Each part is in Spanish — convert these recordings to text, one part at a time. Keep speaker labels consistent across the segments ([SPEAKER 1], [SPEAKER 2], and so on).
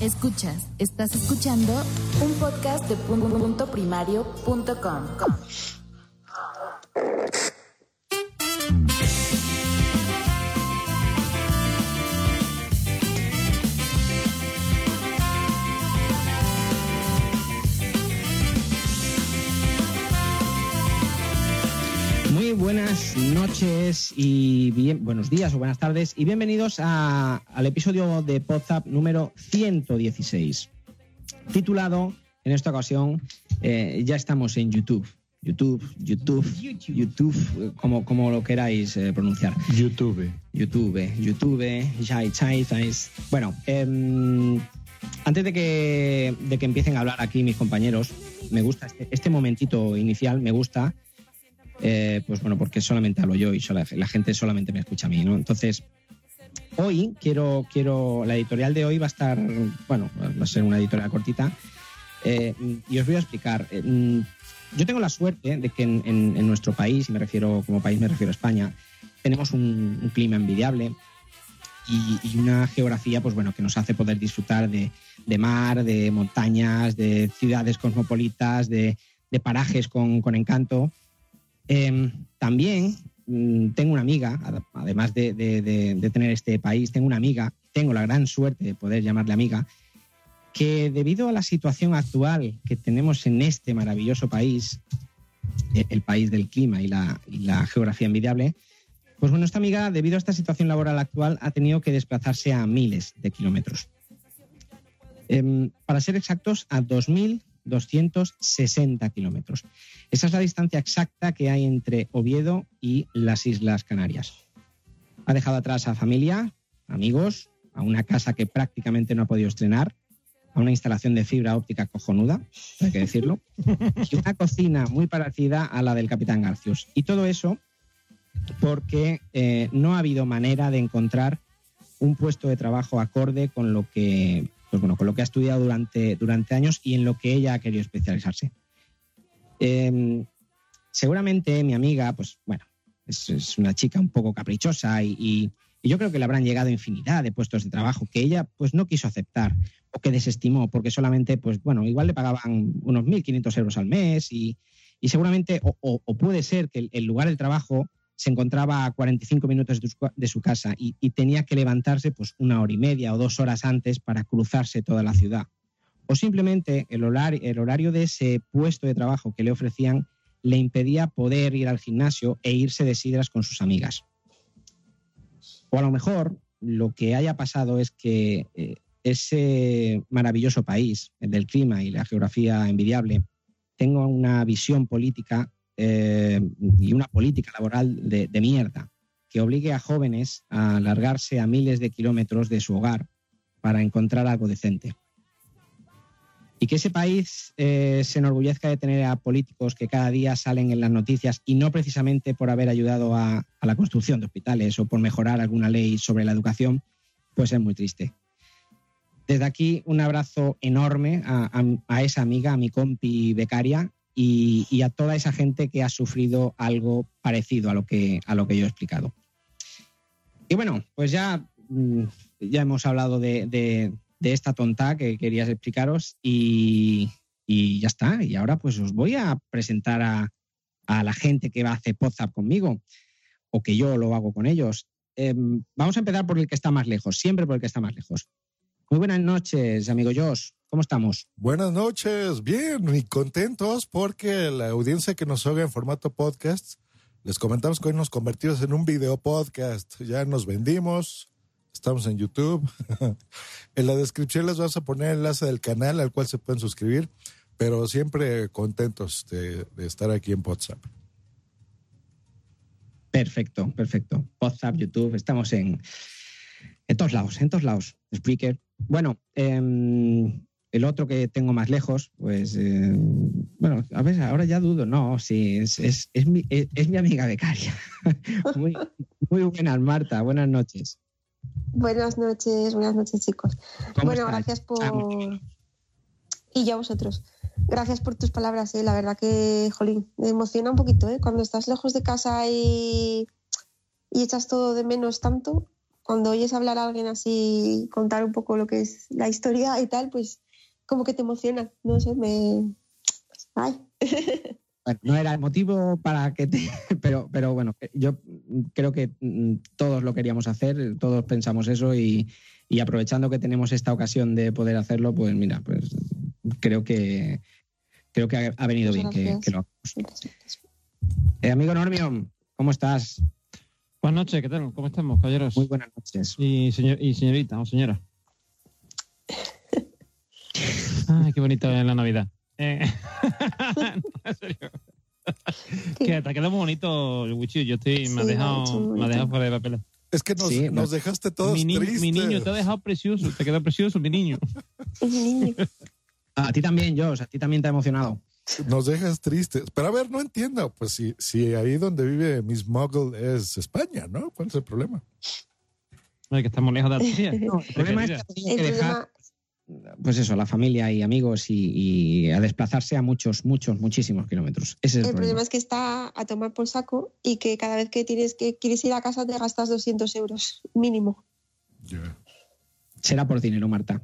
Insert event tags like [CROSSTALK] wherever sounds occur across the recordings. [SPEAKER 1] Escuchas, estás escuchando un podcast de punto primario.com.
[SPEAKER 2] Muy buenas noches y bien, buenos días o buenas tardes y bienvenidos a- al episodio de WhatsApp número 116, titulado en esta ocasión eh, Ya estamos en YouTube. YouTube, YouTube, YouTube, eh, como, como lo queráis eh, pronunciar.
[SPEAKER 3] YouTube.
[SPEAKER 2] YouTube, YouTube, Jai Chai, Thais. Bueno, em, antes de que, de que empiecen a hablar aquí mis compañeros, me gusta este, este momentito inicial, me gusta, eh, pues bueno, porque solamente hablo yo y sola- la gente solamente me escucha a mí, ¿no? Entonces, hoy quiero, quiero, la editorial de hoy va a estar, bueno, va a ser una editorial cortita, eh, y os voy a explicar. Eh, mm, Yo tengo la suerte de que en, en- en nuestro país, y me refiero como país, me refiero a España, tenemos un, un clima envidiable y, y una geografía pues bueno, que nos hace poder disfrutar de, de mar, de montañas, de ciudades cosmopolitas, de, de parajes con, con encanto. Eh, también mm, tengo una amiga, ad- además de, de- de- de tener este país, tengo una amiga, tengo la gran suerte de poder llamarle amiga, que debido a la situación actual que tenemos en este maravilloso país, eh, el país del clima y la- y la geografía envidiable, pues bueno, esta amiga, debido a esta situación laboral actual, ha tenido que desplazarse a miles de kilómetros. Em, para ser exactos, a 2.260 kilómetros. Esa es la distancia exacta que hay entre Oviedo y las Islas Canarias. Ha dejado atrás a familia, amigos, a una casa que prácticamente no ha podido estrenar, a una instalación de fibra óptica cojonuda, hay que decirlo, y una cocina muy parecida a la del Capitán Garcius. Y todo eso porque eh, no ha habido manera de encontrar un puesto de trabajo acorde con lo que, pues bueno, con lo que ha estudiado durante, durante años y en lo que ella ha querido especializarse. Eh, seguramente mi amiga, pues bueno, es, es una chica un poco caprichosa y, y- y yo creo que le habrán llegado infinidad de puestos de trabajo que ella pues no quiso aceptar o que desestimó porque solamente, pues bueno, igual le pagaban unos 1.500 euros al mes y, y seguramente, o, o- o puede ser que el- el lugar del trabajo se encontraba a 45 minutos de su, de su casa y, y tenía que levantarse pues una hora y media o dos horas antes para cruzarse toda la ciudad. O simplemente el horario, el horario de ese puesto de trabajo que le ofrecían le impedía poder ir al gimnasio e irse de sidras con sus amigas. O a lo mejor lo que haya pasado es que eh, ese maravilloso país, el del clima y la geografía envidiable, tenga una visión política eh, y una política laboral de, de mierda que obligue a jóvenes a alargarse a miles de kilómetros de su hogar para encontrar algo decente. Y que ese país eh, se enorgullezca de tener a políticos que cada día salen en las noticias y no precisamente por haber ayudado a, a la construcción de hospitales o por mejorar alguna ley sobre la educación, pues es muy triste. Desde aquí un abrazo enorme a, a- a esa amiga, a mi compi becaria y, y a toda esa gente que ha sufrido algo parecido a lo que, a lo que yo he explicado. Y bueno, pues ya, mm, ya hemos hablado de, de- de esta tonta que querías explicaros y, y ya está. Y ahora pues os voy a presentar a, a la gente que va a hacer WhatsApp conmigo o que yo lo hago con ellos. Em, vamos a empezar por el que está más lejos, siempre por el que está más lejos. Muy buenas noches, amigo Josh. ¿Cómo estamos?
[SPEAKER 3] Buenas noches, bien y contentos porque la audiencia que nos oiga en formato podcast, les comentamos que hoy nos convertimos en un video podcast. Ya nos vendimos, estamos en YouTube. [LAUGHS] en la descripción les vamos a poner el enlace del canal al cual se pueden suscribir, pero siempre contentos de, de estar aquí en WhatsApp.
[SPEAKER 2] Perfecto, perfecto. WhatsApp, YouTube, estamos en, en todos lados, en todos lados. Spreaker, Bueno, em, el otro que tengo más lejos, pues, em, bueno, a ver, ahora ya dudo, no, sí, es, es- es mi, es- es mi amiga becaria. [LAUGHS] muy, muy buenas, Marta, buenas noches.
[SPEAKER 4] Buenas noches, buenas noches chicos.
[SPEAKER 2] ¿Cómo
[SPEAKER 4] Bueno,
[SPEAKER 2] estás?
[SPEAKER 4] gracias por...
[SPEAKER 2] Ah, muy bien.
[SPEAKER 4] Y ya vosotros. Gracias por tus palabras, ¿eh? la verdad que, jolín, me emociona un poquito, ¿eh? Cuando estás lejos de casa y, y echas todo de menos tanto, cuando oyes hablar a alguien así, contar un poco lo que es la historia y tal, pues como que te emociona, no sé, me... Ay,
[SPEAKER 2] Bueno, no era el motivo para que te... [LAUGHS] Pero, pero bueno, yo creo que mm, todos lo queríamos hacer, todos pensamos eso y, y aprovechando que tenemos esta ocasión de poder hacerlo, pues mira, pues creo que creo que ha, ha venido bien
[SPEAKER 4] Muchas
[SPEAKER 2] que,
[SPEAKER 4] gracias.
[SPEAKER 2] que lo hagamos. Eh, amigo Normion, ¿cómo estás?
[SPEAKER 5] Buenas noches, ¿qué tal? ¿Cómo estamos, caballeros?
[SPEAKER 2] Muy buenas noches.
[SPEAKER 5] Y, señor, y señorita
[SPEAKER 2] [LAUGHS]
[SPEAKER 5] o señora. Ay, qué bonita es la Navidad. Eh, en serio. que hasta queda muy bonito el Wichu. Yo estoy, me ha
[SPEAKER 4] Sí, está
[SPEAKER 5] dejado,
[SPEAKER 4] muy
[SPEAKER 5] me ha dejado
[SPEAKER 4] bonito.
[SPEAKER 5] fuera de papel.
[SPEAKER 3] Es que nos,
[SPEAKER 2] Sí,
[SPEAKER 3] nos
[SPEAKER 2] bueno.
[SPEAKER 3] dejaste todos
[SPEAKER 5] mi, niño-
[SPEAKER 3] tristes.
[SPEAKER 5] mi niño te ha dejado precioso, te queda precioso, mi niño.
[SPEAKER 4] niño.
[SPEAKER 2] [LAUGHS] A ti también, Josh, a ti también te ha emocionado.
[SPEAKER 3] Nos dejas tristes. Pero a ver, no entiendo. Pues si, si ahí donde vive Miss Muggle es España, ¿no? ¿Cuál es el problema?
[SPEAKER 5] Ay, que estamos lejos de Andalucía.
[SPEAKER 2] [LAUGHS] No, el problema es que
[SPEAKER 5] querida.
[SPEAKER 2] ha tenido
[SPEAKER 4] El
[SPEAKER 2] que dejar
[SPEAKER 4] problema,
[SPEAKER 2] pues eso, la familia y amigos y, y a desplazarse a muchos, muchos, muchísimos kilómetros. Ese [LAUGHS] es el,
[SPEAKER 4] El problema es que está a tomar por saco y que cada vez que tienes que quieres ir a casa te gastas 200 euros mínimo.
[SPEAKER 2] Será por dinero, Marta.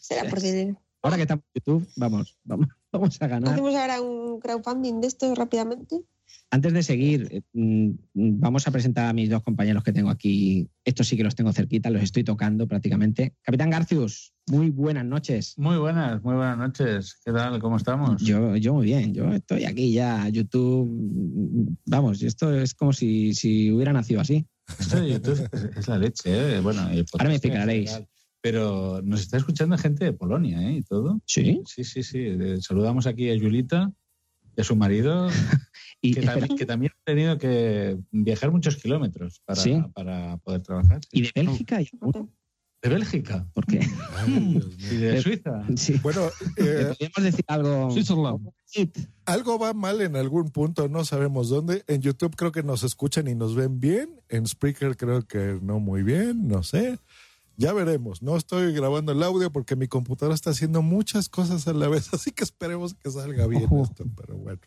[SPEAKER 4] Será por dinero.
[SPEAKER 2] Ahora que estamos en YouTube, vamos, vamos, [LAUGHS] vamos a ganar.
[SPEAKER 4] Hacemos ahora un crowdfunding de esto rápidamente.
[SPEAKER 2] Antes de seguir, eh, mm, mm, vamos a presentar a mis dos compañeros que tengo aquí. Estos sí que los tengo cerquita, los estoy tocando prácticamente. Capitán Garcius, muy buenas noches.
[SPEAKER 6] Muy buenas, muy buenas noches. ¿Qué tal? ¿Cómo estamos?
[SPEAKER 2] Yo, yo muy bien, yo estoy aquí ya, YouTube. mm, Vamos, esto es como si, si hubiera nacido así.
[SPEAKER 6] Esto de YouTube es, es la leche, ¿eh? Bueno, el podcast
[SPEAKER 2] Ahora me
[SPEAKER 6] en
[SPEAKER 2] explicaréis.
[SPEAKER 6] general. Pero nos está escuchando gente de Polonia, ¿eh? Y todo.
[SPEAKER 2] Sí.
[SPEAKER 6] Sí, sí, sí. Eh, Saludamos aquí a Julita y a su marido,
[SPEAKER 2] [LAUGHS] Y
[SPEAKER 6] que,
[SPEAKER 2] espera,
[SPEAKER 6] también, que también ha tenido que viajar muchos kilómetros para,
[SPEAKER 2] Sí.
[SPEAKER 6] para poder trabajar.
[SPEAKER 2] y de Bélgica, y- uy,
[SPEAKER 6] De Bélgica
[SPEAKER 2] ¿por qué?
[SPEAKER 3] Ay, Dios mío.
[SPEAKER 6] y de
[SPEAKER 2] Pero-
[SPEAKER 6] Suiza.
[SPEAKER 2] Eh, Sí.
[SPEAKER 3] Bueno,
[SPEAKER 2] ¿Le
[SPEAKER 3] eh,
[SPEAKER 2] podríamos decir algo?
[SPEAKER 5] Switzerland.
[SPEAKER 3] algo va mal en algún punto, no sabemos dónde. En YouTube creo que nos escuchan y nos ven bien. En Spreaker creo que no muy bien, no sé. Ya veremos. No estoy grabando el audio porque mi computadora está haciendo muchas cosas a la vez, [LAUGHS] así que esperemos que salga bien
[SPEAKER 2] Ojo.
[SPEAKER 3] esto. Pero bueno,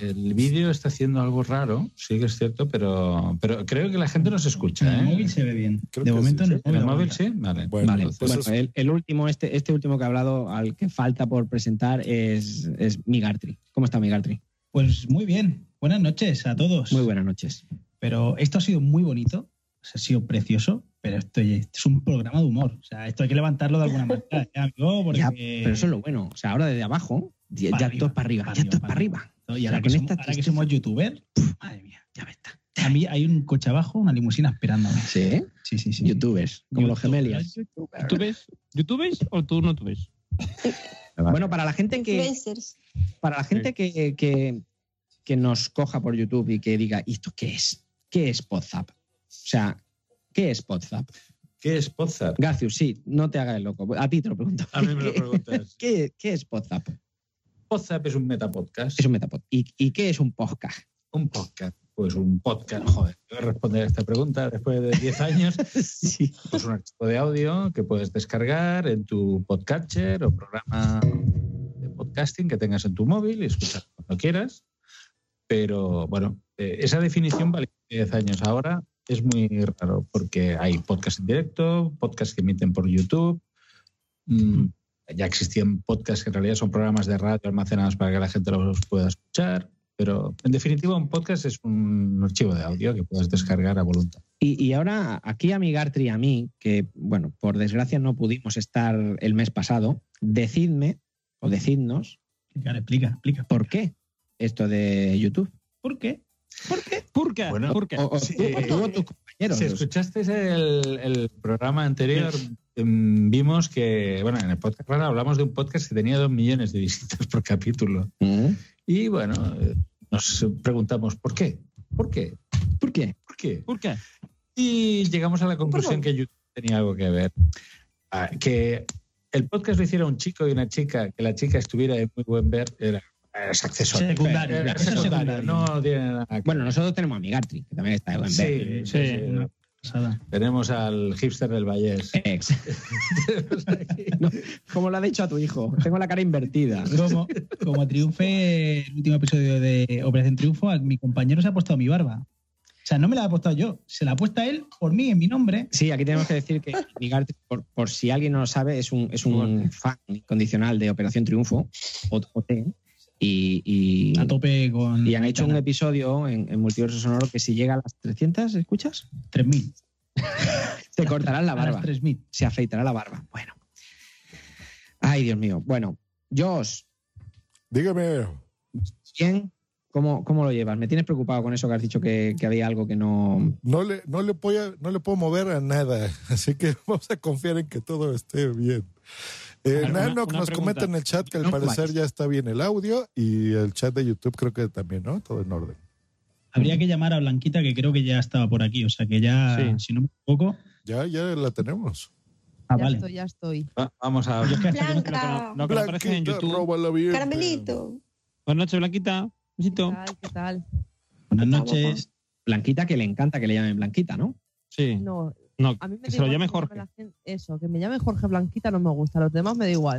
[SPEAKER 6] El vídeo está haciendo algo raro, sí que es cierto, pero, pero creo que la gente nos escucha, ¿eh?
[SPEAKER 7] se ve bien.
[SPEAKER 3] Creo De que momento sí, en el sí.
[SPEAKER 6] ¿En el móvil sí? Vale. eh,
[SPEAKER 3] Bueno, pues
[SPEAKER 2] vale,
[SPEAKER 3] entonces-
[SPEAKER 2] bueno, el, el último, este, este último que ha hablado, al que falta por presentar es, es Migartri. ¿Cómo está Migartri?
[SPEAKER 7] Pues muy bien. Buenas noches a todos.
[SPEAKER 2] Muy buenas noches.
[SPEAKER 7] Pero esto ha sido muy bonito, o sea, ha sido precioso, pero esto, oye, esto es un programa de humor. O sea, esto hay que levantarlo de alguna manera, ¿eh, amigo, porque
[SPEAKER 2] [LAUGHS] Ya, pero eso es lo bueno. O sea, ahora desde abajo, ya,
[SPEAKER 7] Para
[SPEAKER 2] ya
[SPEAKER 7] arriba,
[SPEAKER 2] todo es para arriba,
[SPEAKER 7] para
[SPEAKER 2] ya
[SPEAKER 7] arriba,
[SPEAKER 2] todo es para
[SPEAKER 7] para arriba.
[SPEAKER 2] arriba.
[SPEAKER 7] ¿no? Y
[SPEAKER 2] o sea,
[SPEAKER 7] ahora que,
[SPEAKER 2] con
[SPEAKER 7] somos,
[SPEAKER 2] esta
[SPEAKER 7] ahora que
[SPEAKER 2] tristeza-
[SPEAKER 7] somos youtubers, puf, madre mía, ya me está. A mí hay un coche abajo, una limusina esperándome.
[SPEAKER 2] Sí, ¿eh?
[SPEAKER 7] Sí, sí, sí.
[SPEAKER 2] Youtubers, como los
[SPEAKER 7] Youtubers.
[SPEAKER 2] gemelias.
[SPEAKER 5] ¿Tú ves? ¿YouTube ves o tú no tú ves?
[SPEAKER 2] Bueno, para la gente que,
[SPEAKER 4] Influencers.
[SPEAKER 2] para la gente que, que, que nos coja por YouTube y que diga, ¿y esto qué es? ¿Qué es Podzap? O sea, ¿qué es Podzap?
[SPEAKER 6] ¿Qué es Podzap?
[SPEAKER 2] Garcius, sí, no te hagas el loco. A ti te lo pregunto.
[SPEAKER 6] A mí me lo preguntas.
[SPEAKER 2] [LAUGHS] ¿Qué, qué es Podzap?
[SPEAKER 6] Podzap es un metapodcast.
[SPEAKER 2] Es un metapod. ¿Y, y qué es un podcast?
[SPEAKER 6] un podcast. Pues un podcast, joder, voy a responder a esta pregunta después de 10 años.
[SPEAKER 2] Sí.
[SPEAKER 6] Pues un archivo de audio que puedes descargar en tu podcatcher o programa de podcasting que tengas en tu móvil y escuchar cuando quieras. Pero bueno, eh, esa definición vale 10 años. Ahora es muy raro porque hay podcast en directo, podcasts que emiten por YouTube. Mm, ya existían podcasts que en realidad son programas de radio almacenados para que la gente los pueda escuchar. Pero en definitiva, un podcast es un archivo de audio que puedes descargar a voluntad.
[SPEAKER 2] Y, y ahora aquí a mi Gartri y a mí, que bueno, por desgracia no pudimos estar el mes pasado, decidme o decidnos
[SPEAKER 7] Claro, explica, explica.
[SPEAKER 2] por qué esto de YouTube.
[SPEAKER 7] ¿Por qué?
[SPEAKER 5] ¿Por qué? ¿Por qué?
[SPEAKER 6] Bueno,
[SPEAKER 5] ¿Por qué?
[SPEAKER 2] O, o
[SPEAKER 6] Sí.
[SPEAKER 2] tú, o tú o tus compañeros.
[SPEAKER 6] Si escuchasteis el, el programa anterior, em, vimos que, bueno, en el podcast claro, hablamos de un podcast que tenía dos millones de visitas por capítulo.
[SPEAKER 2] Mm.
[SPEAKER 6] Y bueno, eh, nos preguntamos, ¿por qué? ¿Por qué?
[SPEAKER 2] ¿Por qué?
[SPEAKER 6] ¿Por qué?
[SPEAKER 5] ¿Por qué?
[SPEAKER 6] Y llegamos a la conclusión que YouTube tenía algo que ver. ah, que el podcast lo hiciera un chico y una chica, que la chica estuviera de muy buen ver, era es accesorio.
[SPEAKER 7] Secundario,
[SPEAKER 6] Era
[SPEAKER 7] eso es
[SPEAKER 6] secundario,
[SPEAKER 7] secundario.
[SPEAKER 6] no tiene nada que
[SPEAKER 2] Bueno, nosotros tenemos a Migartri, que también está de buen ver.
[SPEAKER 6] Sí, sí,
[SPEAKER 5] Sí.
[SPEAKER 6] sí.
[SPEAKER 7] Una pasada.
[SPEAKER 6] Tenemos al hipster del Vallés.
[SPEAKER 2] Ex. No, como lo ha dicho a tu hijo, tengo la cara
[SPEAKER 7] [LAUGHS]
[SPEAKER 2] invertida.
[SPEAKER 7] Como, como triunfe el último episodio de Operación Triunfo, a mi compañero se ha apostado mi barba. O sea, no me la ha apostado yo, se la ha puesto él por mí, en mi nombre.
[SPEAKER 2] Sí, aquí tenemos que decir que Migartri, por, por si alguien no lo sabe, es un, es un fan incondicional de Operación Triunfo, OT, y, y,
[SPEAKER 7] A tope con.
[SPEAKER 2] y han hecho un
[SPEAKER 7] con
[SPEAKER 2] episodio en, en Multiverso Sonoro que si llega a las 300, ¿escuchas?
[SPEAKER 7] 3.000.
[SPEAKER 2] [LAUGHS] Te cortarán la
[SPEAKER 7] A las
[SPEAKER 2] barba.
[SPEAKER 7] 3.000.
[SPEAKER 2] se afeitará la barba. Bueno. Ay, Dios mío. Bueno, Josh,
[SPEAKER 3] Dígame,
[SPEAKER 2] ¿quién? ¿Cómo, cómo lo llevas? Me tienes preocupado con eso que has dicho que, que había algo que no.
[SPEAKER 3] no le, no, le voy a- no le puedo mover a nada, [LAUGHS] así que vamos a confiar en que todo esté bien. Eh,
[SPEAKER 5] A ver, una-
[SPEAKER 3] Nanoc
[SPEAKER 5] una
[SPEAKER 3] nos
[SPEAKER 5] pregunta.
[SPEAKER 3] comenta en el chat que al
[SPEAKER 2] No
[SPEAKER 3] parecer
[SPEAKER 2] más.
[SPEAKER 3] ya está bien el audio y el chat de YouTube creo que también, ¿no? Todo en orden. [LAUGHS]
[SPEAKER 7] Habría que llamar a Blanquita, que creo que ya estaba por aquí. O sea, que ya,
[SPEAKER 5] Sí.
[SPEAKER 7] si no me equivoco.
[SPEAKER 3] Ya, ya la tenemos.
[SPEAKER 7] Ah,
[SPEAKER 8] ya
[SPEAKER 7] vale.
[SPEAKER 8] estoy, ya estoy.
[SPEAKER 6] Va- Vamos a
[SPEAKER 7] Yo es que hasta que no-
[SPEAKER 5] Lo que no,
[SPEAKER 4] Blanca,
[SPEAKER 5] lo que no aparece en
[SPEAKER 3] Blanquita,
[SPEAKER 5] YouTube.
[SPEAKER 3] roba la virgen.
[SPEAKER 4] Caramelito.
[SPEAKER 5] Buenas noches, Blanquita.
[SPEAKER 8] ¿Qué
[SPEAKER 5] Besito.
[SPEAKER 8] tal? ¿Qué tal?
[SPEAKER 7] Buenas noches.
[SPEAKER 2] Blanquita, que le encanta que le llamen Blanquita, ¿no?
[SPEAKER 5] Sí.
[SPEAKER 8] No,
[SPEAKER 5] No,
[SPEAKER 8] a mí me
[SPEAKER 5] que se lo
[SPEAKER 8] da igual
[SPEAKER 5] llame
[SPEAKER 8] que
[SPEAKER 5] Jorge.
[SPEAKER 8] la gente- Eso, que me llame Jorge Blanquita no me gusta. Los demás me da igual.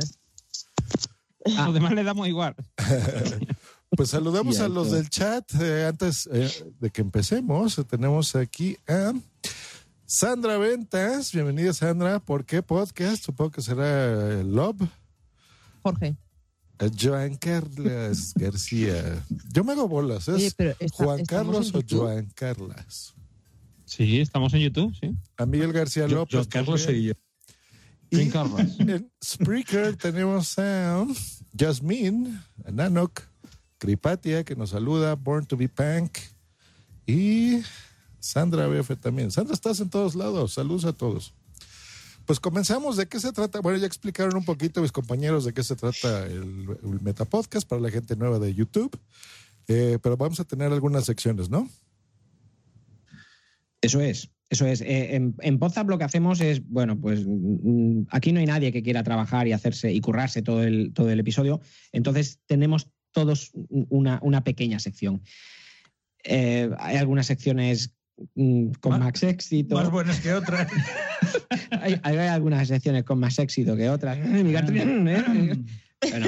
[SPEAKER 5] A Ah, los demás le damos igual.
[SPEAKER 3] Pues saludamos a
[SPEAKER 2] Cierto.
[SPEAKER 3] los del chat. eh, antes eh, de que empecemos, eh, tenemos aquí a Sandra Ventas. Bienvenida, Sandra. ¿Por qué podcast? Supongo que será eh, Love.
[SPEAKER 8] Jorge.
[SPEAKER 3] Eh, Joan Carlos García. Yo me hago bolas.
[SPEAKER 8] Oye,
[SPEAKER 3] ¿Es
[SPEAKER 8] pero está-
[SPEAKER 3] Juan
[SPEAKER 8] estamos
[SPEAKER 3] Carlos
[SPEAKER 8] en
[SPEAKER 3] o
[SPEAKER 8] YouTube.
[SPEAKER 3] Joan Carlos?
[SPEAKER 5] Sí, estamos en YouTube, sí.
[SPEAKER 3] A Miguel García
[SPEAKER 6] Yo-
[SPEAKER 3] López.
[SPEAKER 6] Yo, Carlos
[SPEAKER 3] también.
[SPEAKER 6] soy yo.
[SPEAKER 3] Y
[SPEAKER 5] Carlos.
[SPEAKER 3] [LAUGHS] en Spreaker tenemos a Jasmine, a Nanok, Cripatia, que nos saluda, Born to be Punk, y Sandra BF también. Sandra, estás en todos lados. Saludos a todos. Pues comenzamos. ¿De qué se trata? Bueno, ya explicaron un poquito mis compañeros de qué se trata el, el Metapodcast para la gente nueva de YouTube. Eh, pero vamos a tener algunas secciones, ¿no?
[SPEAKER 2] Eso es. Eso es. Eh, en, en Podzap lo que hacemos es, bueno, pues mm, aquí no hay nadie que quiera trabajar y hacerse y currarse todo el, todo el episodio. Entonces tenemos todos una, una pequeña sección. Eh, hay algunas secciones mm, con
[SPEAKER 6] Más-
[SPEAKER 2] más, éxito.
[SPEAKER 6] Más buenas que otras.
[SPEAKER 2] hay, hay algunas secciones con más éxito que otras. Eh, Mi gato- eh. bueno,
[SPEAKER 7] La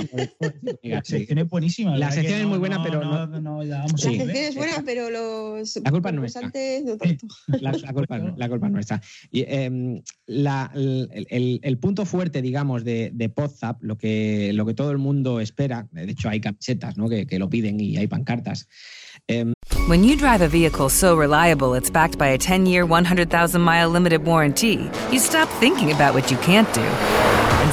[SPEAKER 2] mira, sí.
[SPEAKER 7] Ah, sección es buenísima.
[SPEAKER 2] La
[SPEAKER 7] verdad
[SPEAKER 2] sección
[SPEAKER 7] que
[SPEAKER 2] es
[SPEAKER 7] no-
[SPEAKER 2] muy buena,
[SPEAKER 7] no-
[SPEAKER 2] pero
[SPEAKER 7] No,
[SPEAKER 2] no-
[SPEAKER 7] no, la vamos a
[SPEAKER 4] La
[SPEAKER 2] Sí.
[SPEAKER 7] ver.
[SPEAKER 4] sección es buena, pero los
[SPEAKER 2] La culpa no es mía.
[SPEAKER 4] concursantes no tanto.
[SPEAKER 2] la, la culpa, es- la culpa es nuestra. Y, em, la- el, el- el punto fuerte, digamos, de, de Podzap, lo que, lo que todo el mundo espera, de hecho hay camisetas ¿no? que, que lo piden y hay pancartas,
[SPEAKER 9] When you drive a vehicle so reliable it's backed by a 10 year, 100,000 mile limited warranty, you stop thinking about what you can't do and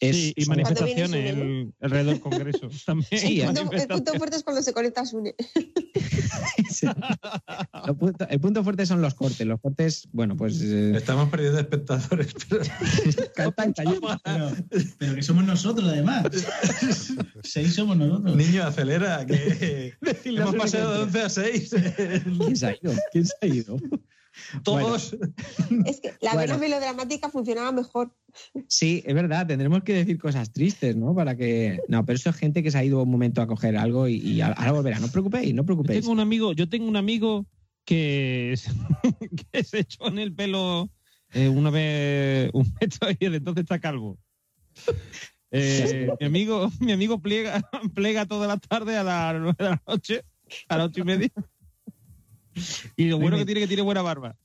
[SPEAKER 2] es,
[SPEAKER 5] Sí, y
[SPEAKER 2] son-
[SPEAKER 4] manif-
[SPEAKER 5] manifestaciones
[SPEAKER 4] Cuando viene
[SPEAKER 5] el- alrededor del
[SPEAKER 2] [LAUGHS]
[SPEAKER 5] Congreso.
[SPEAKER 4] [LAUGHS]
[SPEAKER 5] También.
[SPEAKER 2] [LAUGHS] Sí,
[SPEAKER 4] El
[SPEAKER 2] es-
[SPEAKER 4] punto- el punto fuerte es cuando se conecta a
[SPEAKER 2] [LAUGHS]
[SPEAKER 4] Sune.
[SPEAKER 2] el, punto, el punto fuerte son los cortes. Los cortes, bueno, pues... eh,
[SPEAKER 6] Estamos perdiendo espectadores. pero-
[SPEAKER 2] cantan, callan.
[SPEAKER 7] Pero, pero que somos
[SPEAKER 3] [LAUGHS]
[SPEAKER 7] nosotros, además. Seis somos nosotros.
[SPEAKER 6] Niño,
[SPEAKER 7] [LAUGHS]
[SPEAKER 6] acelera.
[SPEAKER 3] [LAUGHS]
[SPEAKER 6] Que hemos pasado de 11 a 6.
[SPEAKER 2] ¿Quién se ha ido? ¿Quién se ha
[SPEAKER 6] [LAUGHS]
[SPEAKER 2] ido?
[SPEAKER 6] Todos.
[SPEAKER 4] Es que la vena
[SPEAKER 2] Bueno.
[SPEAKER 4] melodramática funcionaba mejor.
[SPEAKER 2] Sí, es verdad, tendremos que decir cosas tristes, ¿no? Para que. No, pero eso es gente que se ha ido un momento a coger algo y, y ahora volverá. No os preocupéis, no os
[SPEAKER 5] [LAUGHS] Yo
[SPEAKER 2] preocupéis.
[SPEAKER 5] tengo un amigo, yo tengo un amigo que, es- [LAUGHS] que se echó en el pelo eh, una vez un metro y desde entonces
[SPEAKER 4] [LAUGHS]
[SPEAKER 5] está calvo. [LAUGHS] Eh, mi amigo, mi amigo pliega, plega toda la tarde a las nueve de la noche a las ocho
[SPEAKER 4] [LAUGHS]
[SPEAKER 5] y media. Y lo bueno que tiene que tiene buena barba.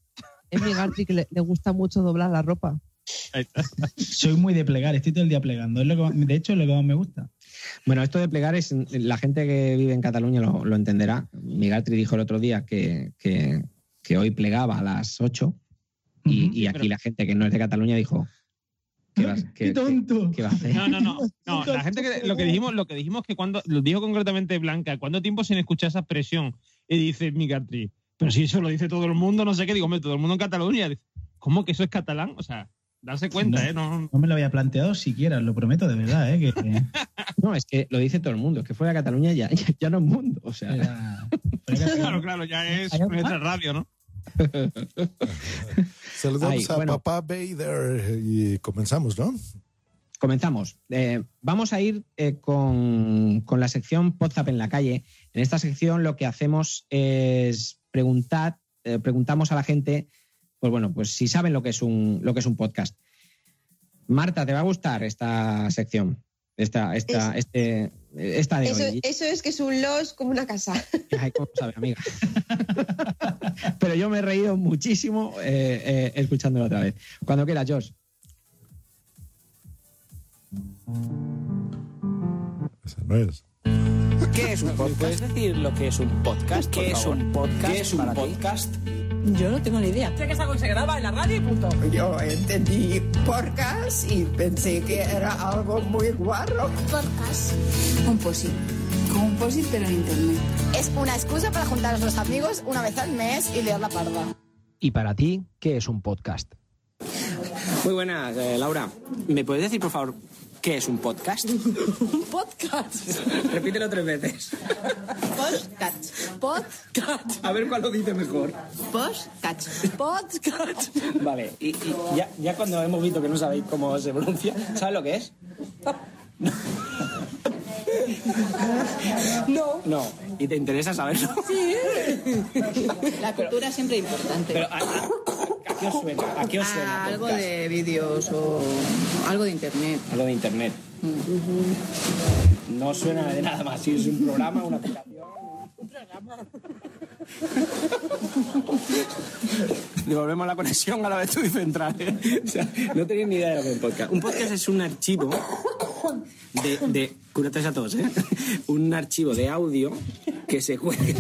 [SPEAKER 8] Es mi Gartry que le, le gusta mucho doblar la ropa.
[SPEAKER 7] [LAUGHS] Soy muy de plegar, estoy todo el día plegando. Es lo que más- de hecho, es lo que más me gusta.
[SPEAKER 2] Bueno, esto de plegar es. La gente que vive en Cataluña lo, lo entenderá. Migaltri dijo el otro día que, que- que hoy plegaba a las 8. Y, y aquí la gente que no es de Cataluña dijo. ¿Qué, vas- qué-
[SPEAKER 7] tonto!
[SPEAKER 2] qué- qué va a hacer?
[SPEAKER 5] No,
[SPEAKER 2] [LAUGHS]
[SPEAKER 5] no, no. [LAUGHS] No, la gente que lo que dijimos, lo que dijimos que cuando, lo dijo concretamente Blanca, ¿cuánto tiempo sin escuchar esa expresión? Y dice Migatri, pero si eso lo dice todo el mundo, no sé qué, digo, hombre, todo el mundo en Cataluña. Dice, ¿Cómo que eso es catalán? O sea, darse cuenta, ¿eh?
[SPEAKER 7] [LAUGHS]
[SPEAKER 5] No,
[SPEAKER 7] No me lo había planteado siquiera, os lo prometo de verdad, ¿eh? Que, que
[SPEAKER 2] No, es que lo dice todo el mundo. Es que fuera de Cataluña ya, ya, ya no es mundo. O sea.
[SPEAKER 7] era-
[SPEAKER 5] [LAUGHS] claro, claro, ya es nuestra radio, ¿no?
[SPEAKER 3] Saludamos
[SPEAKER 2] Ay,
[SPEAKER 3] a
[SPEAKER 2] bueno.
[SPEAKER 3] papá Bader y comenzamos, ¿no?
[SPEAKER 2] Comenzamos. Eh, vamos a ir eh, con, con la sección WhatsApp en la calle. En esta sección lo que hacemos es preguntar, eh, preguntamos a la gente, pues bueno, pues si saben lo que es un, lo que es un podcast. Marta, ¿te va a gustar esta sección? Esta, esta, este, esta de
[SPEAKER 4] Eso,
[SPEAKER 2] hoy.
[SPEAKER 4] eso es que es un los como una casa.
[SPEAKER 2] Ay, ¿cómo sabes, amiga? Pero yo me he reído muchísimo eh, eh, escuchándolo otra vez. Cuando quieras, George.
[SPEAKER 3] Esa no es.
[SPEAKER 10] ¿Qué es un podcast? ¿Puedes decir lo que es un podcast? ¿Qué es un podcast? ¿Qué es un podcast?
[SPEAKER 11] Yo no tengo ni idea. Sé que es algo que se graba en la radio y punto.
[SPEAKER 12] Yo entendí podcast y pensé que era algo muy guarro. Podcast. Composit. Composit pero en internet. Es una excusa para juntar a los amigos una vez al mes y leer la parda.
[SPEAKER 13] ¿Y para ti qué es un podcast?
[SPEAKER 10] Muy buenas, eh, Laura. ¿Me puedes decir, por favor, qué es un podcast?
[SPEAKER 11] Un podcast.
[SPEAKER 10] [LAUGHS] Repítelo tres veces.
[SPEAKER 11] Podcast. Podcast.
[SPEAKER 10] A ver cuál lo dice mejor.
[SPEAKER 11] Podcast. Podcast.
[SPEAKER 10] Vale, y, y ya, ya cuando hemos visto que no sabéis cómo se pronuncia, ¿sabes lo que es? No. No. ¿Y te interesa saberlo?
[SPEAKER 11] Sí. La cultura siempre es importante.
[SPEAKER 10] Pero ¿a, a- a qué os suena? ¿A qué os suena?
[SPEAKER 11] Ah, algo
[SPEAKER 10] podcast?
[SPEAKER 11] de vídeos o algo de internet.
[SPEAKER 10] Algo de internet.
[SPEAKER 9] Mm-hmm.
[SPEAKER 10] No suena de nada más. Si es un programa, una aplicación. Devolvemos la conexión a la vez estudio central. ¿eh? O sea, no tenéis ni idea de lo que es un podcast. Un podcast es un archivo de. de cúrate a todos, ¿eh? Un archivo de audio que se cuelga,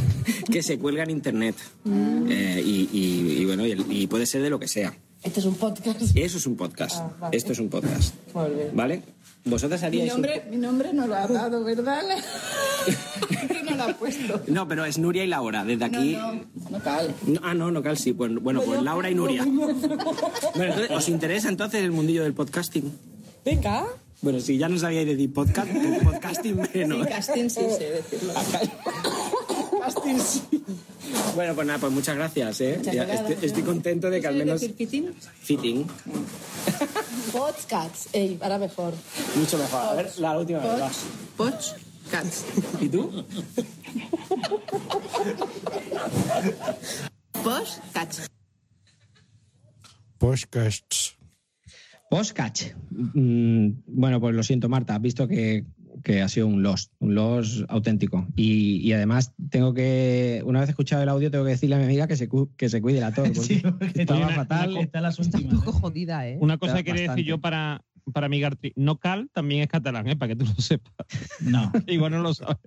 [SPEAKER 10] que se cuelga en internet. Eh, y, y- y bueno, y, el- y puede ser de lo que sea.
[SPEAKER 11] Este es un podcast.
[SPEAKER 10] Eso es un podcast.
[SPEAKER 11] Ah, vale.
[SPEAKER 10] Esto es un podcast.
[SPEAKER 11] Muy bien.
[SPEAKER 10] ¿Vale? Vosotras
[SPEAKER 11] Mi
[SPEAKER 10] haríais. un-
[SPEAKER 11] nombre, mi nombre no lo ha dado, ¿verdad? Que no lo ha puesto.
[SPEAKER 10] No, pero es Nuria y Laura, desde aquí.
[SPEAKER 11] No, no, no cal.
[SPEAKER 10] No, ah, no, no, Cal, sí. Bueno, bueno, pues Laura y Nuria. Bueno, entonces, ¿os interesa entonces el mundillo del podcasting?
[SPEAKER 11] Venga.
[SPEAKER 10] Bueno, si ya no sabíais decir podcast, el podcasting menos.
[SPEAKER 11] Casting [LAUGHS] sí sé decirlo. Casting sí.
[SPEAKER 10] Bueno, pues nada, pues muchas gracias, ¿eh?
[SPEAKER 11] Muchas
[SPEAKER 10] Ya
[SPEAKER 11] gracias.
[SPEAKER 10] estoy, estoy contento de que al
[SPEAKER 11] ¿Sabes
[SPEAKER 10] menos...
[SPEAKER 11] decir fitting?
[SPEAKER 10] Fitting.
[SPEAKER 11] Podcast. Ey, ahora mejor.
[SPEAKER 10] Mucho mejor. A ver, la última vez, vas.
[SPEAKER 11] Podcast.
[SPEAKER 10] ¿Y tú?
[SPEAKER 11] Podcast.
[SPEAKER 3] Podcasts.
[SPEAKER 2] Postcatch. Mm, bueno, pues lo siento, Marta. Has visto que, que ha sido un loss, un loss auténtico. Y, y además, tengo que, una vez escuchado el audio, tengo que decirle a mi amiga que se, cu- que se cuide la torre.
[SPEAKER 7] [LAUGHS] Sí, porque
[SPEAKER 2] estaba
[SPEAKER 7] tiene una-
[SPEAKER 2] fatal.
[SPEAKER 7] una co- está las
[SPEAKER 8] Está un
[SPEAKER 7] últimas.
[SPEAKER 8] poco jodida, ¿eh?
[SPEAKER 5] Una cosa que quería
[SPEAKER 8] Bastante.
[SPEAKER 5] decir yo para, para Migatri, no cal también es catalán, ¿eh? Para que tú lo sepas. [LAUGHS]
[SPEAKER 7] No,
[SPEAKER 5] Igual no lo sabes.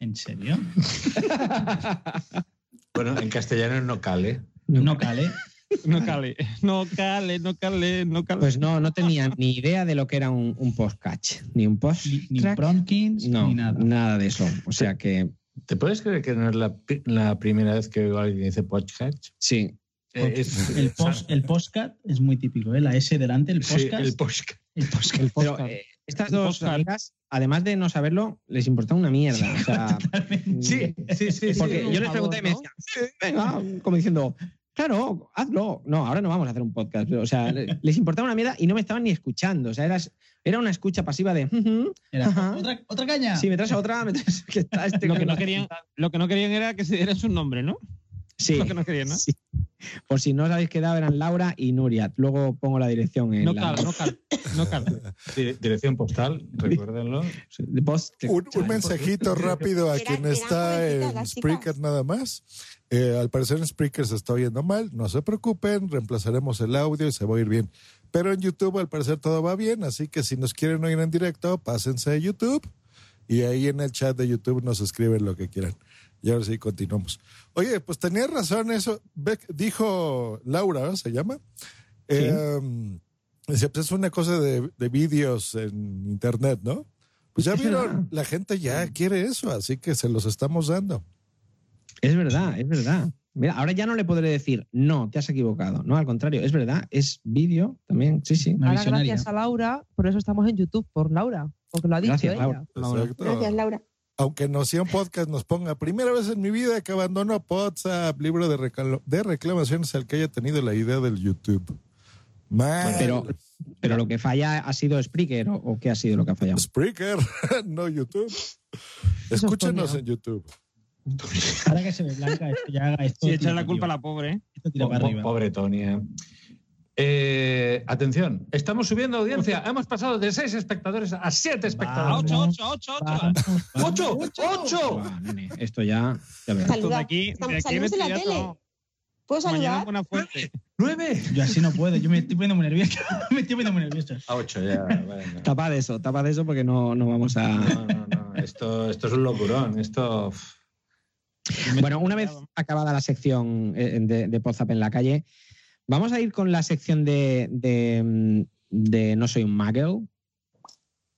[SPEAKER 7] ¿en serio?
[SPEAKER 6] Bueno, en castellano no cale.
[SPEAKER 7] No cale.
[SPEAKER 5] [LAUGHS] No cale, no cale, no cale, no cale.
[SPEAKER 2] Pues no, no tenía ni idea de lo que era un, un postcatch, ni un post.
[SPEAKER 7] Ni Bronkins,
[SPEAKER 2] No,
[SPEAKER 7] ni nada.
[SPEAKER 2] nada de eso. O sea que
[SPEAKER 6] ¿Te puedes creer que no es la, pi- la primera vez que oigo a alguien que dice podcast?
[SPEAKER 2] sí.
[SPEAKER 6] Eh, es-
[SPEAKER 7] El, post, el postcat es muy típico, ¿eh? La S delante, el podcast.
[SPEAKER 6] Sí, el podcast.
[SPEAKER 7] el postcat.
[SPEAKER 2] Pero eh, estas dos amigas, además de no saberlo, les importa una mierda. O sea,
[SPEAKER 6] Sí, sí, sí. sí.
[SPEAKER 2] porque yo les pregunté y me
[SPEAKER 6] [LAUGHS]
[SPEAKER 8] ¿no?
[SPEAKER 2] decían, "Sí, venga, como diciendo, claro, hazlo. No, ahora no vamos a hacer un podcast. O sea, [LAUGHS] le- les importaba una mierda y no me estaban ni escuchando. O sea, eras- era una escucha pasiva de, "Ujú,
[SPEAKER 7] Era,
[SPEAKER 2] ajá,
[SPEAKER 7] ¿Otra, otra caña.
[SPEAKER 2] sí, me traes a otra, me traes [LAUGHS] que está este
[SPEAKER 5] Lo que
[SPEAKER 2] no
[SPEAKER 5] no querían, lo que no querían era que se diera su nombre, ¿no?
[SPEAKER 2] Sí,
[SPEAKER 5] Lo que no querían, ¿no?
[SPEAKER 2] sí. Por si no os habéis quedado, eran Laura y Nuria. Luego pongo la dirección en
[SPEAKER 5] No
[SPEAKER 2] la...
[SPEAKER 5] cal, no cal, no cal.
[SPEAKER 6] Dire- Dirección postal, recuérdenlo.
[SPEAKER 2] de post-
[SPEAKER 3] Un, un
[SPEAKER 6] [LAUGHS]
[SPEAKER 3] mensajito rápido a
[SPEAKER 6] Era-
[SPEAKER 3] quien
[SPEAKER 6] eran
[SPEAKER 3] está
[SPEAKER 6] jovencitas
[SPEAKER 3] en
[SPEAKER 6] las chicas.
[SPEAKER 3] Spreaker nada más. Eh, al parecer en Spreaker se está oyendo mal, no se preocupen, reemplazaremos el audio y se va a ir bien. Pero en YouTube al parecer todo va bien, así que si nos quieren oír en directo, pásense a YouTube y ahí en el chat de YouTube nos escriben lo que quieran. Y ahora sí, continuamos. Oye, pues tenía razón eso. Beck- dijo Laura, ¿verdad? ¿se llama? Eh, dice, pues es una cosa de, de vídeos en internet, ¿no? Pues ya vieron, la gente ya quiere eso, así que se los estamos dando.
[SPEAKER 2] Es verdad, es verdad. Mira, ahora ya no le podré decir, no, te has equivocado. No, al contrario, es verdad, es vídeo también. Sí, sí.
[SPEAKER 8] Ahora, gracias a Laura, por eso estamos en YouTube, por Laura, porque lo ha dicho
[SPEAKER 2] Gracias,
[SPEAKER 8] ella.
[SPEAKER 2] Laura.
[SPEAKER 3] Exacto.
[SPEAKER 8] [LAUGHS]
[SPEAKER 4] Laura.
[SPEAKER 3] Aunque no sea un podcast, nos ponga primera vez en mi vida que abandono WhatsApp, libro de, recalo- de reclamaciones al que haya tenido la idea del YouTube. Man.
[SPEAKER 2] Pero, pero lo que falla ha sido Spreaker o, o qué ha sido lo que ha fallado.
[SPEAKER 3] Spreaker, [LAUGHS] no YouTube. Escúchenos en YouTube.
[SPEAKER 7] Ahora que se ve blanca, esto ya haga esto.
[SPEAKER 5] Si echas la culpa a la pobre, ¿eh?
[SPEAKER 7] tira para
[SPEAKER 6] Po-
[SPEAKER 7] arriba.
[SPEAKER 6] Pobre Tonia. Eh, atención, estamos subiendo audiencia. Hemos pasado de 6 espectadores a 7 espectadores. 8, 8, 8, 8. 8, 8.
[SPEAKER 2] Esto ya. ya verás.
[SPEAKER 5] Esto de aquí, de aquí
[SPEAKER 4] salimos en la
[SPEAKER 5] vestidazo,
[SPEAKER 4] tele. ¿Puedo saludar?
[SPEAKER 5] Mañana
[SPEAKER 4] Ah, pues,
[SPEAKER 5] buena fuerte.
[SPEAKER 6] ¡Nueve!
[SPEAKER 7] Yo así no puedo, yo me estoy poniendo muy nervioso. [LAUGHS] me estoy poniendo muy nervioso.
[SPEAKER 6] A 8 ya. bueno.
[SPEAKER 2] Tapa de eso, tapa de eso porque no, no vamos a.
[SPEAKER 6] Esto, esto es un locurón. Esto. uf.
[SPEAKER 2] Bueno, una vez acabada la sección eh, de, de Podzap en la calle, vamos a ir con la sección de, de, mm, de No soy un muggle.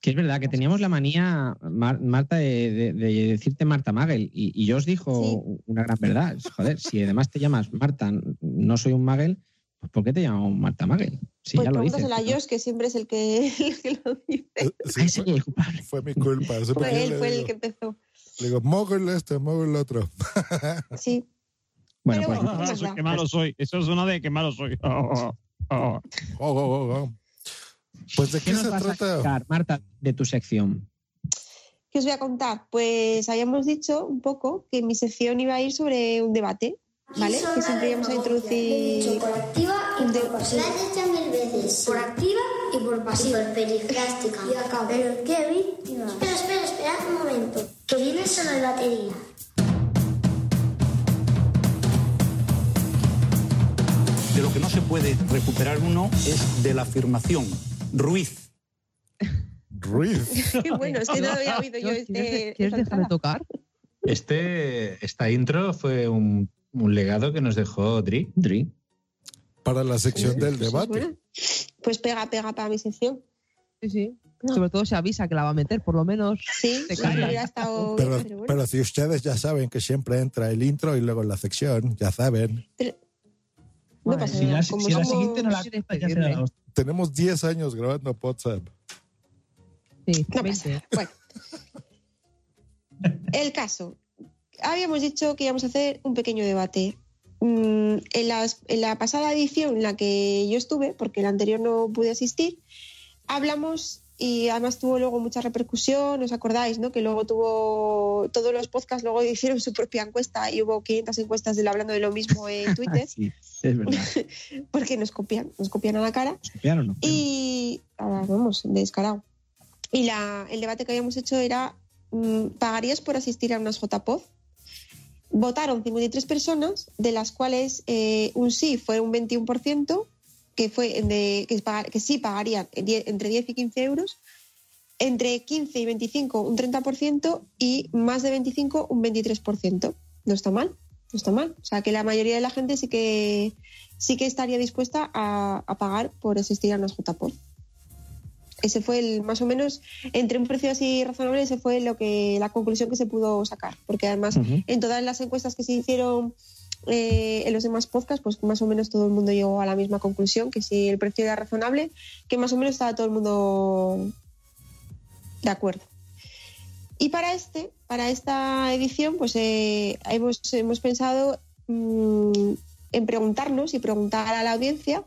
[SPEAKER 2] Que es verdad que teníamos la manía, Mar- Marta, de, de- de decirte Marta Magel. Y, y yo os dijo una gran verdad. Joder, si además te llamas Marta, no soy un Magel, pues ¿por qué te llamamos Marta Magel?
[SPEAKER 4] [LAUGHS]
[SPEAKER 2] Si
[SPEAKER 4] pues
[SPEAKER 2] ya lo dices.
[SPEAKER 4] pregúntaselo a Josh, que siempre es el que, [LAUGHS] el que lo dice.
[SPEAKER 3] Eh, Sí, fue, fue mi culpa. eso porque
[SPEAKER 4] Fue él,
[SPEAKER 3] le
[SPEAKER 4] fue el
[SPEAKER 3] digo-
[SPEAKER 4] que empezó.
[SPEAKER 3] Le digo, mogul este, mogul otro.
[SPEAKER 4] Sí.
[SPEAKER 2] Bueno,
[SPEAKER 4] Pero bueno,
[SPEAKER 5] Ah,
[SPEAKER 4] es
[SPEAKER 5] soy-
[SPEAKER 4] verdad.
[SPEAKER 5] qué malo soy. Eso es una de qué malo
[SPEAKER 4] [LAUGHS]
[SPEAKER 5] soy. Oh, oh, oh.
[SPEAKER 3] Oh, oh, oh, oh. Pues de
[SPEAKER 2] ¿Qué
[SPEAKER 3] qué
[SPEAKER 2] nos
[SPEAKER 3] se
[SPEAKER 2] vas a
[SPEAKER 3] trata.
[SPEAKER 2] contar, Marta, de tu sección?
[SPEAKER 4] ¿Qué os voy a contar? Pues habíamos dicho un poco que mi sección iba a ir sobre un debate, ¿vale? Que siempre íbamos a introducir.
[SPEAKER 14] y por pasiva. La has hecho mil veces. Por activa y por pasiva. Por perifrástica. Y acabo. Pero qué víctima. Espera, espera, espera un momento. Que viene solo el batería.
[SPEAKER 15] De lo que no se puede recuperar uno es de la afirmación. Ruiz.
[SPEAKER 3] Ruiz.
[SPEAKER 4] Qué bueno, es que no lo había oído yo.
[SPEAKER 8] Dios, ¿Quieres,
[SPEAKER 4] Este,
[SPEAKER 8] quieres
[SPEAKER 4] esta
[SPEAKER 8] dejar de
[SPEAKER 4] entrada.
[SPEAKER 8] tocar?
[SPEAKER 6] Este, esta intro fue un, un legado que nos dejó Dri.
[SPEAKER 2] Dri.
[SPEAKER 3] Para la sección del
[SPEAKER 4] Pues es
[SPEAKER 3] debate.
[SPEAKER 4] buena. Pues pega, pega para mi sección.
[SPEAKER 8] Sí, sí. Sobre todo se avisa que la va a meter, por lo menos.
[SPEAKER 4] Sí,
[SPEAKER 8] te
[SPEAKER 4] sí,
[SPEAKER 8] callas.
[SPEAKER 4] hubiera estado.
[SPEAKER 3] Pero,
[SPEAKER 4] pero bueno.
[SPEAKER 3] pero si ustedes ya saben que siempre entra el intro y luego la sección, ya saben.
[SPEAKER 4] No pasa
[SPEAKER 7] si
[SPEAKER 4] nada.
[SPEAKER 7] la, si
[SPEAKER 4] Como
[SPEAKER 7] la
[SPEAKER 4] somos-
[SPEAKER 7] siguiente no la ¿eh? cuenta, ya será la hostia.
[SPEAKER 3] Tenemos 10 años grabando WhatsApp.
[SPEAKER 8] Sí,
[SPEAKER 4] No pasa nada. Bueno. El caso. Habíamos dicho que íbamos a hacer un pequeño debate. Mm, en, las- en la pasada edición en la que yo estuve, porque la anterior no pude asistir, hablamos y además tuvo luego mucha repercusión, ¿os acordáis? ¿no? Que luego tuvo todos los podcasts, luego [LAUGHS] hicieron su propia encuesta y hubo 500 encuestas de hablando de lo mismo en
[SPEAKER 16] [LAUGHS]
[SPEAKER 4] Twitter,
[SPEAKER 17] Ah,
[SPEAKER 2] Sí, es
[SPEAKER 17] [LAUGHS]
[SPEAKER 2] verdad.
[SPEAKER 4] porque nos copian, nos copian a la cara.
[SPEAKER 2] ¿Copiaron o no?
[SPEAKER 4] Y ahora vamos, de descarado. Y la, el debate que habíamos hecho era, mm, ¿pagarías por asistir a unas JPOD? Votaron 53 personas, de las cuales eh, un sí fue un 21%, que, fue en de, que, pagar- que sí pagarían en die- entre 10 y 15 euros, entre 15 y 25 un 30% y más de 25 un 23%. No está mal, no está mal. O sea que la mayoría de la gente sí que sí que estaría dispuesta a, a pagar por asistir a unas JPOD. Ese fue el, más o menos, entre un precio así razonable, ese fue lo que, la conclusión que se pudo sacar. Porque además,
[SPEAKER 18] Ujú.
[SPEAKER 4] en todas las encuestas que se hicieron eh, en los demás podcasts, pues más o menos todo el mundo llegó a la misma conclusión, que si el precio era razonable, que más o menos estaba todo el mundo de acuerdo. Y para este, para esta edición, pues eh, hemos, hemos pensado mm, en preguntarnos y preguntar a la audiencia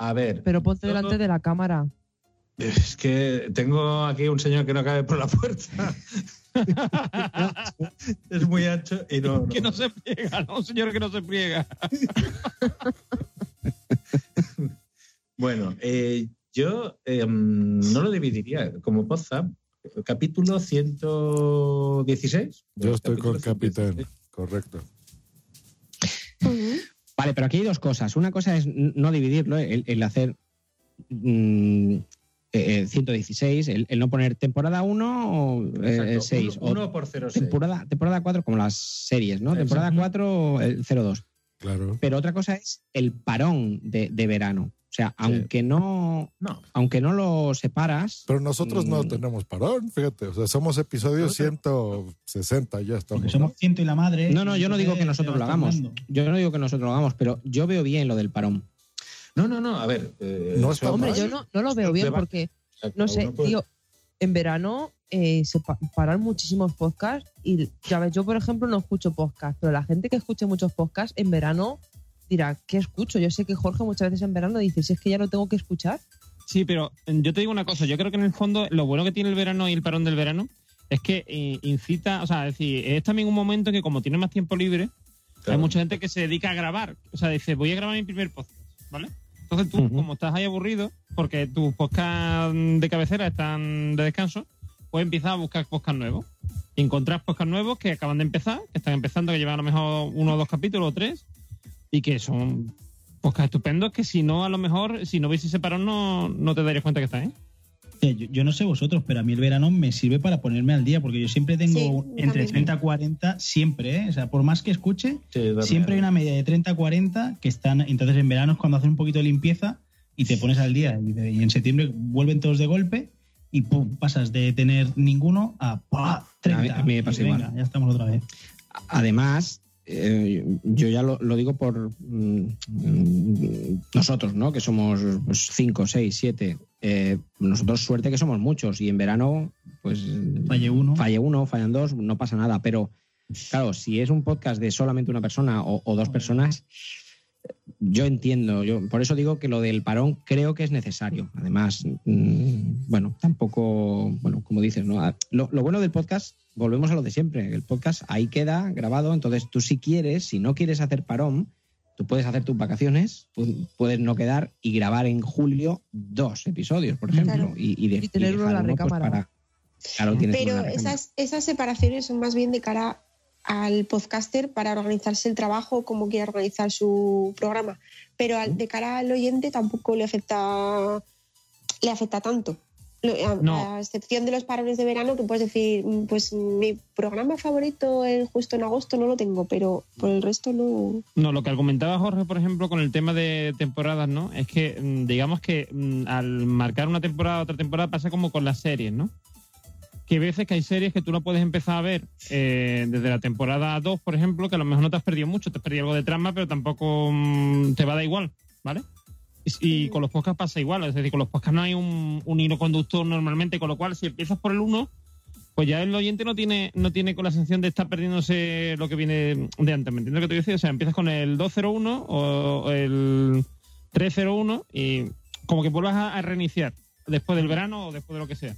[SPEAKER 6] A ver.
[SPEAKER 8] Pero ponte delante de la cámara.
[SPEAKER 6] Es que tengo aquí un señor que no cabe por
[SPEAKER 2] [LAUGHS]
[SPEAKER 6] la puerta. es muy ancho y no.
[SPEAKER 5] Que no se pliega, ¿no? Un señor que no se pliega.
[SPEAKER 6] Bueno, eh, yo em, no lo dividiría como Podzap. Capítulo 116.
[SPEAKER 3] Yo estoy con
[SPEAKER 6] Capitán,
[SPEAKER 3] correcto.
[SPEAKER 2] Vale, pero aquí hay dos cosas. Una cosa es n- no dividirlo, el, el hacer mm, eh, eh, 116, el, el no poner temporada 1 o
[SPEAKER 6] Exacto,
[SPEAKER 2] 6.
[SPEAKER 6] uno- uno por 06.
[SPEAKER 2] Temporada, temporada 4, como las series, ¿no?
[SPEAKER 6] Exacto.
[SPEAKER 2] Temporada 4, el 02.
[SPEAKER 3] Claro.
[SPEAKER 2] Pero otra cosa es el parón de, de verano. O sea, aunque no,
[SPEAKER 6] No.
[SPEAKER 2] aunque no lo separas.
[SPEAKER 3] Pero nosotros no
[SPEAKER 2] mm,
[SPEAKER 3] tenemos parón, fíjate. O sea, somos episodio 160, ya estamos.
[SPEAKER 7] Somos ciento y la madre.
[SPEAKER 2] No, no, yo no digo que
[SPEAKER 7] Eh,
[SPEAKER 2] nosotros
[SPEAKER 7] te
[SPEAKER 2] lo
[SPEAKER 7] vas
[SPEAKER 2] hagamos.
[SPEAKER 7] tornando.
[SPEAKER 2] Yo no digo que nosotros lo hagamos, pero yo veo bien lo del parón.
[SPEAKER 6] No, no, no, a ver. eh,
[SPEAKER 2] No
[SPEAKER 6] eso-
[SPEAKER 2] está
[SPEAKER 8] Hombre, yo no, no lo veo bien
[SPEAKER 6] Deba-
[SPEAKER 8] porque,
[SPEAKER 6] Exacto,
[SPEAKER 8] no sé,
[SPEAKER 6] uno puede-
[SPEAKER 8] tío, en verano eh, se pa- paran muchísimos podcasts y, ya ves, yo por ejemplo no escucho podcasts, pero la gente que escuche muchos podcasts en verano dirá, ¿qué escucho? Yo sé que Jorge muchas veces en verano dice, si es que ya lo tengo que escuchar.
[SPEAKER 5] Sí, pero mm, yo te digo una cosa, yo creo que en el fondo lo bueno que tiene el verano y el parón del verano es que eh, incita, o sea, es decir, es también un momento que como tiene más tiempo libre, hay mucha gente que se dedica a grabar, o sea, dice, voy a grabar mi primer podcast, ¿vale? Entonces tú, como estás ahí aburrido, porque tus podcasts de cabecera están de descanso, pues empiezas a buscar podcasts nuevos. Y encontrás podcasts nuevos que acaban de empezar, que están empezando, que llevan a lo mejor uno o dos capítulos o tres, y que son podcasts estupendos que si no, a lo mejor, si no hubiese separado, no, no te darías cuenta que están, ¿eh?
[SPEAKER 7] sea, yo, yo no sé vosotros, pero a mí el verano me sirve para ponerme al día, porque yo siempre tengo
[SPEAKER 11] Sí,
[SPEAKER 7] entre
[SPEAKER 11] también.
[SPEAKER 7] 30 y 40, siempre, ¿eh? O sea, por más que escuche, siempre hay una media de 30 a 40 que están. Entonces, en verano es cuando haces un poquito de limpieza y te pones al día. Y, de- y en septiembre vuelven todos de golpe y pum, pasas de tener ninguno a ¡pua! 30.
[SPEAKER 2] A mí- a mí me pasa
[SPEAKER 7] Y venga,
[SPEAKER 2] igual.
[SPEAKER 7] Ya estamos otra vez.
[SPEAKER 2] Además, eh, yo ya lo, lo digo por mm, mm, nosotros, ¿no? Que somos pues, 5, 6, 7. Eh, nosotros suerte que somos muchos y en verano, pues...
[SPEAKER 7] Falle uno.
[SPEAKER 2] Falle uno, fallan dos, no pasa nada. Pero, claro, si es un podcast de solamente una persona o, o dos personas, yo entiendo. Yo, por eso digo que lo del parón creo que es necesario. Además, mm, bueno, tampoco, bueno, como dices, ¿no? A- Lo, lo bueno del podcast, volvemos a lo de siempre. El podcast ahí queda grabado. Entonces, tú si quieres, si no quieres hacer parón, tú puedes hacer tus vacaciones, pu- puedes no quedar y grabar en julio dos episodios, por ejemplo.
[SPEAKER 4] Claro.
[SPEAKER 2] Y, y, de-
[SPEAKER 4] Y tener
[SPEAKER 2] y
[SPEAKER 4] uno en la
[SPEAKER 2] dejar pues,
[SPEAKER 4] recámara.
[SPEAKER 2] para- Claro, tienes uno en la
[SPEAKER 4] Pero
[SPEAKER 2] recámara.
[SPEAKER 4] esas, esas separaciones son más bien de cara al podcaster para organizarse el trabajo como quiera organizar su programa. Pero al- de cara al oyente tampoco le afecta, le afecta tanto. Lo- A,
[SPEAKER 5] No.
[SPEAKER 4] a excepción de los parones de verano, que puedes decir, "Mm, pues mi programa favorito el justo en agosto no lo tengo, pero por el resto no.
[SPEAKER 5] No, lo que argumentaba Jorge, por ejemplo, con el tema de temporadas, ¿no? Es que, mm, digamos que mm, al marcar una temporada, otra temporada, pasa como con las series, ¿no? Que hay veces que hay series que tú no puedes empezar a ver eh, desde la temporada 2, por ejemplo, que a lo mejor no te has perdido mucho, te has perdido algo de trama, pero tampoco mm, te va a dar igual, ¿vale? Y, y con los podcasts pasa igual, es decir, con los podcasts no hay un, un hilo conductor normalmente, con lo cual si empiezas por el 1, pues ya el oyente no tiene, no tiene con la sensación de estar perdiéndose lo que viene de antes. ¿Me entiendes lo que te decía? O sea, empiezas con el 201 o el 301 y como que vuelvas a, a reiniciar después del verano o después de lo que sea.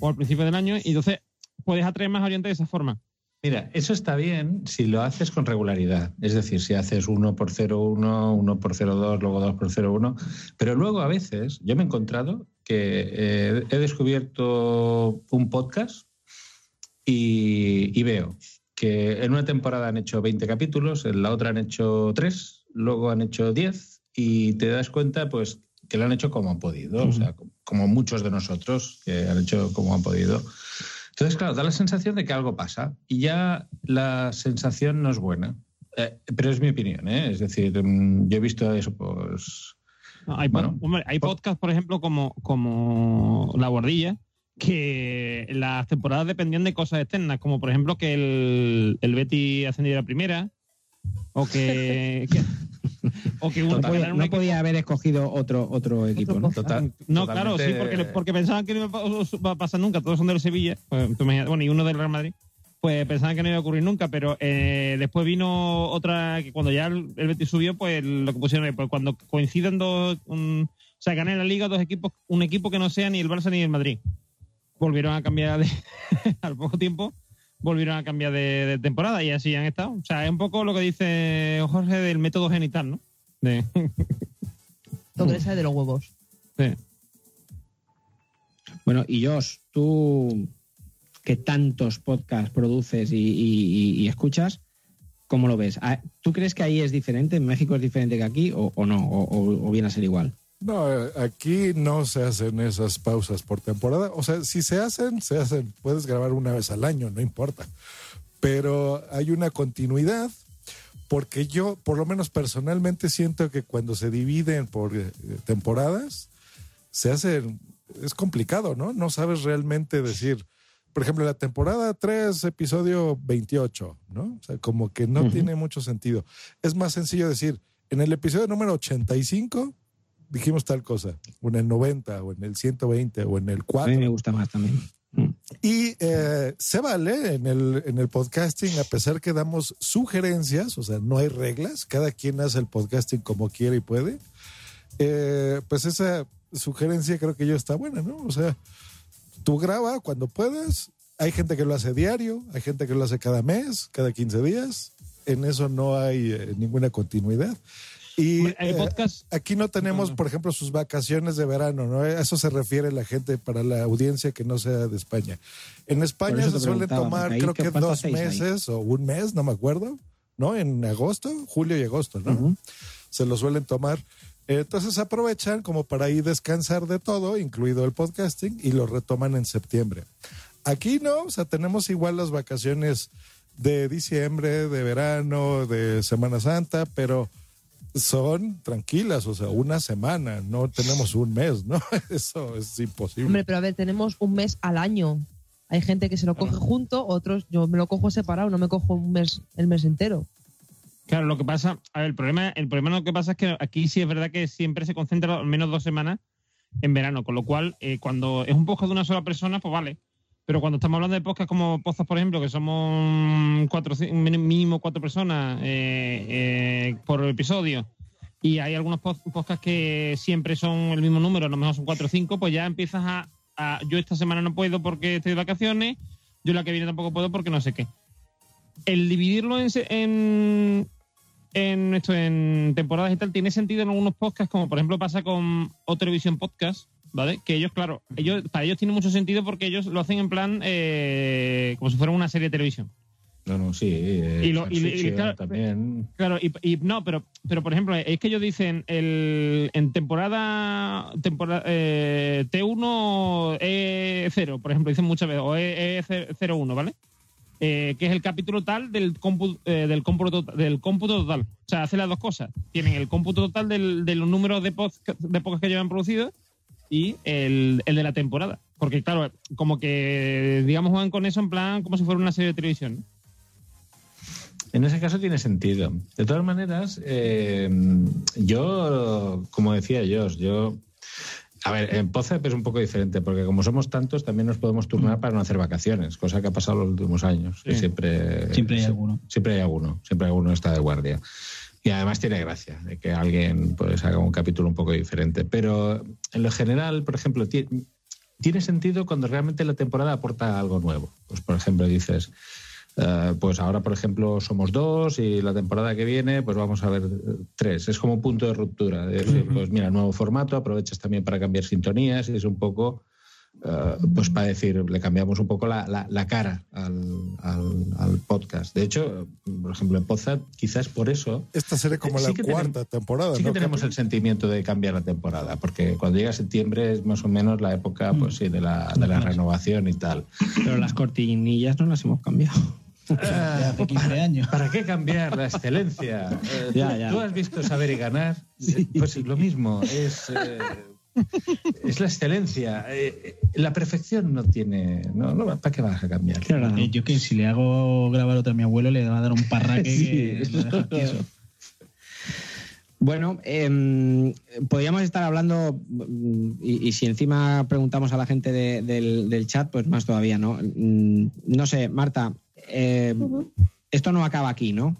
[SPEAKER 5] O al principio del año y entonces puedes atraer más oyentes de esa forma.
[SPEAKER 6] Mira, eso está bien si lo haces con regularidad. Es decir, si haces 1 por 01, 1 por 02, luego 2 por 01. Pero luego a veces yo me he encontrado que eh, he descubierto un podcast y, y veo que en una temporada han hecho 20 capítulos, en la otra han hecho 3, luego han hecho 10 y te das cuenta pues que lo han hecho como han podido, o sea, como muchos de nosotros que han hecho como han podido. Entonces, claro, da la sensación de que algo pasa y ya la sensación no es buena. Eh, pero es mi opinión, ¿eh? Es decir, mm, yo he visto eso, pues...
[SPEAKER 5] No, Ah, hay, pod- hombre, hay podcasts, por ejemplo, como, como La Guardilla, que las temporadas dependían de cosas externas, como por ejemplo que el, el Betty ascendiera a primera, o que. que- o que
[SPEAKER 2] no
[SPEAKER 5] uno
[SPEAKER 2] podía, no podía haber escogido otro, otro equipo. ¿no?
[SPEAKER 5] No, claro, sí, porque, porque pensaban que no iba a pa- a pasar nunca. Todos son del Sevilla, pues, tú imagínate, bueno, y uno del Real Madrid. Pues pensaban que no iba a ocurrir nunca, pero eh, después vino otra que cuando ya el, el Betis subió, pues lo que pusieron ahí, pues cuando coincidan dos, un- o sea, gané la liga dos equipos, un equipo que no sea ni el Barça ni el Madrid. Volvieron a cambiar de, [LAUGHS] al poco tiempo, volvieron a cambiar de, de temporada y así han estado. O sea, es un poco lo que dice Jorge del método genital, ¿no? De-
[SPEAKER 8] Lo que sale de los huevos.
[SPEAKER 2] Bueno, y Josh, tú que tantos podcasts produces y, y- y- y escuchas, ¿cómo lo ves? Ah, ¿Tú crees que ahí es diferente, en México es diferente que aquí o, o no? O, o- o viene a ser igual?
[SPEAKER 3] No, eh, aquí no se hacen esas pausas por temporada. O sea, si se hacen, se hacen. Puedes grabar una vez al año, no importa. Pero hay una continuidad porque yo, por lo menos personalmente, siento que cuando se dividen por eh, temporadas, se hacen... Es complicado, ¿no? No sabes realmente decir... Por ejemplo, la temporada 3, episodio 28, ¿no? O sea, como que no
[SPEAKER 18] Ujú.
[SPEAKER 3] tiene mucho sentido. Es más sencillo decir, en el episodio número 85 dijimos tal cosa, o en el 90, o en el 120, o en el 4.
[SPEAKER 2] A mí me gusta más también. Mm.
[SPEAKER 3] Y eh, se vale en el, en el podcasting, a pesar que damos sugerencias, o sea, no hay reglas, cada quien hace el podcasting como quiere y puede. Eh, pues esa sugerencia creo que ya está buena, ¿no? O sea, tú graba cuando puedas. Hay gente que lo hace diario, hay gente que lo hace cada mes, cada 15 días. En eso no hay eh, ninguna continuidad. Y eh, aquí no tenemos, por ejemplo, sus vacaciones de verano, ¿no? A eso se refiere la gente para la audiencia que no sea de España. En
[SPEAKER 18] Por
[SPEAKER 3] España
[SPEAKER 18] eso
[SPEAKER 3] se
[SPEAKER 18] te
[SPEAKER 3] suelen
[SPEAKER 18] preguntaba,
[SPEAKER 3] tomar,
[SPEAKER 18] porque ahí,
[SPEAKER 3] creo que
[SPEAKER 18] ¿cuánto
[SPEAKER 3] dos
[SPEAKER 18] hacéis ahí?
[SPEAKER 3] meses o un mes, no me acuerdo, ¿no? En agosto, julio y agosto, ¿no? Se lo suelen tomar. Entonces aprovechan como para ir descansar de todo, incluido el podcasting, y lo retoman en septiembre. Aquí no, o sea, tenemos igual las vacaciones de diciembre, de verano, de Semana Santa, pero son tranquilas, o sea, una semana, no tenemos un mes, ¿no? [LAUGHS] Eso es
[SPEAKER 2] Mm.
[SPEAKER 3] imposible.
[SPEAKER 8] Hombre, pero a ver, tenemos un mes al año. Hay gente que se
[SPEAKER 2] Ah.
[SPEAKER 8] lo coge junto, otros yo me lo cojo separado, no me cojo un mes, el mes entero.
[SPEAKER 5] Claro, lo que pasa, a ver, el problema, el problema lo que pasa es que aquí sí es verdad que siempre se concentra al menos dos semanas en verano, con lo cual eh, cuando es un podcast de una sola persona, pues vale. Pero cuando estamos hablando de podcast como Pozas, por ejemplo, que somos cuatro, mínimo cuatro personas eh, eh, por episodio, y hay algunos pod- podcasts que siempre son el mismo número, a lo mejor son cuatro o cinco, pues ya empiezas a, a, Yo esta semana no puedo porque estoy de vacaciones, yo la que viene tampoco puedo porque no sé qué. El dividirlo en, se- en, en, esto, en temporadas y tal tiene sentido en algunos podcasts, como por ejemplo pasa con O Televisión Podcast, ¿vale? Que ellos, claro, ellos, para ellos tiene mucho sentido porque ellos lo hacen en plan eh, como si fuera una serie de televisión.
[SPEAKER 6] No, no, sí. eh,
[SPEAKER 5] Y lo- y- y-
[SPEAKER 6] salchicha
[SPEAKER 5] claro,
[SPEAKER 6] también.
[SPEAKER 5] Claro, y, y no, pero, pero por ejemplo, es que ellos dicen el, en temporada, temporada eh, T1 E0, por ejemplo, dicen muchas veces, o E- E01, ¿vale? Eh, que es el capítulo tal del cómputo, del cómputo del cómputo total. O sea, hace las dos cosas. Tienen el cómputo total del- de los números de podca- de podcasts que llevan producidos y el, el de la temporada. Porque, claro, como que, digamos, juegan con eso en plan como si fuera una serie de televisión. ¿no?
[SPEAKER 6] En ese caso tiene sentido. De todas maneras, eh, yo, como decía Josh, yo. A ver, en Pozap es un poco diferente, porque como somos tantos, también nos podemos turnar para no hacer vacaciones, cosa que ha pasado los últimos años. que
[SPEAKER 7] Mm. Sí.
[SPEAKER 6] siempre,
[SPEAKER 7] Siempre hay
[SPEAKER 6] sí,
[SPEAKER 7] alguno.
[SPEAKER 6] Siempre hay alguno, siempre alguno está de guardia. Y además tiene gracia de que alguien pues, haga un capítulo un poco diferente. Pero en lo general, por ejemplo, ti- tiene sentido cuando realmente la temporada aporta algo nuevo. Pues, por ejemplo, dices, eh, pues ahora, por ejemplo, somos dos y la temporada que viene, pues vamos a ver eh, tres. Es como un punto de ruptura. de decir, Pues mira, nuevo formato, aprovechas también para cambiar sintonías y es un poco, eh, pues para decir, le cambiamos un poco la, la- la cara al, al- al podcast. De hecho, por ejemplo, en Podzad, quizás por eso.
[SPEAKER 3] Esta sería como
[SPEAKER 6] Eh,
[SPEAKER 3] la
[SPEAKER 6] sí que tenemos-
[SPEAKER 3] cuarta temporada,
[SPEAKER 6] Sí que
[SPEAKER 3] ¿no?
[SPEAKER 6] tenemos el sentimiento de cambiar la temporada, porque cuando llega septiembre es más o menos la época pues, sí, de, la, de la renovación y tal.
[SPEAKER 2] Mm. Pero las cortinillas no las hemos cambiado. [LAUGHS]
[SPEAKER 6] hace 15 años. ¿Para qué cambiar
[SPEAKER 2] [LAUGHS]
[SPEAKER 6] la excelencia? Eh,
[SPEAKER 2] Ya,
[SPEAKER 6] ¿tú,
[SPEAKER 2] ya.
[SPEAKER 6] tú has visto saber y ganar? Pues lo mismo,
[SPEAKER 17] [LAUGHS]
[SPEAKER 6] es, eh, es la excelencia. Eh, eh, la perfección no tiene... No, no, ¿Para qué vas a cambiar?
[SPEAKER 7] Eh, Yo que si le hago grabar otra a mi abuelo le va a dar un
[SPEAKER 2] [LAUGHS]
[SPEAKER 7] parraque
[SPEAKER 6] Sí.
[SPEAKER 7] que lo deja tieso.
[SPEAKER 2] Bueno, em, podríamos estar hablando, mm, y, y si encima preguntamos a la gente de- del, del chat, pues más todavía, ¿no? Mm, No sé, Marta, em, esto no acaba aquí, ¿no?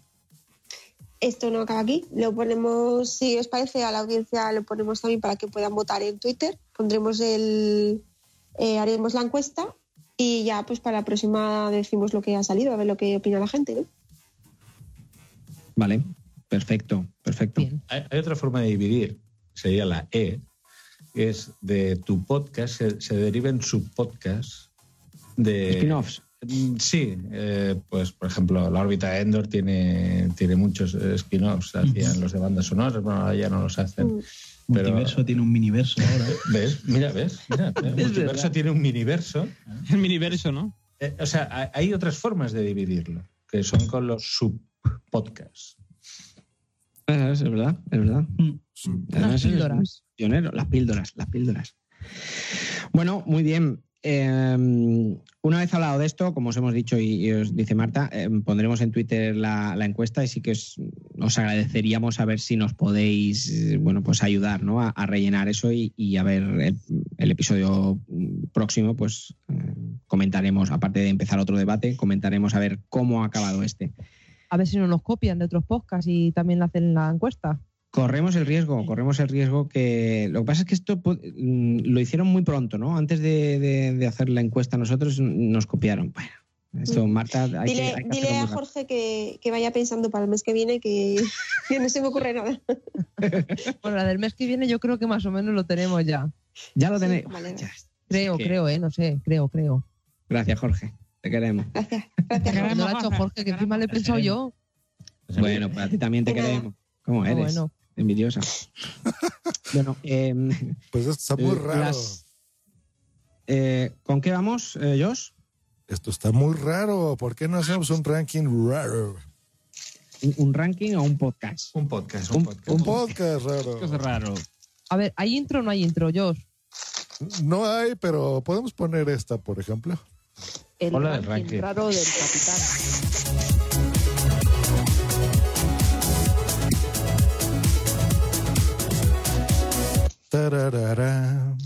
[SPEAKER 4] Esto no acaba aquí. Lo ponemos, si os parece, a la audiencia lo ponemos también para que puedan votar en Twitter. Pondremos el, eh, haremos la encuesta y ya pues para la próxima decimos lo que ha salido, a ver lo que opina la gente, ¿no?
[SPEAKER 2] Vale, perfecto, perfecto.
[SPEAKER 6] Hay, hay otra forma de dividir, sería la E, que es de tu podcast, se, se deriven subpodcasts de...
[SPEAKER 2] Spin-offs.
[SPEAKER 6] Mm, Sí, eh, pues por ejemplo, la órbita de Endor tiene, tiene muchos eh, spin-offs, hacían los de bandas sonoras, bueno, ahora ya no los hacen. Pero,
[SPEAKER 7] Multiverso tiene un miniverso ahora.
[SPEAKER 6] [LAUGHS] ¿Ves? Mira, ¿ves? Mira, ¿ves? Multiverso
[SPEAKER 7] verdad.
[SPEAKER 6] tiene un miniverso. Eh,
[SPEAKER 5] El miniverso, ¿no?
[SPEAKER 6] o sea, hay- hay otras formas de dividirlo, que son con los subpodcasts.
[SPEAKER 2] Es es verdad, es verdad. Además, eres
[SPEAKER 8] píldoras.
[SPEAKER 2] pionero, las píldoras, las píldoras. Bueno, muy bien. Eh, una vez hablado de esto, como os hemos dicho y, y os dice Marta, eh, pondremos en Twitter la, la encuesta y sí que os, os agradeceríamos a ver si nos podéis eh, bueno, pues ayudar ¿no? a, a rellenar eso y, y a ver el, el episodio mm, próximo, pues eh, comentaremos, aparte de empezar otro debate, comentaremos a ver cómo ha acabado este.
[SPEAKER 8] A ver si no nos copian de otros podcasts y también le hacen la encuesta.
[SPEAKER 2] Corremos el riesgo, corremos el riesgo que. Lo que pasa es que esto pu- mm, lo hicieron muy pronto, ¿no? Antes de, de- de hacer la encuesta nosotros mm, nos copiaron. Bueno, esto, Marta, hay
[SPEAKER 4] dile
[SPEAKER 2] que, hay
[SPEAKER 4] dile
[SPEAKER 2] que hacerlo
[SPEAKER 4] a
[SPEAKER 2] muy rápido.
[SPEAKER 4] Jorge que, que vaya pensando para el mes que viene que, [LAUGHS] que no se me ocurre nada.
[SPEAKER 8] [LAUGHS] Bueno, la del mes que viene yo creo que más o menos lo tenemos ya.
[SPEAKER 2] Ya lo tenéis.
[SPEAKER 4] Vale,
[SPEAKER 8] Creo,
[SPEAKER 2] que-
[SPEAKER 8] creo, eh, no sé, creo, creo.
[SPEAKER 2] Gracias, Jorge. Te queremos.
[SPEAKER 8] No lo ha hecho Jorge, que encima le he pensado yo.
[SPEAKER 2] Bueno, para ti también te queremos. ¿Cómo
[SPEAKER 8] Ah,
[SPEAKER 2] eres?
[SPEAKER 8] bueno.
[SPEAKER 4] [LAUGHS]
[SPEAKER 2] envidiosa. bueno, em,
[SPEAKER 3] Pues esto está muy
[SPEAKER 2] eh,
[SPEAKER 3] raro.
[SPEAKER 2] las- eh, ¿Con qué vamos, eh, Josh?
[SPEAKER 3] Esto está muy raro. ¿Por qué no hacemos un ranking raro?
[SPEAKER 2] ¿Un, un ranking o un podcast?
[SPEAKER 6] Un podcast,
[SPEAKER 3] un, podcast. Un podcast raro.
[SPEAKER 5] raro.
[SPEAKER 8] A ver, ¿hay intro o no hay intro, Josh?
[SPEAKER 3] No hay, pero podemos poner esta, por ejemplo.
[SPEAKER 8] El
[SPEAKER 3] Hola,
[SPEAKER 8] ranking
[SPEAKER 3] ranking.
[SPEAKER 8] raro del capitán.
[SPEAKER 3] Tararara.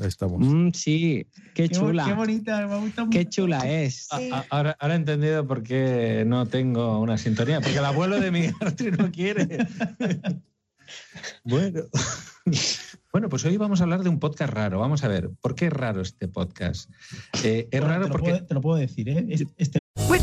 [SPEAKER 3] Ahí estamos.
[SPEAKER 5] Mm,
[SPEAKER 2] sí, qué
[SPEAKER 6] bo- chula. qué
[SPEAKER 2] bonita, me gusta mucho. Qué chula es.
[SPEAKER 6] A- a- Ahora, ahora he entendido por qué no tengo una sintonía, porque el abuelo de Miguel [LAUGHS] Artri no quiere. [LAUGHS] Bueno. bueno, pues hoy vamos a hablar de un podcast raro. Vamos a ver, ¿por qué es raro este podcast? Eh, es raro porque...
[SPEAKER 7] Te lo puedo decir, ¿eh? Es- Este
[SPEAKER 9] With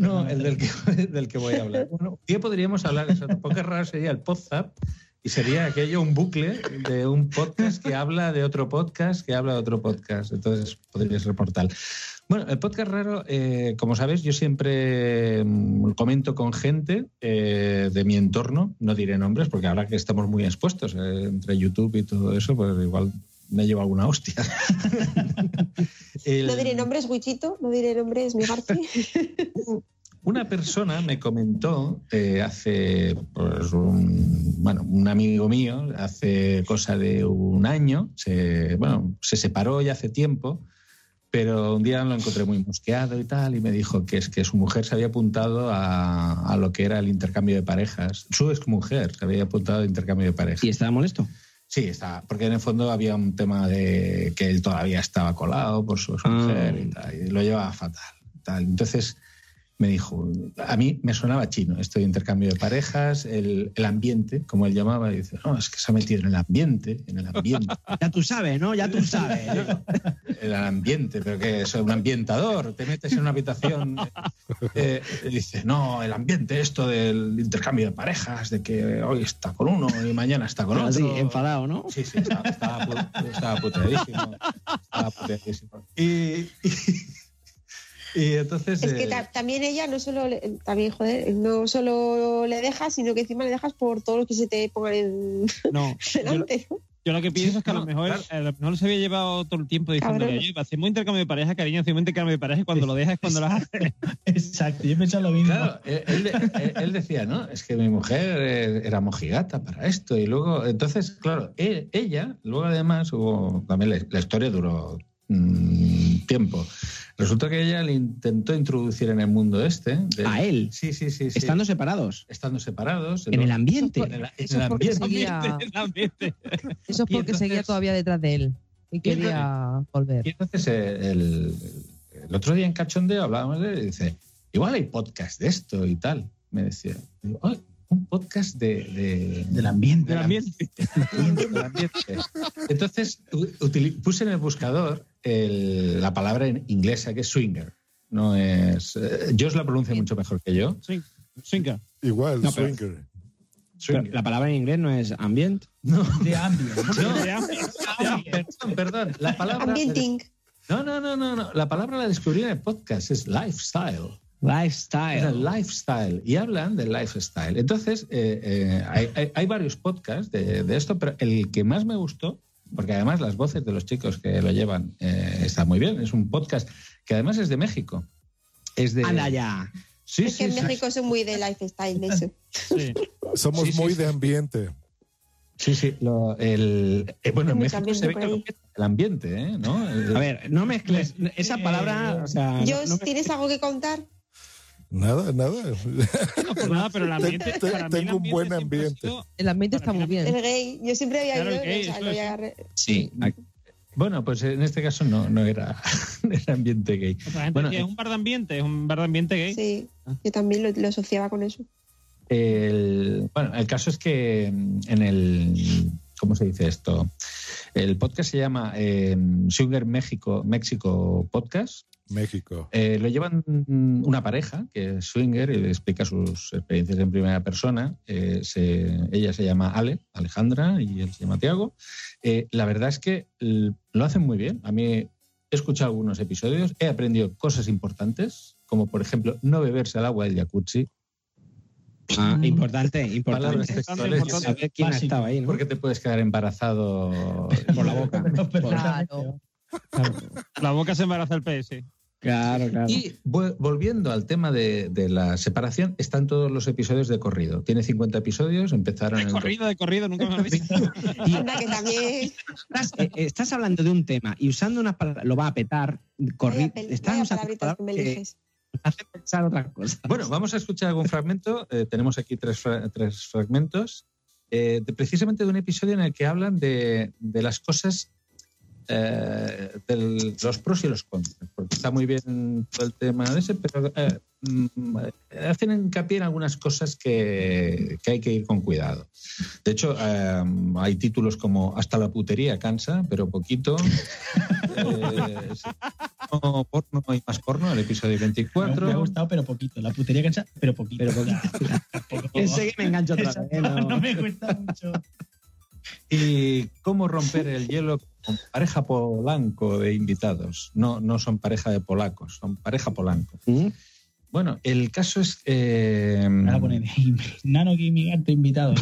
[SPEAKER 6] no, el del que, [LAUGHS] del que voy a hablar. Bueno, un día podríamos hablar eso. Un podcast raro sería el podcast y sería aquello un bucle de un podcast que habla de otro podcast que habla de otro podcast. Entonces podría ser portal. Bueno, el podcast raro, eh, como sabes, yo siempre mm, comento con gente eh, de mi entorno, no diré nombres porque ahora que estamos muy expuestos eh, entre YouTube y todo eso, pues igual me llevo alguna hostia. [LAUGHS] El-
[SPEAKER 4] No diré nombres, Wichito, no diré nombres, mi
[SPEAKER 2] [LAUGHS]
[SPEAKER 4] Garci.
[SPEAKER 6] una persona me comentó eh, hace, pues, un, bueno, un amigo mío, hace cosa de un año, se, bueno, se separó ya hace tiempo, pero un día lo encontré muy mosqueado y tal, y me dijo que es que su mujer se había apuntado a, a lo que era el intercambio de parejas. Su exmujer se había apuntado al intercambio de parejas. ¿Y
[SPEAKER 2] estaba molesto?
[SPEAKER 6] Sí, estaba, porque en el fondo había un tema de que él todavía estaba colado por
[SPEAKER 2] Ah.
[SPEAKER 6] su exmujer y tal, y lo llevaba fatal. tal. Entonces me dijo, a mí me sonaba chino, esto de intercambio de parejas, el, el ambiente, como él llamaba, y dice, no, es que se ha metido en el ambiente, en el ambiente.
[SPEAKER 2] Ya tú sabes, ¿no? Ya tú sabes.
[SPEAKER 6] [LAUGHS] el ambiente, pero que es un ambientador, te metes en una habitación, eh, eh, dices, no, el ambiente, esto del intercambio de parejas, de que hoy está con uno y mañana está con otro.
[SPEAKER 2] Así, enfadado, ¿no?
[SPEAKER 6] Sí, sí, estaba, estaba, pu- estaba puteadísimo. Estaba puteadísimo. Y, y, [LAUGHS] y entonces...
[SPEAKER 4] Es que
[SPEAKER 6] eh,
[SPEAKER 4] ta- también ella no solo le, también joder, no solo le dejas, sino que encima le dejas por todo lo que se te ponga en
[SPEAKER 5] No,
[SPEAKER 4] [LAUGHS] delante. ¿no?
[SPEAKER 5] Yo lo que pienso es que a lo mejor, a lo mejor se había llevado todo el tiempo diciéndole,
[SPEAKER 4] Cabrón.
[SPEAKER 5] oye, hacemos intercambio de pareja, cariño, hacemos intercambio de pareja y cuando lo dejas es cuando lo haces. este
[SPEAKER 7] Exacto, yo pensaba lo mismo.
[SPEAKER 6] Claro, él, él- él decía, no, es que mi mujer eh, era mojigata para esto. Y luego, entonces, claro, e- ella, luego además hubo, también la, la historia duró mm, tiempo. Resulta que ella le intentó introducir en el mundo este. ¿A
[SPEAKER 2] él?
[SPEAKER 6] Sí, sí, sí. sí.
[SPEAKER 2] Estando separados.
[SPEAKER 6] Estando separados.
[SPEAKER 2] En el ambiente.
[SPEAKER 6] En el, en
[SPEAKER 8] Eso
[SPEAKER 6] el
[SPEAKER 8] es porque
[SPEAKER 6] ambiente.
[SPEAKER 8] seguía-
[SPEAKER 6] [LAUGHS]
[SPEAKER 8] Ambiente, Eso es
[SPEAKER 6] Y
[SPEAKER 8] porque seguía todavía detrás de él y quería volver.
[SPEAKER 6] Y entonces eh, el, el otro día en Cachondeo hablábamos de, dice, igual hay podcast de esto y tal. Me decía, digo, "Ay, un podcast de, de-
[SPEAKER 7] del ambiente.
[SPEAKER 6] Del ambiente. [LAUGHS] Entonces u- utili- puse en el buscador el- la palabra en inglesa que es swinger. No es, eh, Josh la pronuncia mucho mejor que yo.
[SPEAKER 5] Swinger.
[SPEAKER 3] Igual,
[SPEAKER 2] No, pero-
[SPEAKER 3] Ah, swinger.
[SPEAKER 2] Pero la palabra en inglés no es ambient.
[SPEAKER 6] No,
[SPEAKER 7] de ambient.
[SPEAKER 6] No, perdón, perdón. La palabra.
[SPEAKER 4] Ambienting.
[SPEAKER 6] No, no, no, no, no. La palabra la descubrí en el podcast, es lifestyle.
[SPEAKER 2] Lifestyle.
[SPEAKER 6] lifestyle. Y hablan del lifestyle. Entonces, eh, eh, hay, hay- hay varios podcasts de, de esto, pero el que más me gustó, porque además las voces de los chicos que lo llevan eh, están muy bien. Es un podcast que además es de México. Es de.
[SPEAKER 4] Anda
[SPEAKER 2] ya.
[SPEAKER 6] Sí,
[SPEAKER 4] es
[SPEAKER 6] sí,
[SPEAKER 4] que en
[SPEAKER 6] sí,
[SPEAKER 4] México son muy de lifestyle, de eso.
[SPEAKER 3] Somos
[SPEAKER 6] Sí, sí,
[SPEAKER 3] muy
[SPEAKER 6] sí.
[SPEAKER 3] de ambiente.
[SPEAKER 6] Sí, sí. lo- el, eh, bueno, en
[SPEAKER 4] Mucho
[SPEAKER 6] México
[SPEAKER 4] ambiente
[SPEAKER 6] se ve
[SPEAKER 4] por
[SPEAKER 6] que
[SPEAKER 4] ahí.
[SPEAKER 6] el ambiente, ¿eh? ¿no? eh,
[SPEAKER 2] A ver, no mezcles. Esa palabra, o
[SPEAKER 6] Ah,
[SPEAKER 2] sea.
[SPEAKER 4] Josh, ¿tienes algo que contar?
[SPEAKER 3] Nada, nada.
[SPEAKER 5] pues nada, pero el ambiente-
[SPEAKER 3] Te- te-
[SPEAKER 5] para mí el
[SPEAKER 3] tengo un buen ambiente.
[SPEAKER 8] El ambiente está muy bien.
[SPEAKER 4] El gay. Yo siempre había
[SPEAKER 8] Claro,
[SPEAKER 4] ido,
[SPEAKER 8] el gay,
[SPEAKER 4] o sea,
[SPEAKER 8] eso
[SPEAKER 4] lo
[SPEAKER 8] es. [LAUGHS]
[SPEAKER 4] había-
[SPEAKER 6] Sí. Bueno, pues en este caso no, no era, [LAUGHS] era ambiente gay.
[SPEAKER 5] La gente
[SPEAKER 6] Bueno,
[SPEAKER 5] decía, es un bar de ambiente, es un bar de ambiente gay.
[SPEAKER 4] Sí, yo también lo, lo asociaba con eso.
[SPEAKER 6] El, bueno, el caso es que mm, en el. ¿Cómo se dice esto? El podcast se llama eh, Sugar México, México Podcast.
[SPEAKER 3] México.
[SPEAKER 6] Eh, lo llevan una pareja que es swinger y le explica sus experiencias en primera persona. Eh, se- ella se llama Ale, Alejandra, y él se llama Tiago. Eh, la verdad es que l- lo hacen muy bien. A mí he escuchado algunos episodios, he aprendido cosas importantes, como por ejemplo no beberse el agua del jacuzzi.
[SPEAKER 2] Ah, importante, importante.
[SPEAKER 6] Palabras textuales.
[SPEAKER 2] Importante, Saber quién ha
[SPEAKER 6] Básico,
[SPEAKER 2] estado ahí, ¿no?
[SPEAKER 6] Porque te puedes quedar embarazado
[SPEAKER 2] por la boca.
[SPEAKER 8] Claro.
[SPEAKER 5] La boca se embaraza el PS.
[SPEAKER 2] Claro, claro.
[SPEAKER 6] Y vu- volviendo al tema de, de la separación, están todos los episodios de corrido. Tiene 50 episodios, empezaron en el
[SPEAKER 5] Corrido de corrido, nunca me lo he visto.
[SPEAKER 4] Anda, que también.
[SPEAKER 2] Estás, eh, estás hablando de un tema y usando unas palabras, lo va a petar, corri,
[SPEAKER 4] Vaya pel-
[SPEAKER 2] estás
[SPEAKER 4] vaya
[SPEAKER 2] usando
[SPEAKER 4] palabritas que me
[SPEAKER 2] palabras que
[SPEAKER 4] eliges.
[SPEAKER 2] hacen pensar otra cosa.
[SPEAKER 6] Bueno, vamos a escuchar algún fragmento. Eh, tenemos aquí tres, fra- tres fragmentos, eh, de- precisamente de un episodio en el que hablan de, de las cosas, eh, de los pros y los contras, porque está muy bien todo el tema de ese, pero eh, mm, hacen hincapié en algunas cosas que, que hay que ir con cuidado. De hecho, eh, hay títulos como Hasta la putería cansa, pero poquito. Eh, sí. Porno, porno y más porno, el episodio
[SPEAKER 7] Me, me ha
[SPEAKER 6] 24.
[SPEAKER 7] gustado, pero poquito. La putería cancha, pero poquito.
[SPEAKER 2] Pero
[SPEAKER 7] [LAUGHS]
[SPEAKER 2] poquito. [LAUGHS] Ese que me engancho otra
[SPEAKER 7] Esa-
[SPEAKER 2] vez, ¿no?
[SPEAKER 7] no me cuesta mucho.
[SPEAKER 6] Y cómo romper el hielo con pareja polanco de invitados. No, no son pareja de polacos, son pareja polanco. Bueno, el caso es. eh,
[SPEAKER 2] Em,
[SPEAKER 7] Ahora pone Nano Kimi Gato invitado. ¿eh?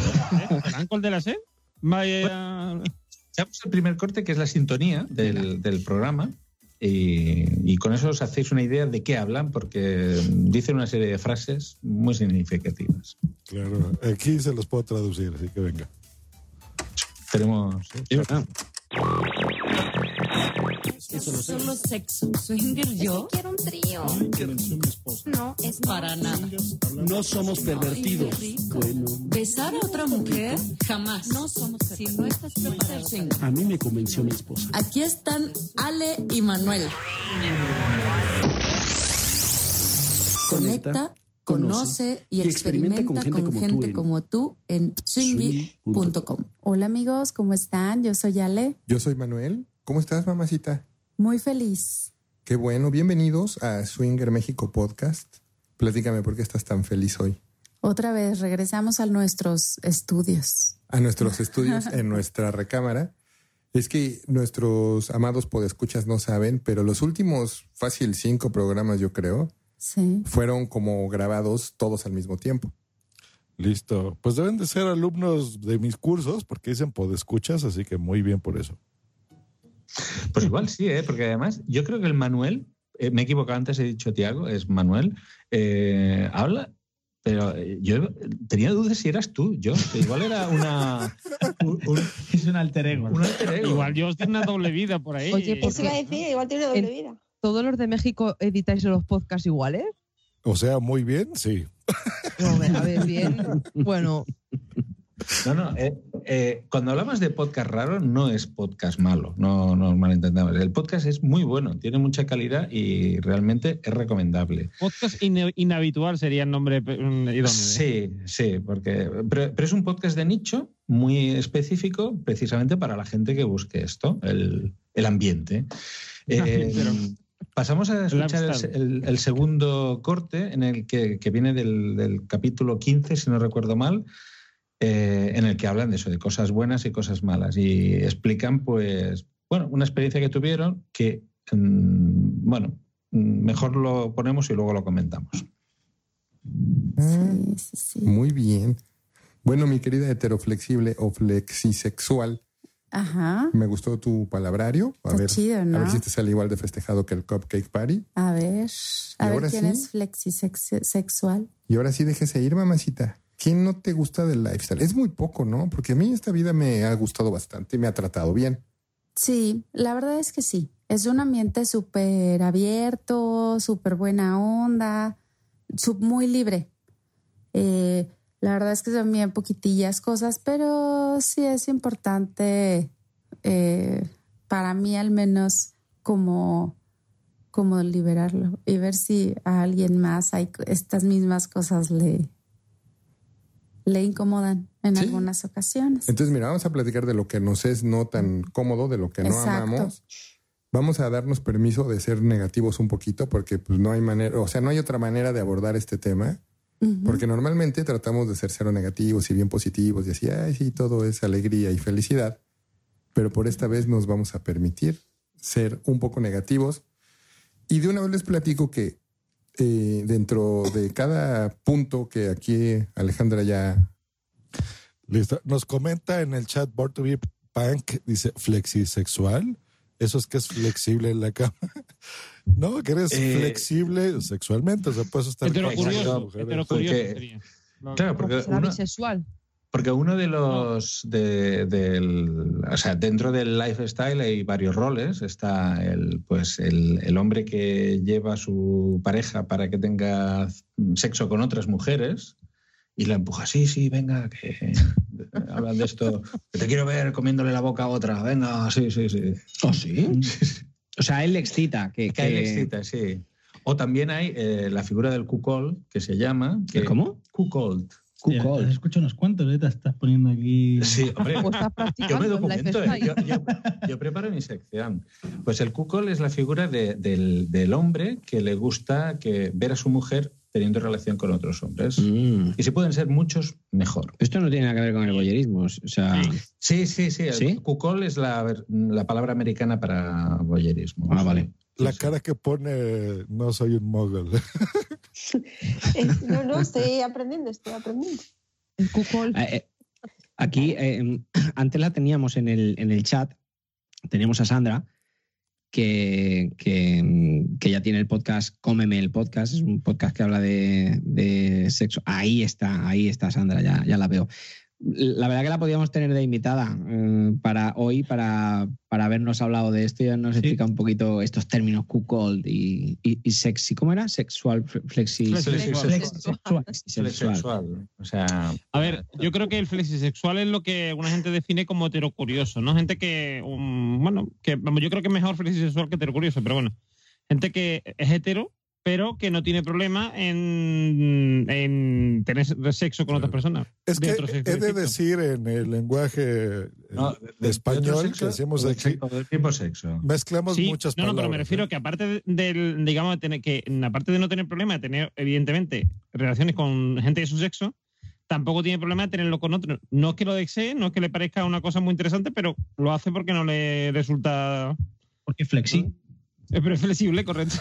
[SPEAKER 5] ¿Polanco el de la sed? Vaya.
[SPEAKER 6] echamos el primer corte, que es la sintonía del, del programa. Y, y con eso os hacéis una idea de qué hablan, porque dicen una serie de frases muy significativas.
[SPEAKER 3] Claro, aquí se los puedo traducir, así que venga.
[SPEAKER 6] Tenemos.
[SPEAKER 5] ah.
[SPEAKER 17] Solo sexo. Swinger yo. Quiero un trío. No, es para nada.
[SPEAKER 1] No somos pervertidos. Bueno,
[SPEAKER 17] Besar a otra mujer jamás. No somos si no estás preparado.
[SPEAKER 1] a mí me convenció mi esposa.
[SPEAKER 17] Aquí están Ale y Manuel. Conecta, conoce y experimenta con gente, como, tú en swingy.com.
[SPEAKER 16] Hola amigos, ¿cómo están? Yo soy Ale,
[SPEAKER 19] Yo soy Manuel. ¿Cómo estás, mamacita?
[SPEAKER 16] muy feliz.
[SPEAKER 19] Qué bueno. Bienvenidos a Swinger México Podcast. Platícame por qué estás tan feliz hoy.
[SPEAKER 16] Otra vez regresamos a nuestros estudios.
[SPEAKER 19] A
[SPEAKER 16] [LAUGHS]
[SPEAKER 19] nuestros estudios en nuestra recámara. Es que nuestros amados podescuchas no saben, pero los últimos, fácil, cinco programas, yo creo,
[SPEAKER 16] Sí.
[SPEAKER 19] fueron como grabados todos al mismo tiempo.
[SPEAKER 3] Listo. Pues deben de ser alumnos de mis cursos porque dicen podescuchas, así que muy bien por eso.
[SPEAKER 6] Pues igual sí, ¿eh? porque además yo creo que el Manuel, eh, me he equivocado antes, he dicho Tiago, es Manuel, eh, habla, pero eh, yo tenía dudas si eras tú, yo, que igual era
[SPEAKER 7] [LAUGHS]
[SPEAKER 6] una...
[SPEAKER 7] es un alter ego.
[SPEAKER 6] Un alter ego.
[SPEAKER 5] Igual Dios tiene una doble vida por ahí.
[SPEAKER 8] Oye, ¿por
[SPEAKER 4] Eso pues iba a decir, igual tiene una doble vida.
[SPEAKER 8] ¿Todos los de México editáis los podcasts iguales?
[SPEAKER 3] O sea, muy bien, sí.
[SPEAKER 8] No, a ver, a ver, bien. Bueno,
[SPEAKER 6] No, no, eh, eh, cuando hablamos de podcast raro no es podcast malo, no nos malentendamos. El podcast es muy bueno, tiene mucha calidad y realmente es recomendable.
[SPEAKER 5] Podcast ine- inhabitual sería el nombre mm, idóneo. ¿eh?
[SPEAKER 6] Sí, sí, porque pero, pero es un podcast de nicho muy específico precisamente para la gente que busque esto, el, el ambiente. Eh,
[SPEAKER 5] Pero-
[SPEAKER 6] pasamos a escuchar el,
[SPEAKER 5] lifestyle.
[SPEAKER 6] el- el segundo corte en el que, que viene del, del capítulo 15, si no recuerdo mal, eh, en el que hablan de eso, de cosas buenas y cosas malas y explican pues, bueno, una experiencia que tuvieron que, mm, bueno, mm, mejor lo ponemos y luego lo comentamos.
[SPEAKER 19] Muy bien. Bueno, mi querida heteroflexible o flexisexual,
[SPEAKER 16] Ajá.
[SPEAKER 19] me gustó tu palabrario. A
[SPEAKER 16] Está
[SPEAKER 19] ver,
[SPEAKER 16] chido, ¿no?
[SPEAKER 19] a ver si te sale igual de festejado que el Cupcake Party.
[SPEAKER 16] A ver, a
[SPEAKER 19] ¿Y
[SPEAKER 16] ver
[SPEAKER 19] ahora
[SPEAKER 16] quién
[SPEAKER 19] sí?
[SPEAKER 16] es flexisexual.
[SPEAKER 19] Y ahora sí déjese ir, mamacita. ¿Quién no te gusta del lifestyle? Es muy poco, ¿no? Porque a mí esta vida me ha gustado bastante y me ha tratado bien.
[SPEAKER 16] Sí, la verdad es que sí. Es un ambiente súper abierto, súper buena onda, su- muy libre. Eh, la verdad es que son bien poquitillas cosas, pero sí es importante eh, para mí al menos como, como liberarlo y ver si a alguien más hay estas mismas cosas le, le incomodan en algunas ocasiones.
[SPEAKER 19] Entonces, mira, vamos a platicar de lo que nos es no tan cómodo, de lo que no
[SPEAKER 16] Exacto.
[SPEAKER 19] amamos. Vamos a darnos permiso de ser negativos un poquito porque pues, no hay manera, o sea, no hay otra manera de abordar este tema.
[SPEAKER 16] Ujú.
[SPEAKER 19] Porque normalmente tratamos de ser cero negativos y bien positivos y así, ay, sí, todo es alegría y felicidad. Pero por esta vez nos vamos a permitir ser un poco negativos. Y de una vez les platico que eh, dentro de cada punto que aquí Alejandra ya...
[SPEAKER 3] Listo. Nos comenta en el chat Born to be Punk, dice flexisexual. Eso es que es flexible en la cama. [LAUGHS] no, que eres
[SPEAKER 6] Eh,
[SPEAKER 3] flexible sexualmente. O sea, puedes estar con
[SPEAKER 6] Exacto.
[SPEAKER 3] varias mujeres.
[SPEAKER 6] Porque- Claro, porque
[SPEAKER 8] será
[SPEAKER 6] uno-
[SPEAKER 8] bisexual.
[SPEAKER 6] Porque uno de los. de- del, o sea, dentro del lifestyle hay varios roles. Está el, pues el, el hombre que lleva a su pareja para que tenga sexo con otras mujeres y la empuja. Sí, sí, venga, que. [LAUGHS] Hablan de esto. Que te quiero ver comiéndole la boca a otra. Venga, sí, sí, sí.
[SPEAKER 2] ¿Oh,
[SPEAKER 6] [LAUGHS]
[SPEAKER 2] sí? O sea, él le excita. Que,
[SPEAKER 6] Que a él le
[SPEAKER 2] que-
[SPEAKER 6] excita, sí. O también hay eh, la figura del cuckold, que se llama. Que,
[SPEAKER 2] ¿Cómo?
[SPEAKER 6] Cuckold.
[SPEAKER 7] Te has escuchado unos cuantos, ¿eh? Te estás poniendo aquí.
[SPEAKER 6] Sí, hombre.
[SPEAKER 8] O Pues estás
[SPEAKER 6] Yo
[SPEAKER 8] practicando
[SPEAKER 6] me
[SPEAKER 8] el
[SPEAKER 6] documento, eh.
[SPEAKER 8] lifestyle.
[SPEAKER 6] yo, yo- yo preparo mi sección. Pues el cuckold es la figura de- del, del hombre que le gusta que ver a su mujer teniendo relación con otros hombres.
[SPEAKER 2] Mm.
[SPEAKER 6] Y si pueden ser muchos, mejor.
[SPEAKER 2] Esto no tiene nada que ver con el boyerismo. O sea,
[SPEAKER 6] Sí, sí, sí. El
[SPEAKER 2] ¿Sí?
[SPEAKER 6] cuckold es la, ver- la palabra americana para voyerismo.
[SPEAKER 2] Ah, vale.
[SPEAKER 3] La cara que pone, no soy un mogul. [LAUGHS]
[SPEAKER 4] Es- Eh, no, no, estoy aprendiendo, estoy aprendiendo.
[SPEAKER 8] El cuckold.
[SPEAKER 2] Eh, eh, Aquí, eh, [CLEARS THROAT] antes la teníamos en el, en el chat, teníamos a Sandra, que, que, mm, que ya tiene el podcast Cómeme el podcast, es un podcast que habla de, de sexo. Ahí está, ahí está Sandra, ya, ya la veo. La verdad que la podíamos tener de invitada eh, para hoy, para, para habernos hablado de esto y nos explica un poquito estos términos cuckold y, y, y sexy. ¿Cómo era? Sexual, fle- flexi,
[SPEAKER 6] Flexisexual.
[SPEAKER 2] flexisexual.
[SPEAKER 6] Sexual. O sea,
[SPEAKER 5] A ver, yo creo que el flexisexual es lo que una gente define como heterocurioso, ¿no? Gente que, um, bueno, que vamos, yo creo que es mejor flexisexual que heterocurioso, pero bueno. Gente que es hetero, pero que no tiene problema en, en tener sexo con otras personas.
[SPEAKER 3] Es que
[SPEAKER 5] otro sexo
[SPEAKER 3] he de
[SPEAKER 5] distinto.
[SPEAKER 3] decir en el lenguaje eh,
[SPEAKER 6] No, de- de otro
[SPEAKER 3] español
[SPEAKER 6] sexo
[SPEAKER 3] que hacemos
[SPEAKER 6] o de
[SPEAKER 3] aquí,
[SPEAKER 6] sexo- o del mismo sexo.
[SPEAKER 3] mezclamos
[SPEAKER 5] Sí,
[SPEAKER 3] muchas
[SPEAKER 5] no, no,
[SPEAKER 3] palabras. ¿eh?
[SPEAKER 5] pero me refiero que aparte del, digamos, de tener que, aparte de no tener problema de tener, evidentemente, relaciones con gente de su sexo, tampoco tiene problema de tenerlo con otro. No es que lo desee, no es que le parezca una cosa muy interesante, pero lo hace porque no le resulta.
[SPEAKER 7] Porque es flexible.
[SPEAKER 5] Eh, Pero es flexible, correcto.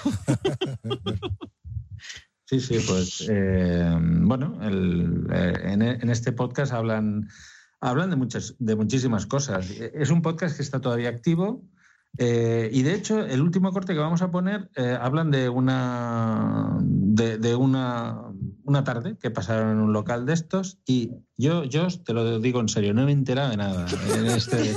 [SPEAKER 6] Sí, sí, pues eh, bueno, el, eh, en, e- en este podcast hablan, hablan de, muchas, de muchísimas cosas. Eh, Es un podcast que está todavía activo eh, y de hecho el último corte que vamos a poner eh, hablan de una de, de una, una tarde que pasaron en un local de estos y yo, yo te lo digo en serio, no me he enterado de nada. En este,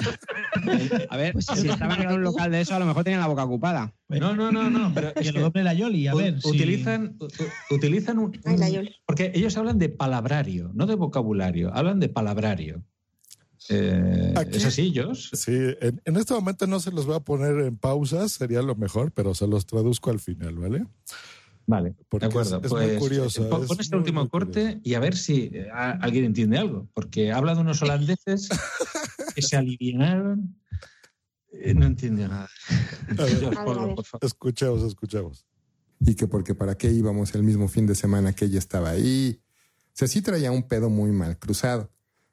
[SPEAKER 2] [LAUGHS] A ver,
[SPEAKER 8] Pues
[SPEAKER 2] [LAUGHS] si
[SPEAKER 8] sí.
[SPEAKER 2] estaban en un local de eso, a lo mejor tenían la boca ocupada.
[SPEAKER 6] no, no, no, no. Pero [LAUGHS] es
[SPEAKER 7] Que lo
[SPEAKER 6] que-
[SPEAKER 7] doble la Yoli, a
[SPEAKER 6] U-
[SPEAKER 7] ver. si-
[SPEAKER 6] utilizan, u- u- utilizan un,
[SPEAKER 4] Ay, la
[SPEAKER 6] un-
[SPEAKER 4] Yoli.
[SPEAKER 6] Porque ellos hablan de palabrario, no de vocabulario, hablan de palabrario. Eh,
[SPEAKER 3] Aquí-
[SPEAKER 6] ¿Es así, ellos?
[SPEAKER 3] Sí, en, en este momento no se los voy a poner en pausa, sería lo mejor, pero se los traduzco al final, ¿vale?
[SPEAKER 6] Vale,
[SPEAKER 3] Porque
[SPEAKER 6] de acuerdo.
[SPEAKER 3] es, es
[SPEAKER 6] pues,
[SPEAKER 3] muy curioso.
[SPEAKER 6] eh, pon-
[SPEAKER 3] es
[SPEAKER 6] pon este
[SPEAKER 3] muy,
[SPEAKER 6] último
[SPEAKER 3] muy
[SPEAKER 6] corte
[SPEAKER 3] curioso.
[SPEAKER 6] y a ver si eh, a- alguien entiende algo, porque habla de unos holandeses
[SPEAKER 3] [LAUGHS]
[SPEAKER 6] que se aliviaron. Eh, no entiende nada.
[SPEAKER 3] A
[SPEAKER 6] [LAUGHS]
[SPEAKER 3] ver,
[SPEAKER 6] Dios,
[SPEAKER 4] A ver,
[SPEAKER 6] ponlo,
[SPEAKER 4] a ver.
[SPEAKER 6] este por favor.
[SPEAKER 3] Escuchamos, escuchamos.
[SPEAKER 19] Y que porque para qué íbamos el mismo fin de semana que ella estaba ahí. O sea, sí traía un pedo muy mal cruzado.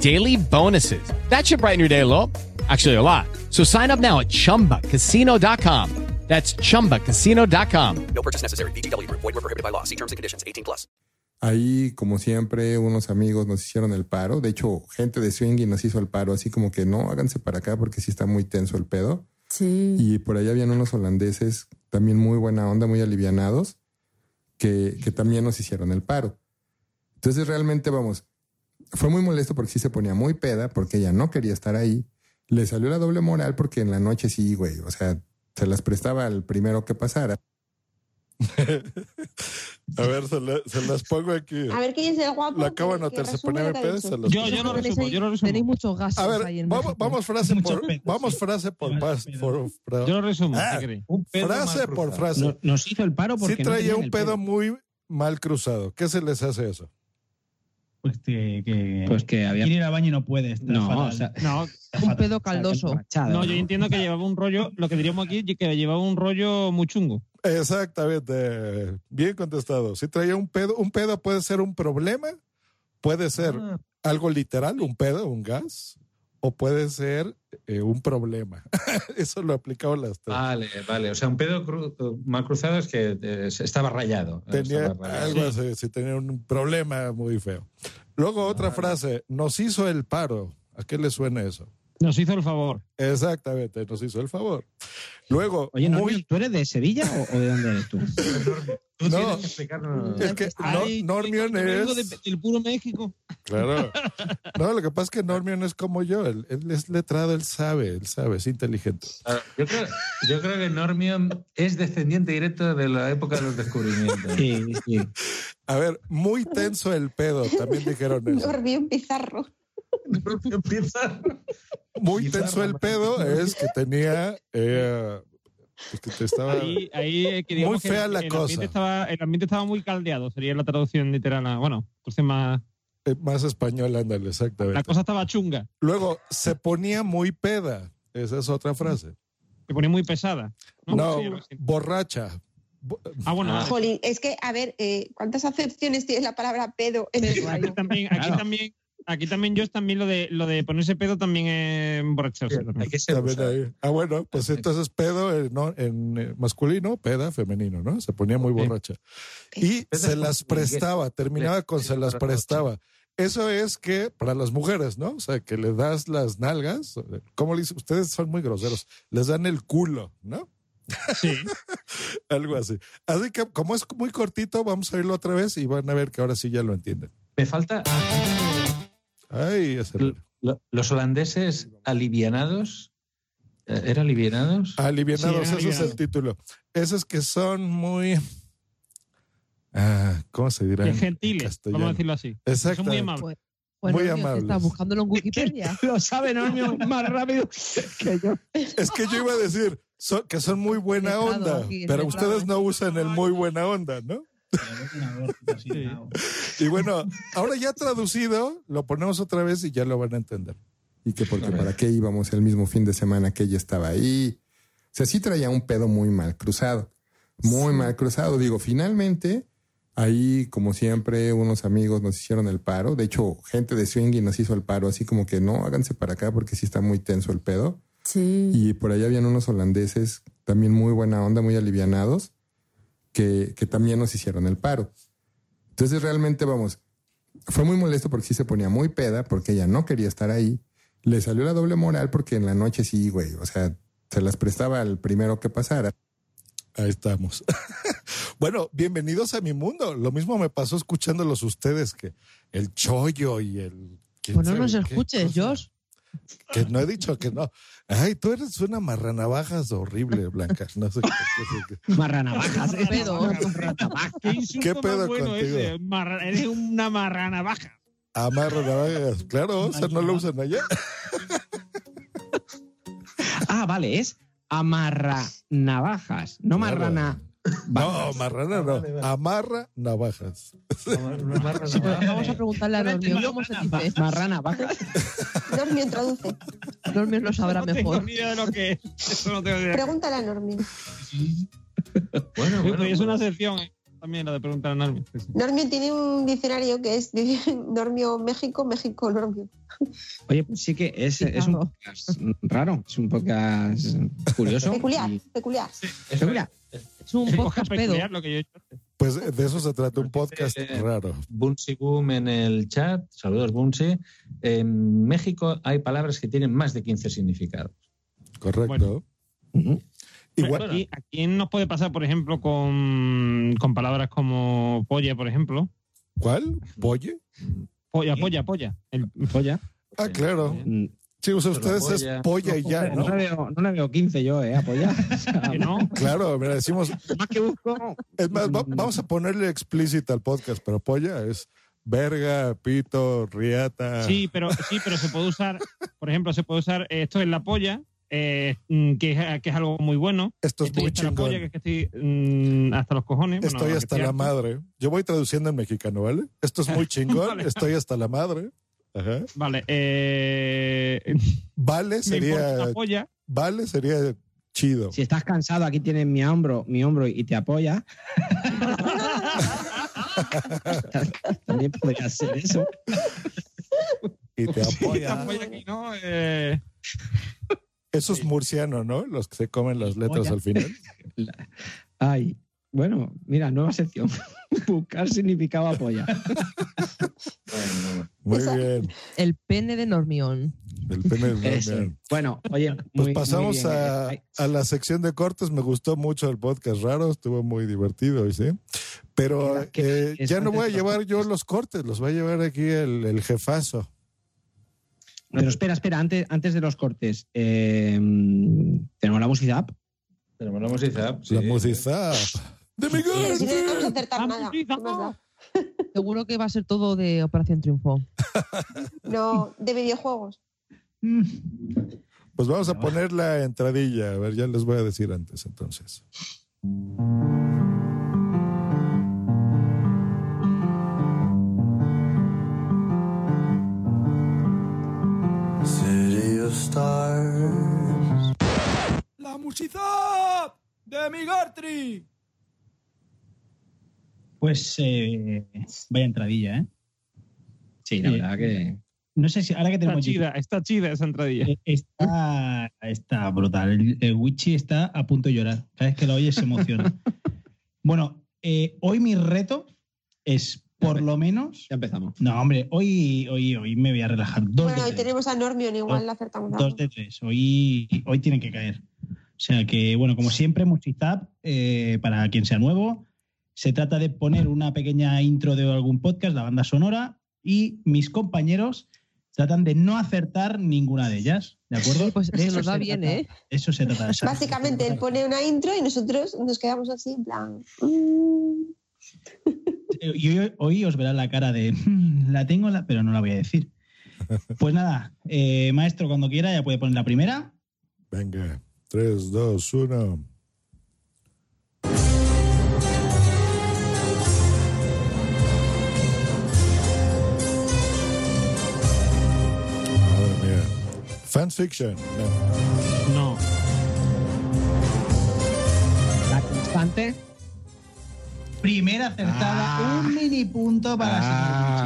[SPEAKER 20] daily bonuses. That should brighten your day a little. Actually, a lot. So sign up now at chumbacasino.com. That's chumbacasino.com.
[SPEAKER 10] No purchase necessary. VGW Group. Void were prohibited by law. See terms and conditions. 18 plus.
[SPEAKER 19] Ahí, como siempre, unos amigos nos hicieron el paro. De hecho, gente de Swingy nos hizo el paro, así como que no, háganse para acá porque sí está muy tenso el pedo.
[SPEAKER 16] Sí.
[SPEAKER 19] Y por ahí habían unos holandeses también muy buena onda, muy alivianados, que, que también nos hicieron el paro. Entonces, realmente, vamos, fue muy molesto porque sí se ponía muy peda, porque ella no quería estar ahí. Le salió la doble moral porque en la noche sí, güey, o sea, se las prestaba al primero que pasara.
[SPEAKER 3] [LAUGHS] A ver, se, la- se las pongo aquí.
[SPEAKER 4] A ver qué dice el guapo.
[SPEAKER 3] La acabo de anotar. Se ponía mi pedo, se las pongo.
[SPEAKER 8] Tenéis muchos gastos
[SPEAKER 3] A ver,
[SPEAKER 8] ahí en
[SPEAKER 3] vamos,
[SPEAKER 8] México.
[SPEAKER 3] vamos frase por vamos frase por pas- por- por-
[SPEAKER 5] Yo lo resumo.
[SPEAKER 3] Ah,
[SPEAKER 5] ¿qué queréis?
[SPEAKER 3] frase por frase.
[SPEAKER 2] No- nos hizo el paro porque
[SPEAKER 3] Sí
[SPEAKER 2] no
[SPEAKER 3] traía
[SPEAKER 2] tenían
[SPEAKER 3] un
[SPEAKER 2] el
[SPEAKER 3] pedo muy mal cruzado. ¿Qué se les hace eso?
[SPEAKER 7] Pues que, que,
[SPEAKER 2] Pues que había-
[SPEAKER 7] quiere ir al baño y no puede. está
[SPEAKER 2] No,
[SPEAKER 7] fatal.
[SPEAKER 2] o sea,
[SPEAKER 5] No,
[SPEAKER 8] un pedo caldoso.
[SPEAKER 5] no, yo entiendo que llevaba un rollo, lo que diríamos aquí, que llevaba un rollo muy chungo.
[SPEAKER 3] Exactamente. Bien contestado. Si traía un pedo, un pedo puede ser un problema, puede ser
[SPEAKER 2] Ah.
[SPEAKER 3] algo literal, un pedo, un gas, o puede ser eh, un problema. [LAUGHS] Eso lo aplicaba las tres.
[SPEAKER 6] Vale, vale. O sea, un pedo cru- mal cruzado es que eh, estaba rayado.
[SPEAKER 3] tenía
[SPEAKER 6] Estaba rayado.
[SPEAKER 3] algo así, sí, tenía un problema muy feo.
[SPEAKER 2] Ah.
[SPEAKER 3] Luego otra frase, nos hizo el paro. ¿A qué le suena eso?
[SPEAKER 5] Nos hizo el favor.
[SPEAKER 3] Exactamente, nos hizo el favor. Luego,
[SPEAKER 2] Oye, Normi,
[SPEAKER 3] muy...
[SPEAKER 2] ¿tú eres de Sevilla o, o de dónde eres tú?
[SPEAKER 6] Tú
[SPEAKER 3] No.
[SPEAKER 6] tienes que explicarnos.
[SPEAKER 3] Es que no-
[SPEAKER 5] Ay,
[SPEAKER 3] Normion
[SPEAKER 5] yo vengo
[SPEAKER 3] es...
[SPEAKER 5] de- del puro México. [LAUGHS]
[SPEAKER 3] Claro. No, lo que pasa es que Normion es como yo. Él, él es letrado, él sabe, él sabe, es inteligente.
[SPEAKER 6] Ah, Yo creo, yo creo que Normion es descendiente directo de la época de los descubrimientos.
[SPEAKER 2] Sí, sí.
[SPEAKER 3] A ver, muy tenso el pedo, también dijeron
[SPEAKER 6] [LAUGHS]
[SPEAKER 3] eso.
[SPEAKER 4] Dormí un pizarro.
[SPEAKER 6] Normion piensa.
[SPEAKER 3] Muy tenso el pedo es que tenía... eh, pues que te estaba...
[SPEAKER 5] Ahí, ahí eh, que
[SPEAKER 3] Muy
[SPEAKER 5] digamos que
[SPEAKER 3] fea
[SPEAKER 5] el-
[SPEAKER 3] la
[SPEAKER 5] el
[SPEAKER 3] cosa.
[SPEAKER 5] Ambiente estaba, el ambiente estaba muy caldeado, sería la traducción literal. Bueno, entonces más,
[SPEAKER 3] eh, más español, ándale,
[SPEAKER 5] la
[SPEAKER 3] exactamente.
[SPEAKER 5] cosa estaba chunga,
[SPEAKER 3] Luego, se ponía muy peda. Esa es otra frase.
[SPEAKER 5] se ponía muy pesada. No,
[SPEAKER 3] No,
[SPEAKER 5] Sí, algo así.
[SPEAKER 3] borracha. Bo-
[SPEAKER 5] Ah, bueno,
[SPEAKER 6] Ah.
[SPEAKER 5] vale.
[SPEAKER 4] Jolín, es que, a ver, eh, ¿cuántas acepciones tiene la palabra pedo en el
[SPEAKER 5] aquí también, aquí
[SPEAKER 2] Claro.
[SPEAKER 5] también, aquí también yo también lo de lo de ponerse pedo también es emborracharse.
[SPEAKER 6] Hay que ser
[SPEAKER 3] También
[SPEAKER 6] usado.
[SPEAKER 3] ahí. Ah, bueno, pues entonces pedo eh, no, en eh, masculino, peda femenino, ¿no? Se ponía muy
[SPEAKER 5] Ok.
[SPEAKER 3] borracha. Y
[SPEAKER 6] Peda
[SPEAKER 3] se
[SPEAKER 6] es
[SPEAKER 3] las
[SPEAKER 6] como burgués.
[SPEAKER 3] prestaba, terminaba con se las prestaba. Eso es que para las mujeres, ¿no? O sea, que le das las nalgas, eh, ¿cómo le dicen? Ustedes son muy groseros, les dan el culo, ¿no?
[SPEAKER 5] Sí.
[SPEAKER 3] [LAUGHS] Algo así. Así que como es muy cortito, vamos a irlo otra vez y van a ver que ahora sí ya lo entienden.
[SPEAKER 6] Me falta
[SPEAKER 3] Ay, ese
[SPEAKER 6] L- lo- los holandeses alivianados. eh, ¿Eran alivianados?
[SPEAKER 3] Ah, Alivianados,
[SPEAKER 5] Sí,
[SPEAKER 3] ese es
[SPEAKER 5] alivianados.
[SPEAKER 3] el título. Esos que son muy. Ah, ¿Cómo se dirá?
[SPEAKER 5] Que
[SPEAKER 3] en
[SPEAKER 5] gentiles,
[SPEAKER 3] castellano?
[SPEAKER 5] vamos a decirlo así.
[SPEAKER 3] Exacto.
[SPEAKER 5] Son muy amables.
[SPEAKER 8] Pues
[SPEAKER 3] Muy
[SPEAKER 8] Normion, ¿qué
[SPEAKER 3] amables.
[SPEAKER 8] estás buscándolo en Wikipedia.
[SPEAKER 2] Lo sabe
[SPEAKER 8] [LAUGHS]
[SPEAKER 2] Normio más rápido que yo.
[SPEAKER 3] Es que yo iba a decir son- que son muy buena
[SPEAKER 8] Letrado
[SPEAKER 3] onda,
[SPEAKER 8] aquí,
[SPEAKER 3] pero
[SPEAKER 8] letrado.
[SPEAKER 3] ustedes no usan el muy buena onda, ¿no? Y bueno, ahora ya traducido, lo ponemos otra vez y ya lo van a entender.
[SPEAKER 19] Y que porque para qué íbamos el mismo fin de semana que ella estaba ahí. O sea, sí traía un pedo muy mal cruzado. Muy mal cruzado. Digo, finalmente, ahí, como siempre, unos amigos nos hicieron el paro. De hecho, gente de Swingy nos hizo el paro, así como que no, háganse para acá porque sí está muy tenso el pedo.
[SPEAKER 16] Sí.
[SPEAKER 19] Y por ahí habían unos holandeses también muy buena onda, muy alivianados, que, que también nos hicieron el paro. Entonces realmente, vamos, fue muy molesto porque sí se ponía muy peda, porque ella no quería estar ahí. Le salió la doble moral porque en la noche sí, güey, o sea, se las prestaba al primero que pasara.
[SPEAKER 3] Ahí estamos. [LAUGHS] bueno, bienvenidos a mi mundo. Lo mismo me pasó escuchándolos ustedes que el chollo y el. quién
[SPEAKER 8] Pues no
[SPEAKER 3] sabe
[SPEAKER 8] nos
[SPEAKER 3] qué
[SPEAKER 8] escuches,
[SPEAKER 3] cosa.
[SPEAKER 8] Josh.
[SPEAKER 3] Que no he dicho que no. Ay, tú eres una marranavajas horrible, Blanca. No sé qué- qué- qué-
[SPEAKER 2] Marranavajas.
[SPEAKER 8] Un pedo.
[SPEAKER 6] [LAUGHS]
[SPEAKER 5] Qué, insulto
[SPEAKER 3] ¿Qué
[SPEAKER 5] más
[SPEAKER 3] pedo
[SPEAKER 5] bueno
[SPEAKER 3] contigo?
[SPEAKER 5] ese, marra- eres una marrana baja.
[SPEAKER 3] Ah, marranavajas. Claro, o sea, no lo usan allá.
[SPEAKER 2] Ah, vale, es amarra navajas, no marrana.
[SPEAKER 3] No, marrana no. Amarra navajas.
[SPEAKER 6] Una barra
[SPEAKER 8] Sí, pues
[SPEAKER 6] navaja.
[SPEAKER 8] vamos a preguntarle a Normion cómo se dice.
[SPEAKER 2] Marrana navajas.
[SPEAKER 4] Normio traduce.
[SPEAKER 8] Normion lo sabrá
[SPEAKER 5] No tengo
[SPEAKER 8] mejor.
[SPEAKER 5] ni idea de lo que es. Eso no tengo ni idea.
[SPEAKER 4] Pregúntale a Normio.
[SPEAKER 6] Bueno,
[SPEAKER 5] Uy,
[SPEAKER 6] bueno,
[SPEAKER 5] pues es
[SPEAKER 6] bueno.
[SPEAKER 5] una sección. ¿eh? también, la de preguntar a Narmi.
[SPEAKER 4] Normio tiene un diccionario que es [LAUGHS] Normio México, México Normio.
[SPEAKER 2] Oye, pues sí que es, es un podcast raro, es un podcast curioso.
[SPEAKER 4] Peculiar, peculiar.
[SPEAKER 2] Peculiar.
[SPEAKER 8] Es un podcast pedo.
[SPEAKER 5] peculiar lo que yo he hecho.
[SPEAKER 3] Pues de eso se trata un podcast raro.
[SPEAKER 6] Eh, Bunsi Boom en el chat. Saludos, Bunsi. En México hay palabras que tienen más de 15 significados.
[SPEAKER 3] Correcto.
[SPEAKER 5] Pero
[SPEAKER 3] Igual-
[SPEAKER 5] aquí, aquí nos puede pasar, por ejemplo, con, con palabras como polla, por ejemplo.
[SPEAKER 3] ¿Cuál? ¿Polle?
[SPEAKER 5] Polla, polla, polla. El,
[SPEAKER 2] polla.
[SPEAKER 3] Ah, claro. Sí, o sea, ustedes es polla y ya,
[SPEAKER 2] No,
[SPEAKER 3] ¿no?
[SPEAKER 2] la veo, no la veo 15 yo, ¿eh? Apoyar.
[SPEAKER 5] no?
[SPEAKER 3] [LAUGHS] Claro, mira, decimos.
[SPEAKER 2] Más que busco.
[SPEAKER 3] Es más, va- vamos a ponerle explícita al podcast, pero polla es verga, pito, riata.
[SPEAKER 5] Sí, pero, sí, pero se puede usar, por ejemplo, se puede usar eh, esto es la polla, eh, mm, que, es, que es algo muy bueno.
[SPEAKER 3] Esto es
[SPEAKER 5] Estoy
[SPEAKER 3] muy
[SPEAKER 5] hasta la
[SPEAKER 3] chingón.
[SPEAKER 5] polla, que es que estoy mm, hasta los cojones. bueno,
[SPEAKER 3] Estoy
[SPEAKER 5] que
[SPEAKER 3] hasta
[SPEAKER 5] estoy
[SPEAKER 3] la
[SPEAKER 5] harto.
[SPEAKER 3] madre. Yo voy traduciendo en mexicano, ¿vale? Esto es muy chingón.
[SPEAKER 5] Vale.
[SPEAKER 3] Estoy hasta la madre. Ajá.
[SPEAKER 5] Vale, eh,
[SPEAKER 3] Vale
[SPEAKER 5] importa
[SPEAKER 3] sería.
[SPEAKER 5] la polla.
[SPEAKER 3] Vale sería chido.
[SPEAKER 2] Si estás cansado, aquí tienes mi hombro, mi hombro y te apoya. [LAUGHS] También podría ser eso.
[SPEAKER 3] Y te
[SPEAKER 5] la
[SPEAKER 3] apoya.
[SPEAKER 5] polla aquí, ¿no? Eh,
[SPEAKER 3] Eso es murciano, ¿no? Los que se comen las letras
[SPEAKER 2] Polla.
[SPEAKER 3] al final.
[SPEAKER 2] La- Ay, bueno, mira, nueva sección. [LAUGHS] Buscar significado apoya.
[SPEAKER 3] Muy bien.
[SPEAKER 8] El pene de Normión.
[SPEAKER 3] El pene del
[SPEAKER 2] Eso.
[SPEAKER 3] Batman.
[SPEAKER 2] Bueno, oye,
[SPEAKER 3] Pues
[SPEAKER 2] muy-
[SPEAKER 3] pasamos
[SPEAKER 2] muy bien. eh.
[SPEAKER 3] a, a la sección de cortes. Me gustó mucho el podcast raro, estuvo muy divertido, ¿sí? Pero eh,
[SPEAKER 2] qué-
[SPEAKER 3] ya no voy a
[SPEAKER 2] qué-
[SPEAKER 3] llevar yo los cortes, los va a llevar aquí el, el jefazo.
[SPEAKER 2] Pero espera, espera, antes, antes de los cortes, eh, ¿tenemos la música app?
[SPEAKER 6] Tenemos la música.
[SPEAKER 3] La musiza. ¡De mi
[SPEAKER 4] Si no vamos a
[SPEAKER 3] gusto!
[SPEAKER 4] acertar nada. ¿qué más da?
[SPEAKER 8] Seguro que va a ser todo de Operación Triunfo.
[SPEAKER 4] No, de videojuegos.
[SPEAKER 3] Pues vamos a poner la entradilla. A ver, ya les voy a decir antes entonces.
[SPEAKER 12] City of Stars.
[SPEAKER 13] La musiza de Migartri.
[SPEAKER 7] Pues eh, vaya entradilla, ¿eh?
[SPEAKER 2] Sí, la verdad que.
[SPEAKER 7] No sé si ahora que
[SPEAKER 5] está
[SPEAKER 7] tenemos
[SPEAKER 5] chida, está chida esa entradilla.
[SPEAKER 7] Eh, Está, está brutal. El, el Wichi está a punto de llorar. Cada vez que lo oyes
[SPEAKER 2] [LAUGHS]
[SPEAKER 7] se emociona. bueno, eh, hoy mi reto es por lo menos.
[SPEAKER 2] Ya empezamos.
[SPEAKER 7] No, hombre, hoy, hoy, hoy me voy a relajar. Dos
[SPEAKER 4] Bueno,
[SPEAKER 7] de
[SPEAKER 4] hoy
[SPEAKER 7] tres.
[SPEAKER 4] tenemos a Normion, igual la acertamos. algo.
[SPEAKER 7] Dos de tres. Hoy, hoy tienen que caer. O sea que, bueno, como siempre, Multitap, eh, para quien sea nuevo, se trata de poner una pequeña intro de algún podcast, la banda sonora, y mis compañeros tratan de no acertar ninguna de ellas. ¿De acuerdo?
[SPEAKER 8] Pues
[SPEAKER 7] De
[SPEAKER 8] se
[SPEAKER 7] eso
[SPEAKER 8] nos da bien,
[SPEAKER 7] trata.
[SPEAKER 8] ¿eh?
[SPEAKER 7] Eso se trata. o sea,
[SPEAKER 4] Básicamente, él pone una intro y nosotros nos quedamos así, en plan. mm,
[SPEAKER 7] Eh, Y hoy, hoy os verá la cara de "Mm, la tengo, la, pero no la voy a decir. Pues nada, eh, maestro, cuando quiera ya puede poner la primera.
[SPEAKER 3] Venga, 3, 2, 1. Madre mía. Fanfiction. No.
[SPEAKER 5] No.
[SPEAKER 2] La constante.
[SPEAKER 7] Primera acertada, un mini punto para
[SPEAKER 5] Ah.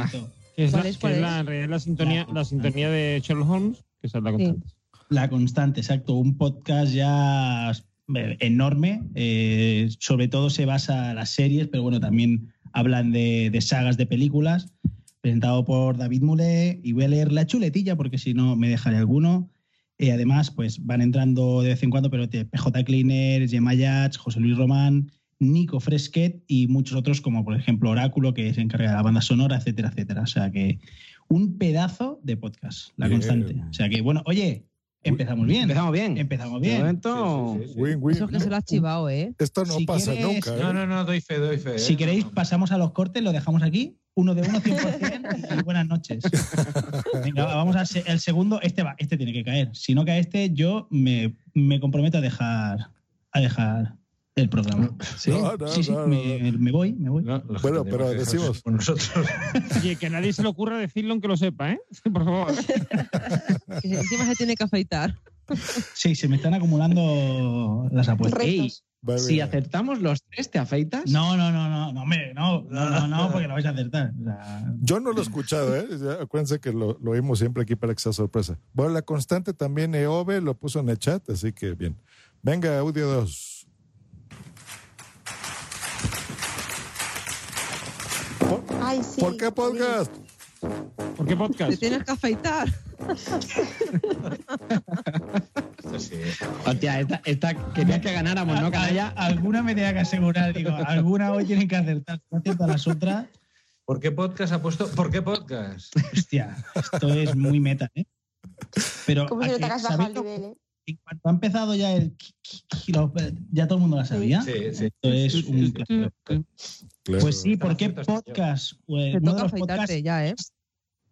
[SPEAKER 7] el señor Luchito.
[SPEAKER 5] Que es,
[SPEAKER 7] ¿Cuál
[SPEAKER 5] la,
[SPEAKER 7] es, cuál
[SPEAKER 5] que es
[SPEAKER 7] es?
[SPEAKER 5] la- en realidad la sintonía,
[SPEAKER 7] pues,
[SPEAKER 5] la sintonía de Sherlock Holmes, que esa es la constante.
[SPEAKER 7] La Constante, exacto. Un podcast ya eh, enorme. eh, sobre todo se basa en las series, pero bueno, también hablan de, de sagas de películas. Presentado por David Mule. Y voy a leer la chuletilla porque si no me dejaré alguno. Eh, además, pues van entrando de vez en cuando, pero te- PJ Cleaner, Gemma Yats, José Luis Román, Nico Fresquet y muchos otros, como por ejemplo Oráculo, que se encarga de la banda sonora, etcétera, etcétera. O sea que un pedazo de podcast, la
[SPEAKER 3] Bien.
[SPEAKER 7] constante. O sea que, bueno, oye, empezamos bien.
[SPEAKER 2] Empezamos bien.
[SPEAKER 7] Empezamos
[SPEAKER 2] De
[SPEAKER 7] bien.
[SPEAKER 2] momento.
[SPEAKER 3] Win, win.
[SPEAKER 8] Eso es que se lo has chivado, ¿eh?
[SPEAKER 3] Esto no
[SPEAKER 7] Si
[SPEAKER 3] pasa
[SPEAKER 7] quieres-
[SPEAKER 3] nunca. ¿eh?
[SPEAKER 6] No, no, no, doy fe, doy fe.
[SPEAKER 7] Si
[SPEAKER 6] ¿eh?
[SPEAKER 7] queréis, pasamos a los cortes, lo dejamos aquí. Uno de uno,
[SPEAKER 2] [LAUGHS]
[SPEAKER 7] 100%. y buenas noches. Venga, va, vamos al se- el segundo. Este va, este tiene que caer. Si no cae este, yo me, me comprometo a dejar, a dejar el programa. Sí,
[SPEAKER 3] No, no,
[SPEAKER 7] sí, sí,
[SPEAKER 3] no, no,
[SPEAKER 7] me, me voy, me voy.
[SPEAKER 6] No, la
[SPEAKER 3] Bueno,
[SPEAKER 6] gente
[SPEAKER 3] pero
[SPEAKER 6] va a dejarse
[SPEAKER 3] decimos-
[SPEAKER 6] Con nosotros.
[SPEAKER 5] Oye, que a nadie [LAUGHS] se le ocurra decirlo aunque lo sepa, ¿eh? Por favor.
[SPEAKER 8] Que encima se tiene que afeitar.
[SPEAKER 7] Sí, se me están acumulando las apuestas.
[SPEAKER 2] Ey, si acertamos los tres, ¿te afeitas?
[SPEAKER 7] No, no, no, no, no, hombre, no, no, no, no, porque lo vais a acertar. O sea,
[SPEAKER 3] Yo no lo he escuchado, ¿eh? Ya Acuérdense que lo, lo oímos siempre aquí para que sea sorpresa. Bueno, la constante también EOB lo puso en el chat, así que bien. Venga, audio 2.
[SPEAKER 4] Ay, sí.
[SPEAKER 3] ¿Por qué podcast?
[SPEAKER 5] ¿Por qué
[SPEAKER 8] Te
[SPEAKER 5] podcast?
[SPEAKER 8] tienes que afeitar.
[SPEAKER 2] Hostia, esta, esta quería que ganáramos, ¿no,
[SPEAKER 7] Al-
[SPEAKER 2] canalla?
[SPEAKER 7] alguna me tenía que asegurar, digo, alguna hoy tienen que acertar. Si No aciertan las otras,
[SPEAKER 6] ¿Por qué podcast ha puesto? ¿Por qué podcast?
[SPEAKER 7] hostia, esto es muy meta, ¿eh? Pero
[SPEAKER 4] Como si
[SPEAKER 7] ¿a
[SPEAKER 4] no
[SPEAKER 7] que
[SPEAKER 4] te hagas bajo
[SPEAKER 7] sabéis
[SPEAKER 4] el
[SPEAKER 7] lo-
[SPEAKER 4] nivel, ¿eh?
[SPEAKER 7] en cuanto ha empezado ya el qui- qui- qui- lo- ya todo el mundo la sabía.
[SPEAKER 6] Sí, sí.
[SPEAKER 7] Esto es un clásico.
[SPEAKER 5] Mm,
[SPEAKER 3] Claro.
[SPEAKER 7] Pues sí, ¿por qué
[SPEAKER 6] Te toca
[SPEAKER 7] podcast? Pues,
[SPEAKER 8] Te
[SPEAKER 7] uno de
[SPEAKER 8] toca
[SPEAKER 7] los
[SPEAKER 8] afeitarte
[SPEAKER 7] podcasts-
[SPEAKER 8] ya, ¿eh?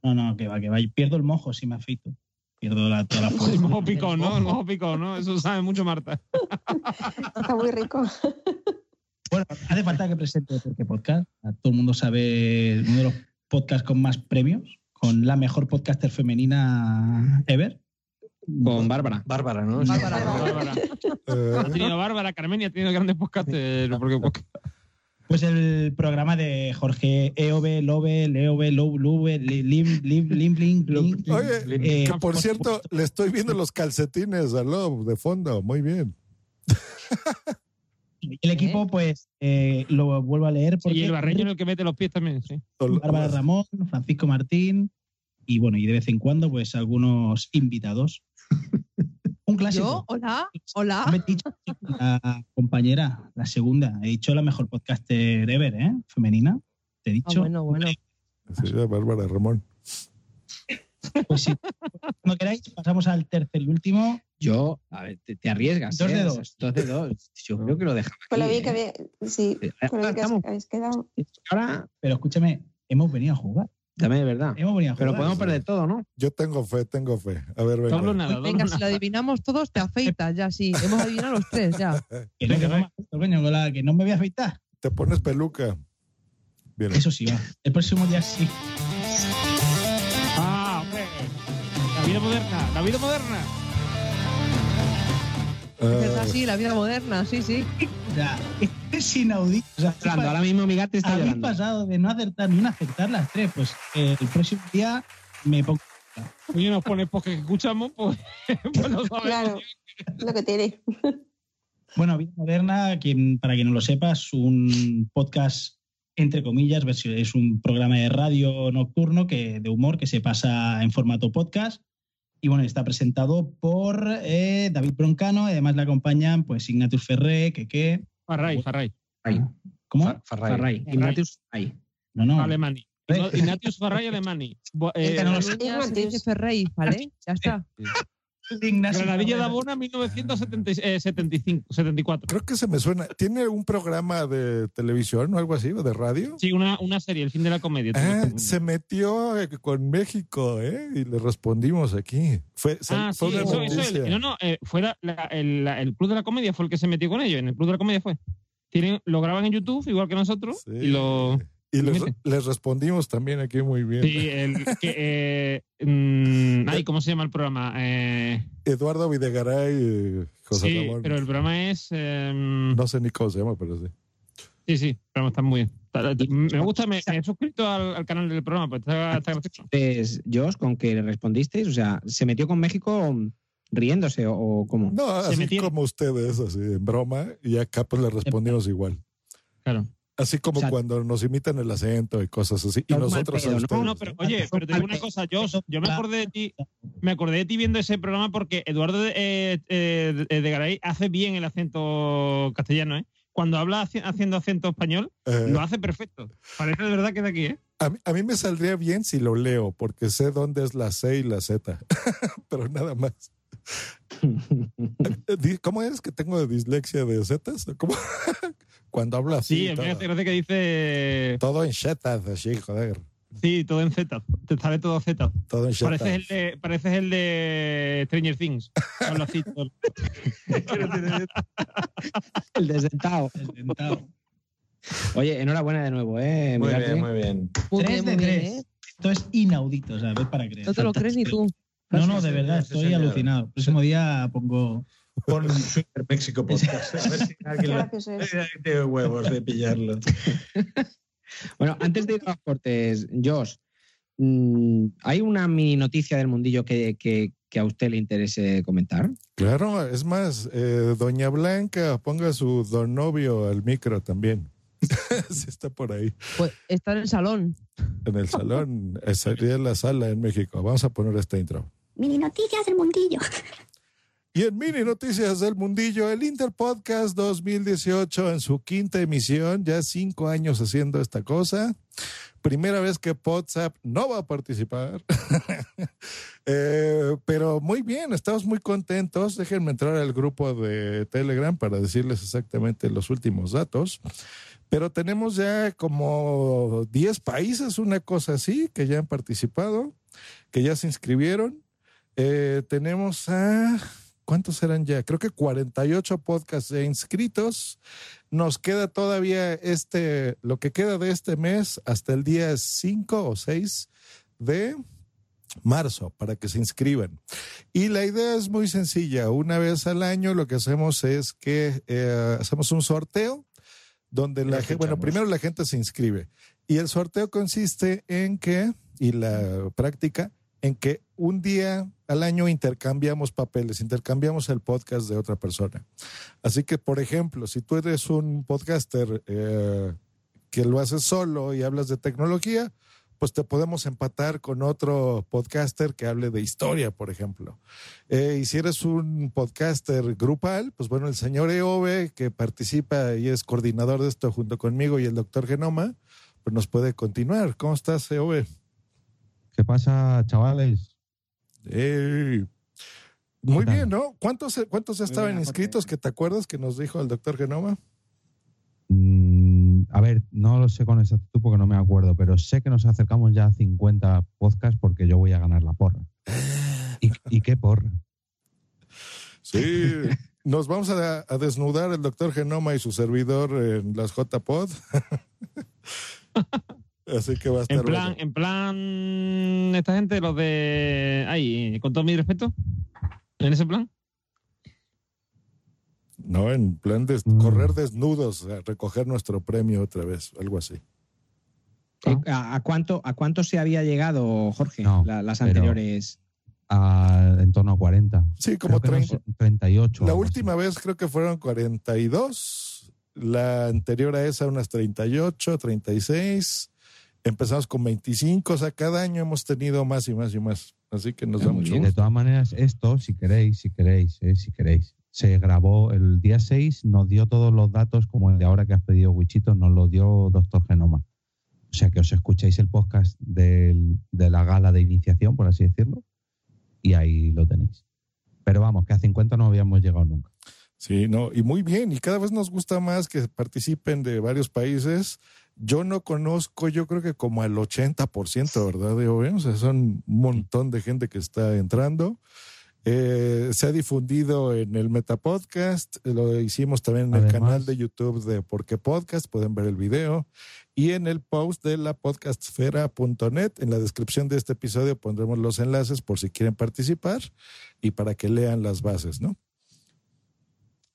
[SPEAKER 7] No, no, que va, que va. Pierdo el mojo si me afeito. Pierdo
[SPEAKER 4] [LAUGHS]
[SPEAKER 7] la, toda la fuerza.
[SPEAKER 5] El mojo picón, ¿no? El mojo picón, ¿no? Eso sabe mucho Marta.
[SPEAKER 4] Está muy rico.
[SPEAKER 7] Bueno, hace falta que presente porque podcast. A Todo el mundo sabe uno de los podcasts con más premios, con la mejor podcaster femenina ever.
[SPEAKER 2] Con Bárbara.
[SPEAKER 6] Bárbara, ¿no?
[SPEAKER 5] Bárbara.
[SPEAKER 3] Eh,
[SPEAKER 5] Ha tenido Bárbara, Carmen y ha tenido grandes podcasts. eh, Porque
[SPEAKER 7] Pues el programa de Jorge EOB, Lobe, Leobe, Lou, Lube, Li- Lim, Lim, Lim, Lim, Lim, Lim.
[SPEAKER 3] [LAUGHS] Oye,
[SPEAKER 7] Eh,
[SPEAKER 3] que por cierto,
[SPEAKER 7] supuesto,
[SPEAKER 3] le estoy viendo los calcetines a Love de fondo. Muy bien.
[SPEAKER 7] el equipo, pues, eh, lo vuelvo a leer porque
[SPEAKER 5] y el barreño es el que mete los pies también, sí.
[SPEAKER 7] Bárbara Ramón, Francisco Martín y bueno, y de vez en cuando, pues algunos invitados. Un
[SPEAKER 8] Yo,
[SPEAKER 7] clásico.
[SPEAKER 8] hola,
[SPEAKER 7] Me
[SPEAKER 8] hola.
[SPEAKER 7] he dicho la compañera, la segunda, he dicho la mejor podcaster ever, ¿eh? Femenina. Te he
[SPEAKER 8] Ah,
[SPEAKER 7] dicho.
[SPEAKER 8] bueno, bueno.
[SPEAKER 3] Sí, Bárbara Ramón.
[SPEAKER 7] Pues sí. Cuando queráis, pasamos al tercer y último.
[SPEAKER 2] Yo, a ver, te, te arriesgas.
[SPEAKER 7] Dos
[SPEAKER 2] ¿eh?
[SPEAKER 7] de
[SPEAKER 2] O sea,
[SPEAKER 7] dos.
[SPEAKER 2] Dos de dos. Yo creo que lo dejamos.
[SPEAKER 7] Pues
[SPEAKER 4] Con lo
[SPEAKER 2] aquí,
[SPEAKER 4] bien que
[SPEAKER 2] ¿eh?
[SPEAKER 4] había. Sí,
[SPEAKER 2] Eh,
[SPEAKER 4] con lo bien que
[SPEAKER 2] estamos.
[SPEAKER 4] habéis quedado.
[SPEAKER 2] Ahora,
[SPEAKER 7] Pero escúchame, hemos venido a jugar.
[SPEAKER 2] también es verdad.
[SPEAKER 7] Hemos venido a jugar.
[SPEAKER 2] Pero podemos perder todo, ¿no?
[SPEAKER 3] Yo tengo fe, tengo fe. A ver, venga.
[SPEAKER 5] Doblo nada,
[SPEAKER 8] Pues
[SPEAKER 5] doblo
[SPEAKER 8] venga, si lo
[SPEAKER 5] nada.
[SPEAKER 8] adivinamos todos, te afeitas ya, sí. Hemos adivinado los tres ya.
[SPEAKER 7] Que no, que no me afeito, coño, con la que no me voy a afeitar.
[SPEAKER 3] Eh. Te pones peluca. Bien.
[SPEAKER 7] Eso sí, va. El próximo día sí.
[SPEAKER 5] Ah, hombre. La vida moderna, la vida moderna.
[SPEAKER 8] Es
[SPEAKER 3] Ah,
[SPEAKER 8] verdad, sí, la vida moderna, sí, sí.
[SPEAKER 7] O sea, esto es inaudito. O sea,
[SPEAKER 2] Llorando, ahora mismo mi gato está
[SPEAKER 7] habéis
[SPEAKER 2] llorando.
[SPEAKER 7] pasado de no acertar ni una acertar las tres. Pues eh, el próximo día me pongo.
[SPEAKER 5] Oye, nos pones porque escuchamos, pues, pues no sabemos.
[SPEAKER 4] Claro, lo que tiene.
[SPEAKER 7] Bueno, Vida Moderna, quien, para quien no lo sepa, es un podcast, entre comillas, versión- es un programa de radio nocturno que, de humor que se pasa en formato podcast. Y bueno, está presentado por eh, David Broncano, y además le acompañan pues Ignatus Ferré, Keke.
[SPEAKER 5] Farray, Farray.
[SPEAKER 2] Ahí.
[SPEAKER 7] ¿Cómo?
[SPEAKER 2] Farray. Ignatius, ahí.
[SPEAKER 7] No, no.
[SPEAKER 5] Alemani. No, Ignatius Farray Alemani. Bu- eh,
[SPEAKER 7] Este no lo sé. Eh,
[SPEAKER 8] Cataluña, se dice Ferrey, ¿vale? Ya está.
[SPEAKER 7] Ignacio
[SPEAKER 5] Granadilla de
[SPEAKER 7] Ferré.
[SPEAKER 5] Abona, eh, 1975, 74.
[SPEAKER 3] Creo que se me suena. ¿Tiene algún programa de televisión o algo así? ¿O de radio?
[SPEAKER 5] Sí, una, una serie, El fin de la comedia.
[SPEAKER 3] Ah, se metió eh, con México, ¿eh? Y le respondimos aquí. Fue, se-
[SPEAKER 5] Ah, sí,
[SPEAKER 3] fue una
[SPEAKER 5] eso, eso,
[SPEAKER 3] noticia.
[SPEAKER 5] el- no, no, eh, fue la- la- el, la- el Club de la Comedia, fue el que se metió con ellos. En el Club de la Comedia fue. Tienen, lo graban en YouTube, igual que nosotros,
[SPEAKER 3] Sí.
[SPEAKER 5] y lo.
[SPEAKER 3] Y les,
[SPEAKER 5] Mire.
[SPEAKER 3] les respondimos también aquí muy bien.
[SPEAKER 5] Sí, el, que, eh, mm, ay, ¿cómo se llama el programa? Eh,
[SPEAKER 3] Eduardo Videgaray, eh, José
[SPEAKER 5] sí,
[SPEAKER 3] Ramón.
[SPEAKER 5] pero el programa es. eh,
[SPEAKER 3] No sé ni cómo se llama, pero sí.
[SPEAKER 5] Sí, sí, el programa está muy bien. Está- está- Me gusta, me, me he suscrito al, al canal del programa, pues está, está gracioso.
[SPEAKER 2] Entonces, Josh, ¿con qué le respondisteis? O sea, ¿se metió con México riéndose o, o cómo? [LAUGHS]
[SPEAKER 3] No, así
[SPEAKER 5] metieron.
[SPEAKER 3] como ustedes, así en broma, y acá pues le respondimos igual.
[SPEAKER 5] Claro.
[SPEAKER 3] Así como
[SPEAKER 2] O sea,
[SPEAKER 3] cuando nos imitan el acento y cosas así. Y
[SPEAKER 2] no es mal
[SPEAKER 3] nosotros
[SPEAKER 2] pedo,
[SPEAKER 3] a
[SPEAKER 2] ¿no?
[SPEAKER 3] ustedes.
[SPEAKER 5] No, pero oye, pero te digo una cosa, yo, yo me acordé de ti, me acordé de ti viendo ese programa porque Eduardo de, eh, eh, de- de Garay hace bien el acento castellano, ¿eh? Cuando habla haci- haciendo acento español,
[SPEAKER 3] Eh,
[SPEAKER 5] lo hace perfecto. Parece de verdad que es de aquí, ¿eh?
[SPEAKER 3] a, mí, a mí me saldría bien si lo leo, porque sé dónde es la C y la Z, [LAUGHS] pero nada más. Eh, di- ¿Cómo es que tengo dislexia de zetas? ¿Cómo? [LAUGHS] Cuando hablo así.
[SPEAKER 5] Sí, a mí me hace
[SPEAKER 3] todo,
[SPEAKER 5] gracia que dice.
[SPEAKER 3] todo en zetas, así, joder.
[SPEAKER 5] Sí, todo en Z. Te sale todo Z.
[SPEAKER 3] Todo en zetas.
[SPEAKER 5] Pareces el, de, pareces el de Stranger Things. Habla
[SPEAKER 3] [LAUGHS]
[SPEAKER 5] así todo.
[SPEAKER 2] El desdentado.
[SPEAKER 7] Presentado.
[SPEAKER 2] Oye, enhorabuena de nuevo, ¿eh?
[SPEAKER 6] Muy
[SPEAKER 2] Miguel?
[SPEAKER 6] bien, muy bien.
[SPEAKER 8] Muy
[SPEAKER 7] Tres
[SPEAKER 8] bien,
[SPEAKER 7] de
[SPEAKER 8] muy bien,
[SPEAKER 7] tres.
[SPEAKER 8] ¿eh?
[SPEAKER 7] Esto es inaudito, o sea, ves para creer.
[SPEAKER 8] No te lo crees ni tú.
[SPEAKER 7] No, no, de verdad, estoy alucinado. El próximo día pongo.
[SPEAKER 6] Pon Super
[SPEAKER 7] [LAUGHS]
[SPEAKER 6] México Podcast. A ver si alguien lo. Tengo huevos de pillarlo.
[SPEAKER 2] Bueno, antes de ir a los cortes, Josh, mm, hay una mini noticia del mundillo que, que- que a usted le interese comentar.
[SPEAKER 3] Claro, es más, eh, Doña Blanca, ponga su don novio al micro también. [LAUGHS] si está por ahí,
[SPEAKER 8] Pues está en el salón.
[SPEAKER 3] en el salón, eh, sería la sala en México. Vamos a poner esta intro.
[SPEAKER 21] Mini noticias del mundillo.
[SPEAKER 3] Y en Mini Noticias del Mundillo, el Interpodcast 2018 en su quinta emisión, ya cinco años haciendo esta cosa. Primera vez que WhatsApp no va a participar. [LAUGHS] Eh, pero muy bien, estamos muy contentos. Déjenme entrar al grupo de Telegram para decirles exactamente los últimos datos. Pero tenemos ya como 10 países, una cosa así, que ya han participado, que ya se inscribieron. Eh, tenemos a... ¿Cuántos eran ya? Creo que 48 podcasts ya inscritos. Nos queda todavía este, lo que queda de este mes hasta el día 5 o 6 de marzo para que se inscriban. Y la idea es muy sencilla. Una vez al año lo que hacemos es que eh, hacemos un sorteo donde la gente, bueno, primero la gente se inscribe. Y el sorteo consiste en que, y la práctica, en que un día al año intercambiamos papeles, intercambiamos el podcast de otra persona. Así que, por ejemplo, si tú eres un podcaster eh, que lo haces solo y hablas de tecnología, pues te podemos empatar con otro podcaster que hable de historia, por ejemplo. Eh, y si eres un podcaster grupal, pues bueno, el señor EOB, que participa y es coordinador de esto junto conmigo y el doctor Genoma, pues nos puede continuar. ¿Cómo estás, EOB?
[SPEAKER 14] ¿Qué pasa, chavales?
[SPEAKER 3] Ey. Muy
[SPEAKER 14] ¿Qué tal?
[SPEAKER 3] bien, ¿no? ¿Cuántos, cuántos estaban inscritos que te acuerdas que nos dijo el doctor Genoma?
[SPEAKER 14] Mm, a ver, no lo sé con exactitud porque no me acuerdo, pero sé que nos acercamos ya a 50 podcasts porque yo voy a ganar la porra. ¿Y, y qué porra?
[SPEAKER 3] Sí. [LAUGHS] Nos vamos a, a desnudar el doctor Genoma y su servidor en las JPod. [LAUGHS] Así que va a estar
[SPEAKER 5] En plan,
[SPEAKER 3] bueno.
[SPEAKER 5] en plan, esta gente, los de ahí, con todo mi respeto, en ese plan.
[SPEAKER 3] No, en plan de
[SPEAKER 14] Mm.
[SPEAKER 3] correr desnudos a recoger nuestro premio otra vez, algo así.
[SPEAKER 14] Ah.
[SPEAKER 2] Eh, ¿A, a cuánto, ¿A cuánto se había llegado, Jorge, la- las
[SPEAKER 14] pero-
[SPEAKER 6] Pues,
[SPEAKER 2] anteriores?
[SPEAKER 14] A- Ah, en torno a 40.
[SPEAKER 3] Sí, como
[SPEAKER 14] Creo que
[SPEAKER 3] 30.
[SPEAKER 14] no sé, 38.
[SPEAKER 3] La
[SPEAKER 14] algo
[SPEAKER 3] última vez creo que fueron 42, la anterior a esa unas 38, 36. Empezamos con 25, o sea, cada año hemos tenido más y más y más. Así que nos da
[SPEAKER 14] Muy
[SPEAKER 3] mucho
[SPEAKER 14] bien, de
[SPEAKER 3] gusto.
[SPEAKER 14] todas maneras, esto, si queréis, si queréis, eh, si queréis, se grabó el día 6, nos dio todos los datos, como el de ahora que has pedido, Wichito, nos lo dio Doctor Genoma. O sea que os escuchéis el podcast del- de la gala de iniciación, por así decirlo, y ahí lo tenéis. Pero vamos, que a 50 no habíamos llegado nunca.
[SPEAKER 3] Sí, no, y muy bien, y cada vez nos gusta más que participen de varios países. Yo no conozco, yo creo que como el 80%, ¿verdad? De OVE? O sea, son un montón de gente que está entrando. Eh, se ha difundido en el Metapodcast, lo hicimos también en el
[SPEAKER 14] Además-
[SPEAKER 3] canal de YouTube de Por qué Podcast, pueden ver el video, y en el post de la podcastfera.net. En la descripción de este episodio pondremos los enlaces por si quieren participar y para que lean las bases, ¿no?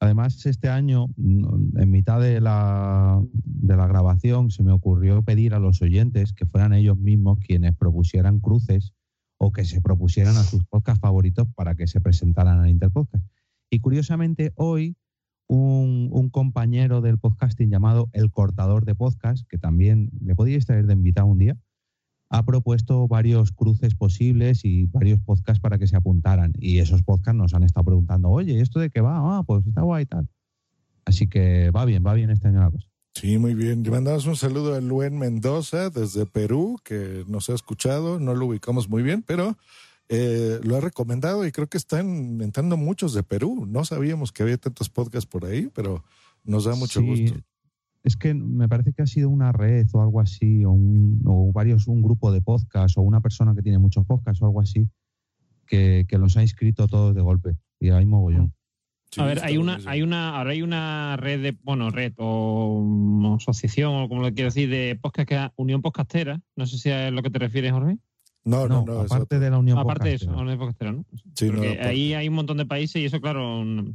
[SPEAKER 14] Además, este año, mm, en mitad de la, de la grabación, se me ocurrió pedir a los oyentes que fueran ellos mismos quienes propusieran cruces o que se propusieran a sus podcasts favoritos para que se presentaran al Interpodcast. Y curiosamente, hoy un, un compañero del podcasting llamado El Cortador de Podcast, que también le podíais traer de invitado un día, ha propuesto varios cruces posibles y varios podcasts para que se apuntaran. Y esos podcasts nos han estado preguntando, oye, ¿esto de qué va? Ah, pues está guay y tal. Así que va bien, va bien este año la cosa.
[SPEAKER 3] Sí, muy bien. Le mandamos un saludo a Luen Mendoza desde Perú, que nos ha escuchado, no lo ubicamos muy bien, pero eh, lo ha recomendado y creo que están entrando muchos de Perú. No sabíamos que había tantos podcasts por ahí, pero nos da mucho
[SPEAKER 14] Sí,
[SPEAKER 3] gusto.
[SPEAKER 14] Es que me parece que ha sido una red o algo así, o, un, o varios, un grupo de podcasts, o una persona que tiene muchos podcasts o algo así, que, que los ha inscrito todos de golpe. Y hay mogollón.
[SPEAKER 5] a ver, hay una, hay una, ahora hay una red de, bueno, red o mm, asociación o como lo quiero decir, de podcast que Unión Podcastera. No sé si es a lo que te refieres, Jorge.
[SPEAKER 3] No, no, no. es
[SPEAKER 14] aparte
[SPEAKER 3] otro.
[SPEAKER 14] de la Unión
[SPEAKER 5] Aparte de
[SPEAKER 14] Podcastera.
[SPEAKER 5] eso, la Unión Podcastera, ¿no?
[SPEAKER 3] Sí, no, pues.
[SPEAKER 5] Porque
[SPEAKER 3] por-
[SPEAKER 5] ahí hay un montón de países y eso, claro, no-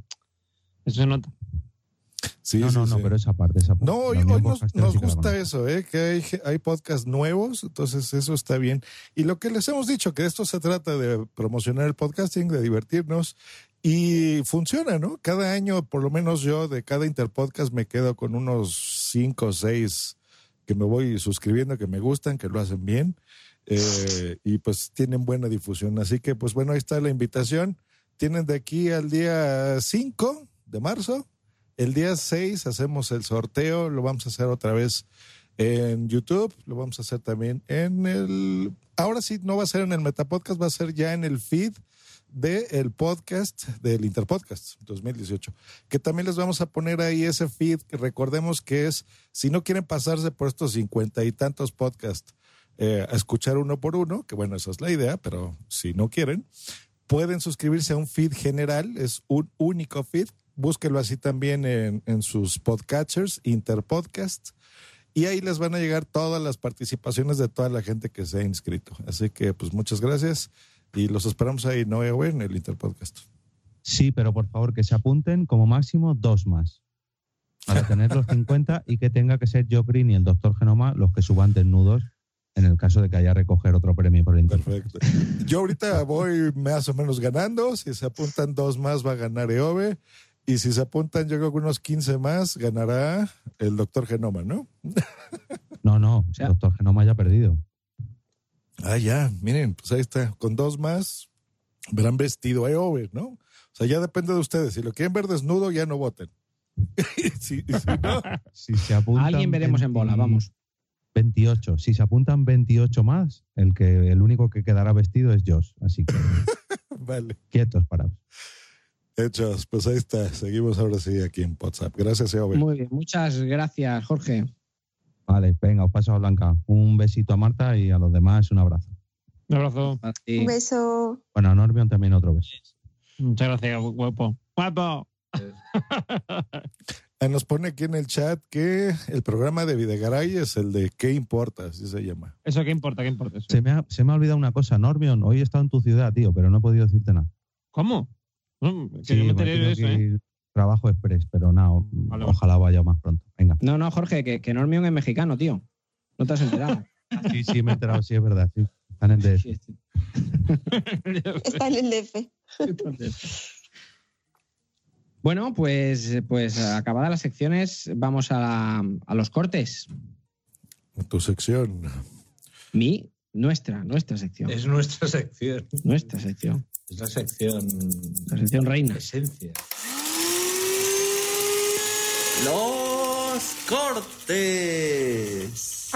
[SPEAKER 5] eso se nota.
[SPEAKER 3] Sí,
[SPEAKER 14] no,
[SPEAKER 3] sí,
[SPEAKER 14] no, no,
[SPEAKER 3] sí.
[SPEAKER 14] pero esa parte, esa parte.
[SPEAKER 3] No,
[SPEAKER 14] la
[SPEAKER 3] hoy,
[SPEAKER 14] Unión
[SPEAKER 3] hoy nos,
[SPEAKER 14] Podcastera
[SPEAKER 3] nos
[SPEAKER 14] sí que la
[SPEAKER 3] gusta
[SPEAKER 14] conozco.
[SPEAKER 3] eso, ¿eh? que hay, ge- hay podcasts nuevos, entonces eso está bien. Y lo que les hemos dicho, que esto se trata de promocionar el podcasting, de divertirnos, y funciona, ¿no? Cada año, por lo menos yo, de cada interpodcast me quedo con unos cinco o seis que me voy suscribiendo, que me gustan, que lo hacen bien, eh, y pues tienen buena difusión. Así que, pues bueno, ahí está la invitación. Tienen de aquí al día 5 de marzo. El día 6 hacemos el sorteo, lo vamos a hacer otra vez en YouTube, lo vamos a hacer también en el... Ahora sí, no va a ser en el Metapodcast, va a ser ya en el feed del podcast, del Interpodcast 2018, que también les vamos a poner ahí ese feed, que recordemos que es, si no quieren pasarse por estos cincuenta y tantos podcasts eh, a escuchar uno por uno, que bueno, esa es la idea, pero si no quieren, pueden suscribirse a un feed general, es un único feed. Búsquelo así también en, en sus podcatchers, Interpodcast, y ahí les van a llegar todas las participaciones de toda la gente que se ha inscrito. Así que, pues, muchas gracias y los esperamos ahí, no güey, en el Interpodcast.
[SPEAKER 14] Sí, pero por favor que se apunten como máximo dos más. Para tener los 50 y que tenga que ser Joe Green y el doctor Genoma los que suban desnudos en el caso de que haya recoger otro premio por el internet.
[SPEAKER 3] Perfecto. Yo
[SPEAKER 2] [LAUGHS]
[SPEAKER 3] ahorita voy más o menos ganando. Si se apuntan dos más, va a ganar EOBE. Y si se apuntan, yo creo que unos 15 más, ganará el doctor Genoma, ¿no?
[SPEAKER 14] No, no, el doctor Genoma ya ha perdido.
[SPEAKER 3] Ah, ya, miren, pues ahí está. Con dos más, verán vestido a EOB, ¿no? O sea, ya depende de ustedes. Si lo quieren ver desnudo, ya no voten. [LAUGHS] Sí, sí,
[SPEAKER 2] [LAUGHS]
[SPEAKER 3] ¿no?
[SPEAKER 14] Si se apuntan
[SPEAKER 2] Alguien veremos en bola,
[SPEAKER 14] 20
[SPEAKER 2] vamos.
[SPEAKER 14] 28. Si se apuntan 28 más, el que el único que quedará vestido es Josh. Así [LAUGHS] que
[SPEAKER 3] Vale.
[SPEAKER 14] quietos parados.
[SPEAKER 3] Hechos, pues ahí está. Seguimos ahora sí aquí en WhatsApp. Gracias, EOB.
[SPEAKER 2] Muy bien, Eh, muchas gracias, Jorge.
[SPEAKER 14] Vale, venga, os paso a Blanca. Un besito a Marta y a los demás un abrazo.
[SPEAKER 5] Un abrazo.
[SPEAKER 2] A
[SPEAKER 4] Un
[SPEAKER 2] ti.
[SPEAKER 4] beso.
[SPEAKER 14] Bueno, a Normion también otro beso.
[SPEAKER 5] Muchas gracias, guapo. ¡Guapo!
[SPEAKER 3] Ah, Nos pone aquí en el chat que el programa de Videgaray es el de ¿Qué importa? Así se llama.
[SPEAKER 5] Eso qué importa, qué importa. Eso.
[SPEAKER 14] Se me, ha, se me ha olvidado una cosa, Normion. Hoy he estado en tu ciudad, tío, pero no he podido decirte nada.
[SPEAKER 5] ¿Cómo? Mm. No, que
[SPEAKER 14] Sí,
[SPEAKER 5] yo me
[SPEAKER 14] me
[SPEAKER 5] enteré
[SPEAKER 14] tengo
[SPEAKER 5] de eso,
[SPEAKER 14] que
[SPEAKER 5] ¿eh?
[SPEAKER 14] ir Trabajo express, pero nada, o-
[SPEAKER 5] Vale, vale.
[SPEAKER 14] ojalá vaya más pronto. Venga.
[SPEAKER 2] No, no, Jorge, que, que Normion es mexicano, tío. No te has
[SPEAKER 14] [LAUGHS]
[SPEAKER 2] enterado.
[SPEAKER 14] Sí, sí, me he enterado, sí, es verdad. Sí. Están en DS.
[SPEAKER 4] Está en el DF.
[SPEAKER 2] Bueno, pues, pues acabadas las secciones, vamos a, la- a los cortes.
[SPEAKER 3] Tu sección.
[SPEAKER 2] Mi, nuestra, nuestra sección.
[SPEAKER 6] Es nuestra sección.
[SPEAKER 2] Nuestra sección.
[SPEAKER 6] Es la sección.
[SPEAKER 2] La sección reina.
[SPEAKER 6] Esencia.
[SPEAKER 13] Los cortes.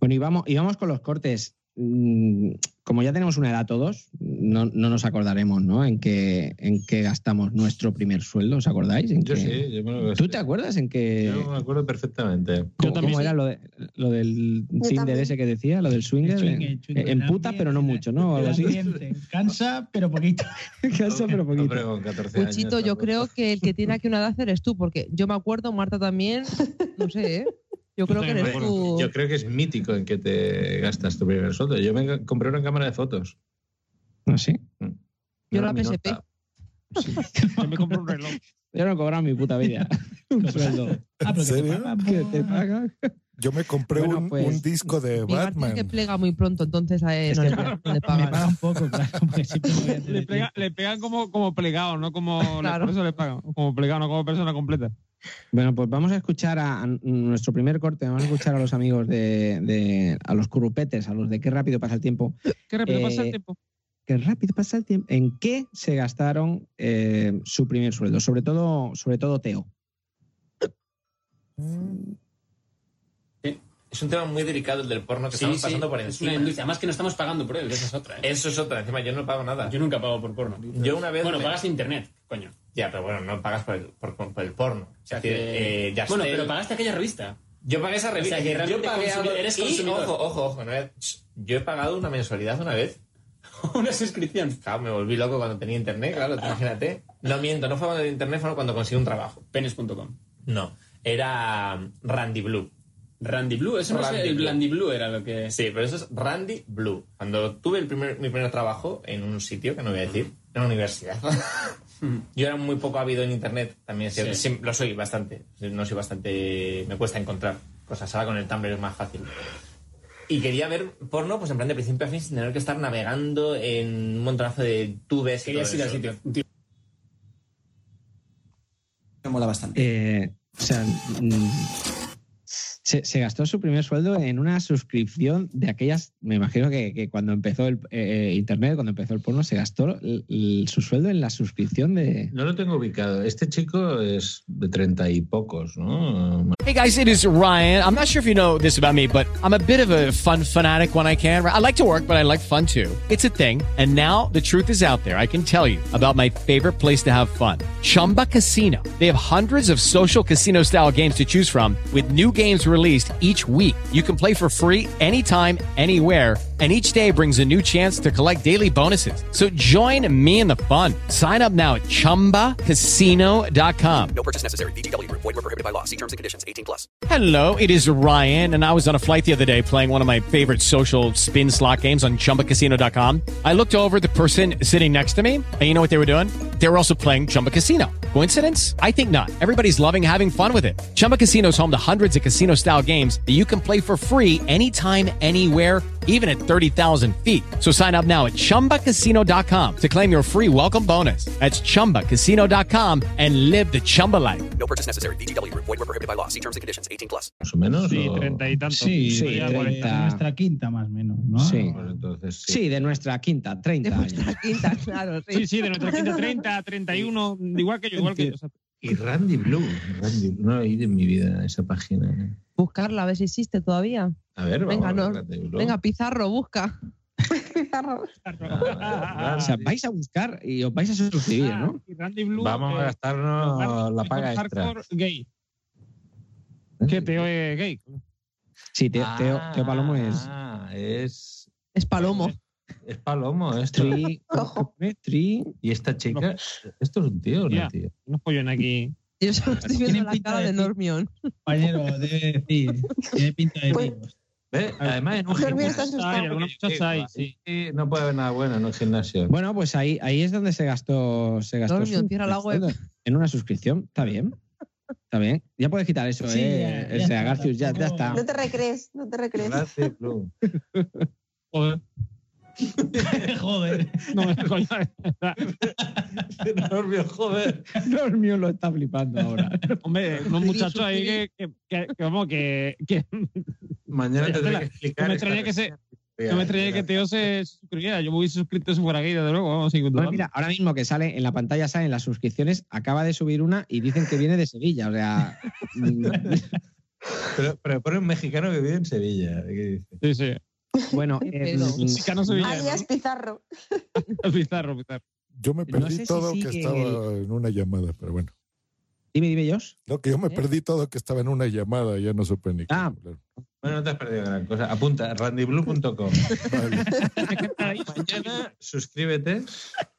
[SPEAKER 2] Bueno, y vamos, y vamos con los cortes. Mm, Como ya tenemos una edad todos, no, no nos acordaremos, ¿no? En qué, en qué gastamos nuestro primer sueldo, ¿os acordáis? En
[SPEAKER 6] Yo
[SPEAKER 2] qué-
[SPEAKER 6] sí, yo me lo gasté.
[SPEAKER 2] ¿Tú te acuerdas en qué?
[SPEAKER 6] Yo me acuerdo perfectamente.
[SPEAKER 2] ¿Cómo,
[SPEAKER 5] también
[SPEAKER 2] cómo
[SPEAKER 5] sí.
[SPEAKER 2] era lo, de- lo del Tinder
[SPEAKER 4] también.
[SPEAKER 2] ese que decía? Lo del swinger.
[SPEAKER 7] El swing, el
[SPEAKER 2] eh,
[SPEAKER 7] swing, el
[SPEAKER 2] en puta,
[SPEAKER 7] ambiente,
[SPEAKER 2] pero no mucho, ¿no? O algo
[SPEAKER 7] El
[SPEAKER 2] así.
[SPEAKER 7] ambiente. Cansa, pero poquito.
[SPEAKER 2] [LAUGHS] Cansa, pero poquito.
[SPEAKER 6] Hombre, con 14 años.
[SPEAKER 8] Puchito, yo
[SPEAKER 6] tampoco.
[SPEAKER 8] creo que el que tiene aquí una edad eres tú, porque yo me acuerdo, Marta también, no sé, ¿eh? Yo creo que
[SPEAKER 5] también me
[SPEAKER 8] eres tú.
[SPEAKER 6] Yo creo que es mítico en que te gastas tu primer sueldo. Yo me ga- compré una cámara de fotos. Mm.
[SPEAKER 2] ¿Ah, sí?
[SPEAKER 8] Yo
[SPEAKER 6] Una
[SPEAKER 8] la PSP.
[SPEAKER 6] Minolta. [LAUGHS]
[SPEAKER 5] Yo me compro un reloj.
[SPEAKER 2] Yo no he cobrado en mi
[SPEAKER 3] [LAUGHS]
[SPEAKER 2] puta vida. Un sueldo.
[SPEAKER 7] Ah, pero que te
[SPEAKER 3] serio?
[SPEAKER 7] pagan
[SPEAKER 2] que
[SPEAKER 7] por-
[SPEAKER 2] te pagan.
[SPEAKER 3] Yo me compré
[SPEAKER 2] Bueno,
[SPEAKER 3] un,
[SPEAKER 2] pues,
[SPEAKER 3] un disco de
[SPEAKER 8] Mi Marta es que
[SPEAKER 3] Batman.
[SPEAKER 8] plega muy pronto, entonces a él no le, no le
[SPEAKER 7] [LAUGHS] Me
[SPEAKER 8] pagan.
[SPEAKER 7] pagan poco, claro, porque siempre voy a tener
[SPEAKER 5] Le, pega- le pegan como, como plegado, no como.
[SPEAKER 8] Claro.
[SPEAKER 5] Por eso le pagan. Como plegado, no como persona completa.
[SPEAKER 2] Bueno, pues vamos a escuchar a, a nuestro primer corte. Vamos a escuchar a los amigos de, de- a los curupetes, a los de qué rápido pasa el tiempo.
[SPEAKER 5] Qué rápido
[SPEAKER 2] Eh,
[SPEAKER 5] pasa el tiempo.
[SPEAKER 2] Qué rápido pasa el tiempo. ¿En qué se gastaron eh, su primer sueldo? Sobre todo, sobre todo Teo.
[SPEAKER 11] Es un tema muy delicado el del porno que
[SPEAKER 15] Sí,
[SPEAKER 11] estamos
[SPEAKER 15] sí,
[SPEAKER 11] pasando por
[SPEAKER 15] es una
[SPEAKER 11] encima.
[SPEAKER 15] industria. Además que no estamos pagando por él, que esa es otra. ¿eh?
[SPEAKER 11] Eso es otra, encima yo no pago nada.
[SPEAKER 15] Yo nunca pago por porno.
[SPEAKER 11] Yo una vez
[SPEAKER 15] Bueno,
[SPEAKER 11] me-
[SPEAKER 15] pagas internet, coño.
[SPEAKER 11] Ya, pero bueno, no pagas por el, por, por- por el porno. O sea,
[SPEAKER 15] que-
[SPEAKER 11] que, eh,
[SPEAKER 15] bueno,
[SPEAKER 11] Yastel-
[SPEAKER 15] pero pagaste aquella revista.
[SPEAKER 11] Yo pagué esa revista.
[SPEAKER 15] O sea, que
[SPEAKER 11] yo
[SPEAKER 15] realmente
[SPEAKER 11] pagué
[SPEAKER 15] consumi-
[SPEAKER 11] algo-
[SPEAKER 15] eres
[SPEAKER 11] y,
[SPEAKER 15] consumidor.
[SPEAKER 11] Ojo, ojo, ojo. no era- Yo he pagado una mensualidad una vez. [LAUGHS]
[SPEAKER 15] Una suscripción.
[SPEAKER 11] Claro, me volví loco cuando tenía internet, [LAUGHS] claro, tú imagínate. No miento, no fue cuando tenía internet, fue cuando conseguí un trabajo.
[SPEAKER 15] Penes.com.
[SPEAKER 11] No, era um, Randy Blue. Randy Blue, eso no
[SPEAKER 15] Randy
[SPEAKER 11] sé, el
[SPEAKER 15] Blue.
[SPEAKER 11] Randy Blue era lo que... Sí, pero eso es Randy Blue. Cuando tuve el primer, mi primer trabajo en un sitio, que no voy a decir, en la universidad. Yo era muy poco habido en internet, también es cierto.
[SPEAKER 15] Sí.
[SPEAKER 11] Siempre- lo soy bastante. No soy bastante... eh, Me cuesta encontrar cosas. Ahora con el Tumblr es más fácil. Y quería ver porno, pues en plan de principio a fin, sin tener que estar navegando en un montonazo de tubes.
[SPEAKER 15] Querías ir al
[SPEAKER 11] sitio.
[SPEAKER 2] Me mola bastante. Eh, o sea, mm, se, se gastó su primer sueldo en una suscripción de aquellas. Me imagino que, que cuando empezó el eh, Internet, cuando empezó el porno, se gastó l- l- su sueldo en la suscripción de.
[SPEAKER 6] No lo tengo ubicado. Este chico es de treinta y pocos, ¿no?
[SPEAKER 20] Hey guys, it is Ryan. I'm not sure if you know this about me, but I'm a bit of a fun fanatic when I can. I like to work, but I like fun too. It's a thing. And now the truth is out there. I can tell you about my favorite place to have fun Chumba Casino. They have hundreds of social casino style games to choose from, with new games released each week. You can play for free anytime, anywhere. And each day brings a new chance to collect daily bonuses. So join me in the fun. Sign up now at chumbacasino.com.
[SPEAKER 10] No purchase necessary. VGW Group. Void were prohibited by law. See terms and conditions. 18 plus.
[SPEAKER 20] Hello, it is Ryan, and I was on a flight the other day playing one of my favorite social spin slot games on chumbacasino.com. I looked over at the person sitting next to me, and you know what they were doing? They were also playing Chumba Casino. Coincidence? I think not. Everybody's loving having fun with it. Chumba Casino is home to hundreds of casino style games that you can play for free anytime, anywhere, even at 30,000 feet. So sign up now at chumbacasino.com to claim your free welcome bonus. That's chumbacasino.com and live the Chumba life.
[SPEAKER 10] No purchase necessary. VGW Group. Void were prohibited by law. See terms and conditions. 18 plus.
[SPEAKER 6] Más o menos.
[SPEAKER 5] Sí,
[SPEAKER 6] o-
[SPEAKER 5] treinta y tantos.
[SPEAKER 6] Sí,
[SPEAKER 5] Sí,
[SPEAKER 6] sí,
[SPEAKER 5] treinta.
[SPEAKER 6] treinta.
[SPEAKER 7] Nuestra quinta más o menos, ¿no?
[SPEAKER 5] Ah,
[SPEAKER 2] Sí.
[SPEAKER 6] Pues entonces, sí.
[SPEAKER 2] Sí, de nuestra quinta, 30 años.
[SPEAKER 8] Quinta, claro.
[SPEAKER 5] Sí, sí, de nuestra quinta 30, 31, igual Ah, que yo, igual que yo. o sea,
[SPEAKER 6] Y Randy Blue. Randy Blue. No he ido en mi vida a esa página.
[SPEAKER 8] Buscarla, a ver si existe todavía.
[SPEAKER 6] A ver, vamos
[SPEAKER 8] Venga,
[SPEAKER 6] a ver
[SPEAKER 8] no.
[SPEAKER 6] Randy Blue.
[SPEAKER 8] Venga, Pizarro, busca.
[SPEAKER 4] Pizarro.
[SPEAKER 2] O sea, vais a buscar y os vais a suscribir, ¿no?
[SPEAKER 5] Ah, y Randy Blue.
[SPEAKER 6] Vamos a
[SPEAKER 5] eh,
[SPEAKER 6] gastarnos la
[SPEAKER 5] hardcore-
[SPEAKER 6] paga extra.
[SPEAKER 5] hardcore gay. Que Teo es gay.
[SPEAKER 2] Sí, Teo, Teo- Teo Palomo es.
[SPEAKER 6] Ah, es,
[SPEAKER 8] Es Palomo.
[SPEAKER 6] es Palomo esto.
[SPEAKER 2] Tri,
[SPEAKER 8] Ojo.
[SPEAKER 2] tri,
[SPEAKER 6] Y esta chica, esto es un tío, o una
[SPEAKER 5] Ya.
[SPEAKER 6] tía.
[SPEAKER 5] Unos pollones aquí.
[SPEAKER 8] Yo solo [LAUGHS] estoy viendo
[SPEAKER 7] Tienen
[SPEAKER 8] la
[SPEAKER 7] pinta
[SPEAKER 8] cara
[SPEAKER 7] de
[SPEAKER 8] de
[SPEAKER 7] ti.
[SPEAKER 8] Normion.
[SPEAKER 7] Compañero, debe decir. Tiene pinta de
[SPEAKER 4] Pues-
[SPEAKER 7] vivos.
[SPEAKER 6] ¿Ve? Además, en un
[SPEAKER 4] Dormir
[SPEAKER 6] gimnasio.
[SPEAKER 4] está
[SPEAKER 5] Hay
[SPEAKER 4] asustado.
[SPEAKER 5] algunos muchachos hay, sí.
[SPEAKER 6] Sí, no puede haber nada bueno en
[SPEAKER 2] [LAUGHS]
[SPEAKER 6] un gimnasio.
[SPEAKER 2] Bueno, pues ahí, ahí es donde se gastó. Se gastó
[SPEAKER 8] Dormio,
[SPEAKER 2] su-
[SPEAKER 8] cierra la web.
[SPEAKER 2] En una suscripción, está bien. Está bien. Ya puedes quitar eso,
[SPEAKER 7] Sí,
[SPEAKER 2] ¿eh?
[SPEAKER 7] ya, ya
[SPEAKER 2] o sea,
[SPEAKER 7] está,
[SPEAKER 2] Garcius, ya, ya está.
[SPEAKER 7] tampoco-
[SPEAKER 4] No te recrees, no te recrees.
[SPEAKER 6] Randy Blue.
[SPEAKER 5] Joder.
[SPEAKER 7] Joder.
[SPEAKER 5] No, me coño.
[SPEAKER 6] [LAUGHS] Dormio, joder.
[SPEAKER 2] Dormio lo está flipando ahora.
[SPEAKER 5] Hombre, unos muchachos ahí que, que, que, que vamos, que, que
[SPEAKER 6] [LAUGHS] Mañana
[SPEAKER 5] Ya,
[SPEAKER 6] tendré
[SPEAKER 5] tela.
[SPEAKER 6] que explicar.
[SPEAKER 5] No me
[SPEAKER 6] esta
[SPEAKER 5] extraña que se-
[SPEAKER 6] reseña.
[SPEAKER 5] no me extrañaría que Teo se suscribiera. Yo me hubiese suscrito si fuera gay, desde luego. Vamos, sin
[SPEAKER 2] Pues
[SPEAKER 5] dudarlo.
[SPEAKER 2] mira, ahora mismo que sale en la pantalla salen las suscripciones, acaba de subir una y dicen que viene de Sevilla. O sea, mm,
[SPEAKER 6] Pero, pero pone un mexicano que vive en Sevilla. ¿Qué dice?
[SPEAKER 5] Sí, sí.
[SPEAKER 4] [LAUGHS]
[SPEAKER 2] bueno,
[SPEAKER 8] Qué
[SPEAKER 2] eh,
[SPEAKER 4] em,
[SPEAKER 8] pedo.
[SPEAKER 2] mm,
[SPEAKER 5] Mexicano sevillano.
[SPEAKER 4] Alias Pizarro.
[SPEAKER 5] Pizarro, pizarro.
[SPEAKER 3] Yo me
[SPEAKER 2] No
[SPEAKER 3] perdí
[SPEAKER 2] sé si
[SPEAKER 3] todo que
[SPEAKER 2] sigue
[SPEAKER 3] estaba en una llamada, pero bueno.
[SPEAKER 2] dime, dime, Josh.
[SPEAKER 3] No, que yo me
[SPEAKER 2] ¿Eh?
[SPEAKER 3] perdí todo que estaba en una llamada, ya no supe ni.
[SPEAKER 2] Ah.
[SPEAKER 3] cómo hablar.
[SPEAKER 6] Bueno, no te has perdido gran cosa. Apunta, randyblue.com. Mañana suscríbete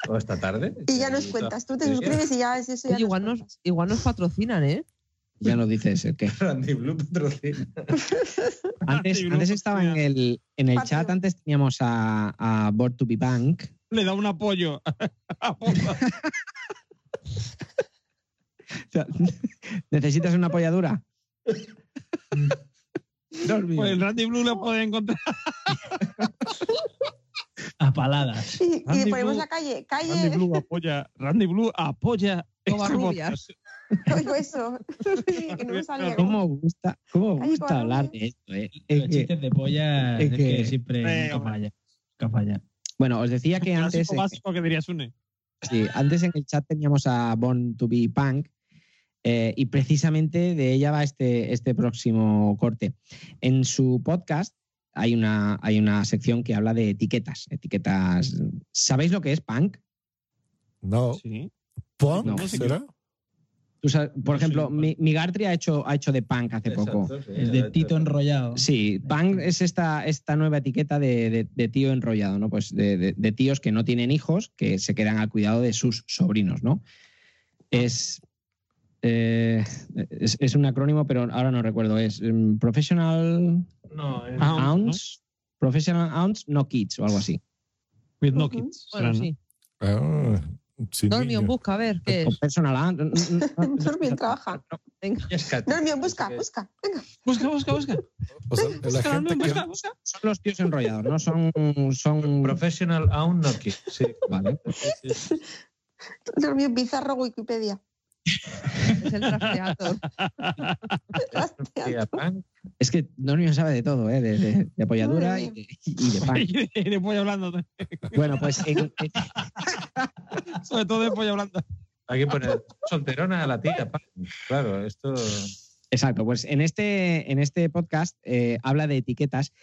[SPEAKER 6] o esta tarde.
[SPEAKER 4] Y ya nos cuentas. Tú te suscribes y ya es eso. Ya
[SPEAKER 8] Oye, igual,
[SPEAKER 4] nos
[SPEAKER 8] nos,
[SPEAKER 4] cuentas.
[SPEAKER 8] igual nos patrocinan, ¿eh?
[SPEAKER 2] Ya nos dices el que.
[SPEAKER 6] Randy Blue patrocina.
[SPEAKER 2] Antes,
[SPEAKER 5] Sí,
[SPEAKER 2] antes
[SPEAKER 5] no,
[SPEAKER 2] estaba en el, en el chat,
[SPEAKER 4] Patio.
[SPEAKER 2] antes teníamos a, a Board to be Bank.
[SPEAKER 5] Le da
[SPEAKER 7] [LAUGHS]
[SPEAKER 5] un apoyo.
[SPEAKER 2] O sea, ¿Necesitas una apoyadura? Dormio.
[SPEAKER 5] Pues el Randy Blue lo
[SPEAKER 7] [LAUGHS]
[SPEAKER 5] puede encontrar.
[SPEAKER 7] A paladas.
[SPEAKER 4] Y, y
[SPEAKER 5] Andy
[SPEAKER 4] ponemos
[SPEAKER 5] Blue.
[SPEAKER 4] la calle.
[SPEAKER 5] Randy
[SPEAKER 4] Calle.
[SPEAKER 5] Blue apoya. Randy Blue apoya.
[SPEAKER 4] [LAUGHS]
[SPEAKER 5] este
[SPEAKER 8] Covarrubias.
[SPEAKER 4] Oigo eso. [LAUGHS] que no me salía.
[SPEAKER 2] ¿Cómo gusta, cómo
[SPEAKER 4] Ay,
[SPEAKER 2] gusta
[SPEAKER 4] Covarrubias.
[SPEAKER 2] hablar de esto? eh?
[SPEAKER 7] Los
[SPEAKER 2] Es que-
[SPEAKER 7] chistes de polla
[SPEAKER 2] es
[SPEAKER 7] es que,
[SPEAKER 2] que-
[SPEAKER 7] siempre
[SPEAKER 5] Eh,
[SPEAKER 7] nunca
[SPEAKER 5] hombre.
[SPEAKER 7] falla. Nunca falla.
[SPEAKER 2] bueno, os decía que
[SPEAKER 5] podcast.
[SPEAKER 2] antes,
[SPEAKER 5] Clásico básico que diría Sune.
[SPEAKER 2] sí, antes en el chat teníamos a Born to be Punk eh, y precisamente de ella va este, este próximo corte. En su podcast hay una, hay una sección que habla de etiquetas. Etiquetas. ¿Sabéis lo que es punk?
[SPEAKER 3] No.
[SPEAKER 5] Sí.
[SPEAKER 3] ¿Punk
[SPEAKER 2] No.
[SPEAKER 3] será?
[SPEAKER 2] Tú sabes- por
[SPEAKER 5] Yo soy
[SPEAKER 2] ejemplo,
[SPEAKER 5] punk.
[SPEAKER 2] mi, mi Gartry ha hecho, ha hecho de punk hace poco.
[SPEAKER 6] Exacto, sí,
[SPEAKER 7] Es de
[SPEAKER 6] exacto.
[SPEAKER 7] Tito enrollado.
[SPEAKER 2] Sí, punk es esta, esta nueva etiqueta de, de- de tío enrollado, ¿no? Pues de, de- de tíos que no tienen hijos, que se quedan al cuidado de sus sobrinos, ¿no? Es, Eh, es, es un acrónimo, pero ahora no recuerdo. Es mm, Professional
[SPEAKER 5] No, es-
[SPEAKER 6] Ah,
[SPEAKER 2] Ounce, Professional Ounce No Kids o algo así.
[SPEAKER 5] With no kids.
[SPEAKER 8] Bueno,
[SPEAKER 5] será, ¿no?
[SPEAKER 8] sí.
[SPEAKER 3] Ah, sin
[SPEAKER 8] Dormión,
[SPEAKER 3] niños.
[SPEAKER 8] busca, a ver, ¿qué
[SPEAKER 2] O
[SPEAKER 5] [LAUGHS]
[SPEAKER 8] es?
[SPEAKER 2] Personal Ounce.
[SPEAKER 4] Dormión, trabaja.
[SPEAKER 8] Venga.
[SPEAKER 4] Dormión, busca, busca. Venga.
[SPEAKER 5] Busca, busca, busca.
[SPEAKER 3] O sea, la
[SPEAKER 5] Busca,
[SPEAKER 3] gente
[SPEAKER 6] [LAUGHS]
[SPEAKER 5] Dormión,
[SPEAKER 3] que-
[SPEAKER 5] busca, busca.
[SPEAKER 2] Son los tíos enrollados, no son. son...
[SPEAKER 6] Professional Aun no kids. Sí.
[SPEAKER 2] Vale.
[SPEAKER 4] Dormión, bizarro Wikipedia.
[SPEAKER 8] Es el trasteador.
[SPEAKER 6] Tía Pan.
[SPEAKER 2] Es que Dormión sabe de todo, ¿eh? de, de- de apoyadura y de, y de
[SPEAKER 5] [LAUGHS]
[SPEAKER 2] pan.
[SPEAKER 5] [LAUGHS] Y de pollo hablando.
[SPEAKER 2] Bueno, pues en- en-
[SPEAKER 5] Sobre todo de pollo hablando.
[SPEAKER 6] Hay que poner solterona a la tía Pan. Claro, esto.
[SPEAKER 2] Exacto, pues en este, en este podcast eh, habla de etiquetas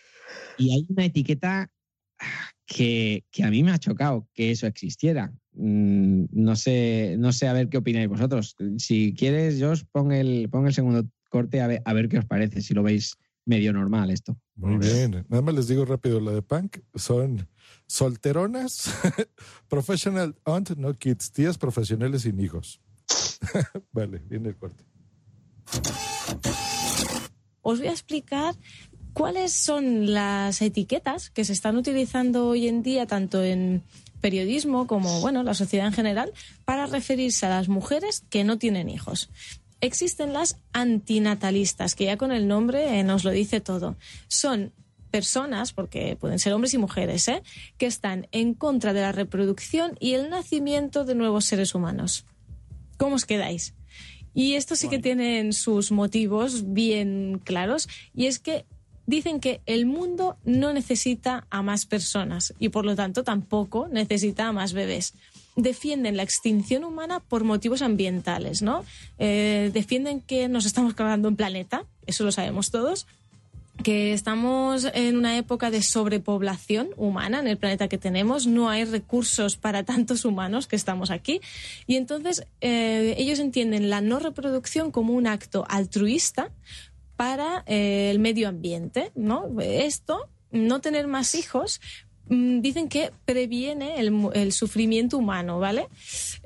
[SPEAKER 2] y hay una etiqueta ah, que, que a mí me ha chocado que eso existiera. Mm, no, sé, no sé a ver qué opináis vosotros. Si quieres, yo os pongo el, pon el segundo corte a ver, a ver qué os parece, si lo veis medio normal esto.
[SPEAKER 3] Muy bien. Nada más les digo rápido, la de punk son solteronas, [LAUGHS] professional aunt, no kids, tías profesionales sin hijos. [LAUGHS] vale, viene el corte.
[SPEAKER 18] os voy a explicar cuáles son las etiquetas que se están utilizando hoy en día tanto en periodismo como bueno, la sociedad en general para referirse a las mujeres que no tienen hijos. Existen las antinatalistas, que ya con el nombre eh, nos lo dice todo. Son personas, porque pueden ser hombres y mujeres, ¿eh? que están en contra de la reproducción y el nacimiento de nuevos seres humanos. ¿Cómo os quedáis? Y esto sí que tienen sus motivos bien claros y es que dicen que el mundo no necesita a más personas y por lo tanto tampoco necesita a más bebés. Defienden la extinción humana por motivos ambientales, ¿no? Eh, defienden que nos estamos cargando un planeta, eso lo sabemos todos, que estamos en una época de sobrepoblación humana en el planeta que tenemos, no hay recursos para tantos humanos que estamos aquí y entonces eh, ellos entienden la no reproducción como un acto altruista para eh, el medio ambiente, ¿no? Esto, no tener más hijos, mm, dicen que previene el, mu- el sufrimiento humano, ¿vale?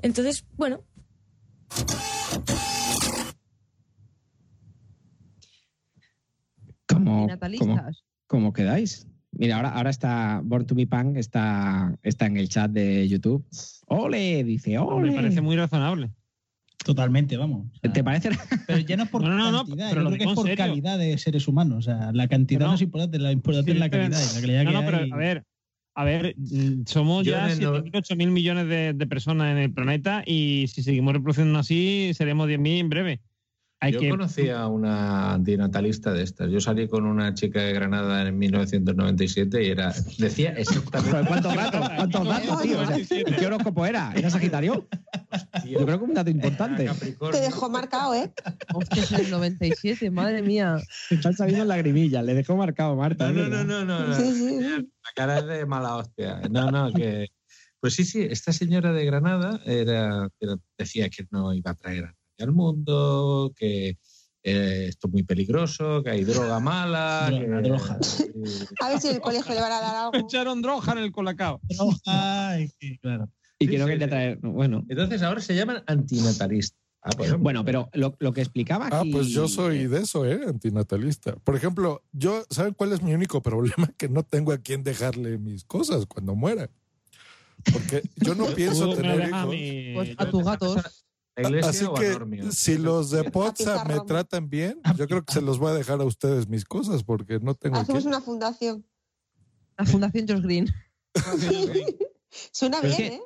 [SPEAKER 18] Entonces, bueno,
[SPEAKER 2] ¿Cómo, cómo,
[SPEAKER 8] Natalistas.
[SPEAKER 2] cómo quedáis? Mira, ahora, ahora está Born to be Punk, está, está en el chat de YouTube. ¡Ole! Dice, ¡ole!
[SPEAKER 5] Me parece muy razonable.
[SPEAKER 7] Totalmente, vamos. O sea,
[SPEAKER 2] ¿Te parece?
[SPEAKER 7] Pero ya no es por
[SPEAKER 5] [LAUGHS] No, no, no,
[SPEAKER 7] cantidad,
[SPEAKER 5] pero
[SPEAKER 7] yo
[SPEAKER 5] lo
[SPEAKER 7] creo que es
[SPEAKER 5] digo en
[SPEAKER 7] por
[SPEAKER 5] serio.
[SPEAKER 7] calidad de seres humanos. O sea, la cantidad
[SPEAKER 5] No,
[SPEAKER 7] no, es importante, lo importante es la
[SPEAKER 5] pero-
[SPEAKER 7] calidad. y la calidad
[SPEAKER 5] no,
[SPEAKER 7] que
[SPEAKER 5] no, pero
[SPEAKER 7] hay-
[SPEAKER 5] a ver, a ver, mm, somos
[SPEAKER 6] Yo
[SPEAKER 5] ya
[SPEAKER 6] en el
[SPEAKER 5] 7.000, 8.000 millones de, de personas en el planeta y si seguimos reproduciendo así, seremos 10.000 en breve. Hay
[SPEAKER 6] Yo
[SPEAKER 5] que...
[SPEAKER 6] conocía a una antinatalista de estas. Yo salí con una chica de Granada en 1997 y era decía
[SPEAKER 2] Joder,
[SPEAKER 6] exactamente. [LAUGHS]
[SPEAKER 2] ¿Cuántos gatos? ¿Cuántos gatos, tío? O sea, ¿y ¿Qué horóscopo era? ¿Era Sagitario? Yo creo que un dato importante.
[SPEAKER 4] Te dejó marcado, ¿eh?
[SPEAKER 8] Hostia, es el 97, madre mía.
[SPEAKER 2] Te Están saliendo lagrimillas. Le dejó marcado Marta.
[SPEAKER 6] No,
[SPEAKER 2] es
[SPEAKER 6] no,
[SPEAKER 2] verdad.
[SPEAKER 6] no, no, no, no.
[SPEAKER 4] Sí, sí, sí.
[SPEAKER 6] La cara es de mala hostia. No, no, que. Pues sí, sí, esta señora de Granada era, era- decía que no iba a traer a nadie al mundo, que eh, esto es muy peligroso, que hay droga mala.
[SPEAKER 7] [LAUGHS] Droga,
[SPEAKER 6] que- [LAUGHS]
[SPEAKER 7] droga.
[SPEAKER 6] Sí.
[SPEAKER 4] A ver si en el colegio le van a dar algo.
[SPEAKER 5] Echaron droga en el colacao.
[SPEAKER 7] Ay, sí, claro.
[SPEAKER 2] Y
[SPEAKER 6] Sí,
[SPEAKER 2] que no
[SPEAKER 6] sí,
[SPEAKER 2] quería
[SPEAKER 6] sí.
[SPEAKER 2] traer. Bueno,
[SPEAKER 6] Entonces ahora se llaman antinatalistas. Ah, bueno,
[SPEAKER 2] bueno pero lo, lo que explicaba
[SPEAKER 3] Ah,
[SPEAKER 2] aquí-
[SPEAKER 3] pues yo soy de eso, ¿eh? Antinatalista. Por ejemplo, yo, ¿saben cuál es mi único problema? [LAUGHS] Que no tengo a quién dejarle mis cosas cuando muera. Porque yo [LAUGHS] no pienso
[SPEAKER 5] Tú me
[SPEAKER 3] tener
[SPEAKER 5] dejas a
[SPEAKER 3] hijos.
[SPEAKER 5] mí-
[SPEAKER 8] Pues a tus gatos.
[SPEAKER 6] ¿La iglesia
[SPEAKER 3] Así
[SPEAKER 6] o a
[SPEAKER 3] que
[SPEAKER 6] Normio?
[SPEAKER 3] si los de Pozza me
[SPEAKER 4] Pizarro.
[SPEAKER 3] tratan bien, yo creo que se los voy a dejar a ustedes mis cosas porque no tengo a
[SPEAKER 4] Hacemos
[SPEAKER 3] quién.
[SPEAKER 4] una fundación.
[SPEAKER 8] La Fundación Josh Green.
[SPEAKER 4] [LAUGHS] Suena
[SPEAKER 6] Pero es
[SPEAKER 4] bien, ¿eh?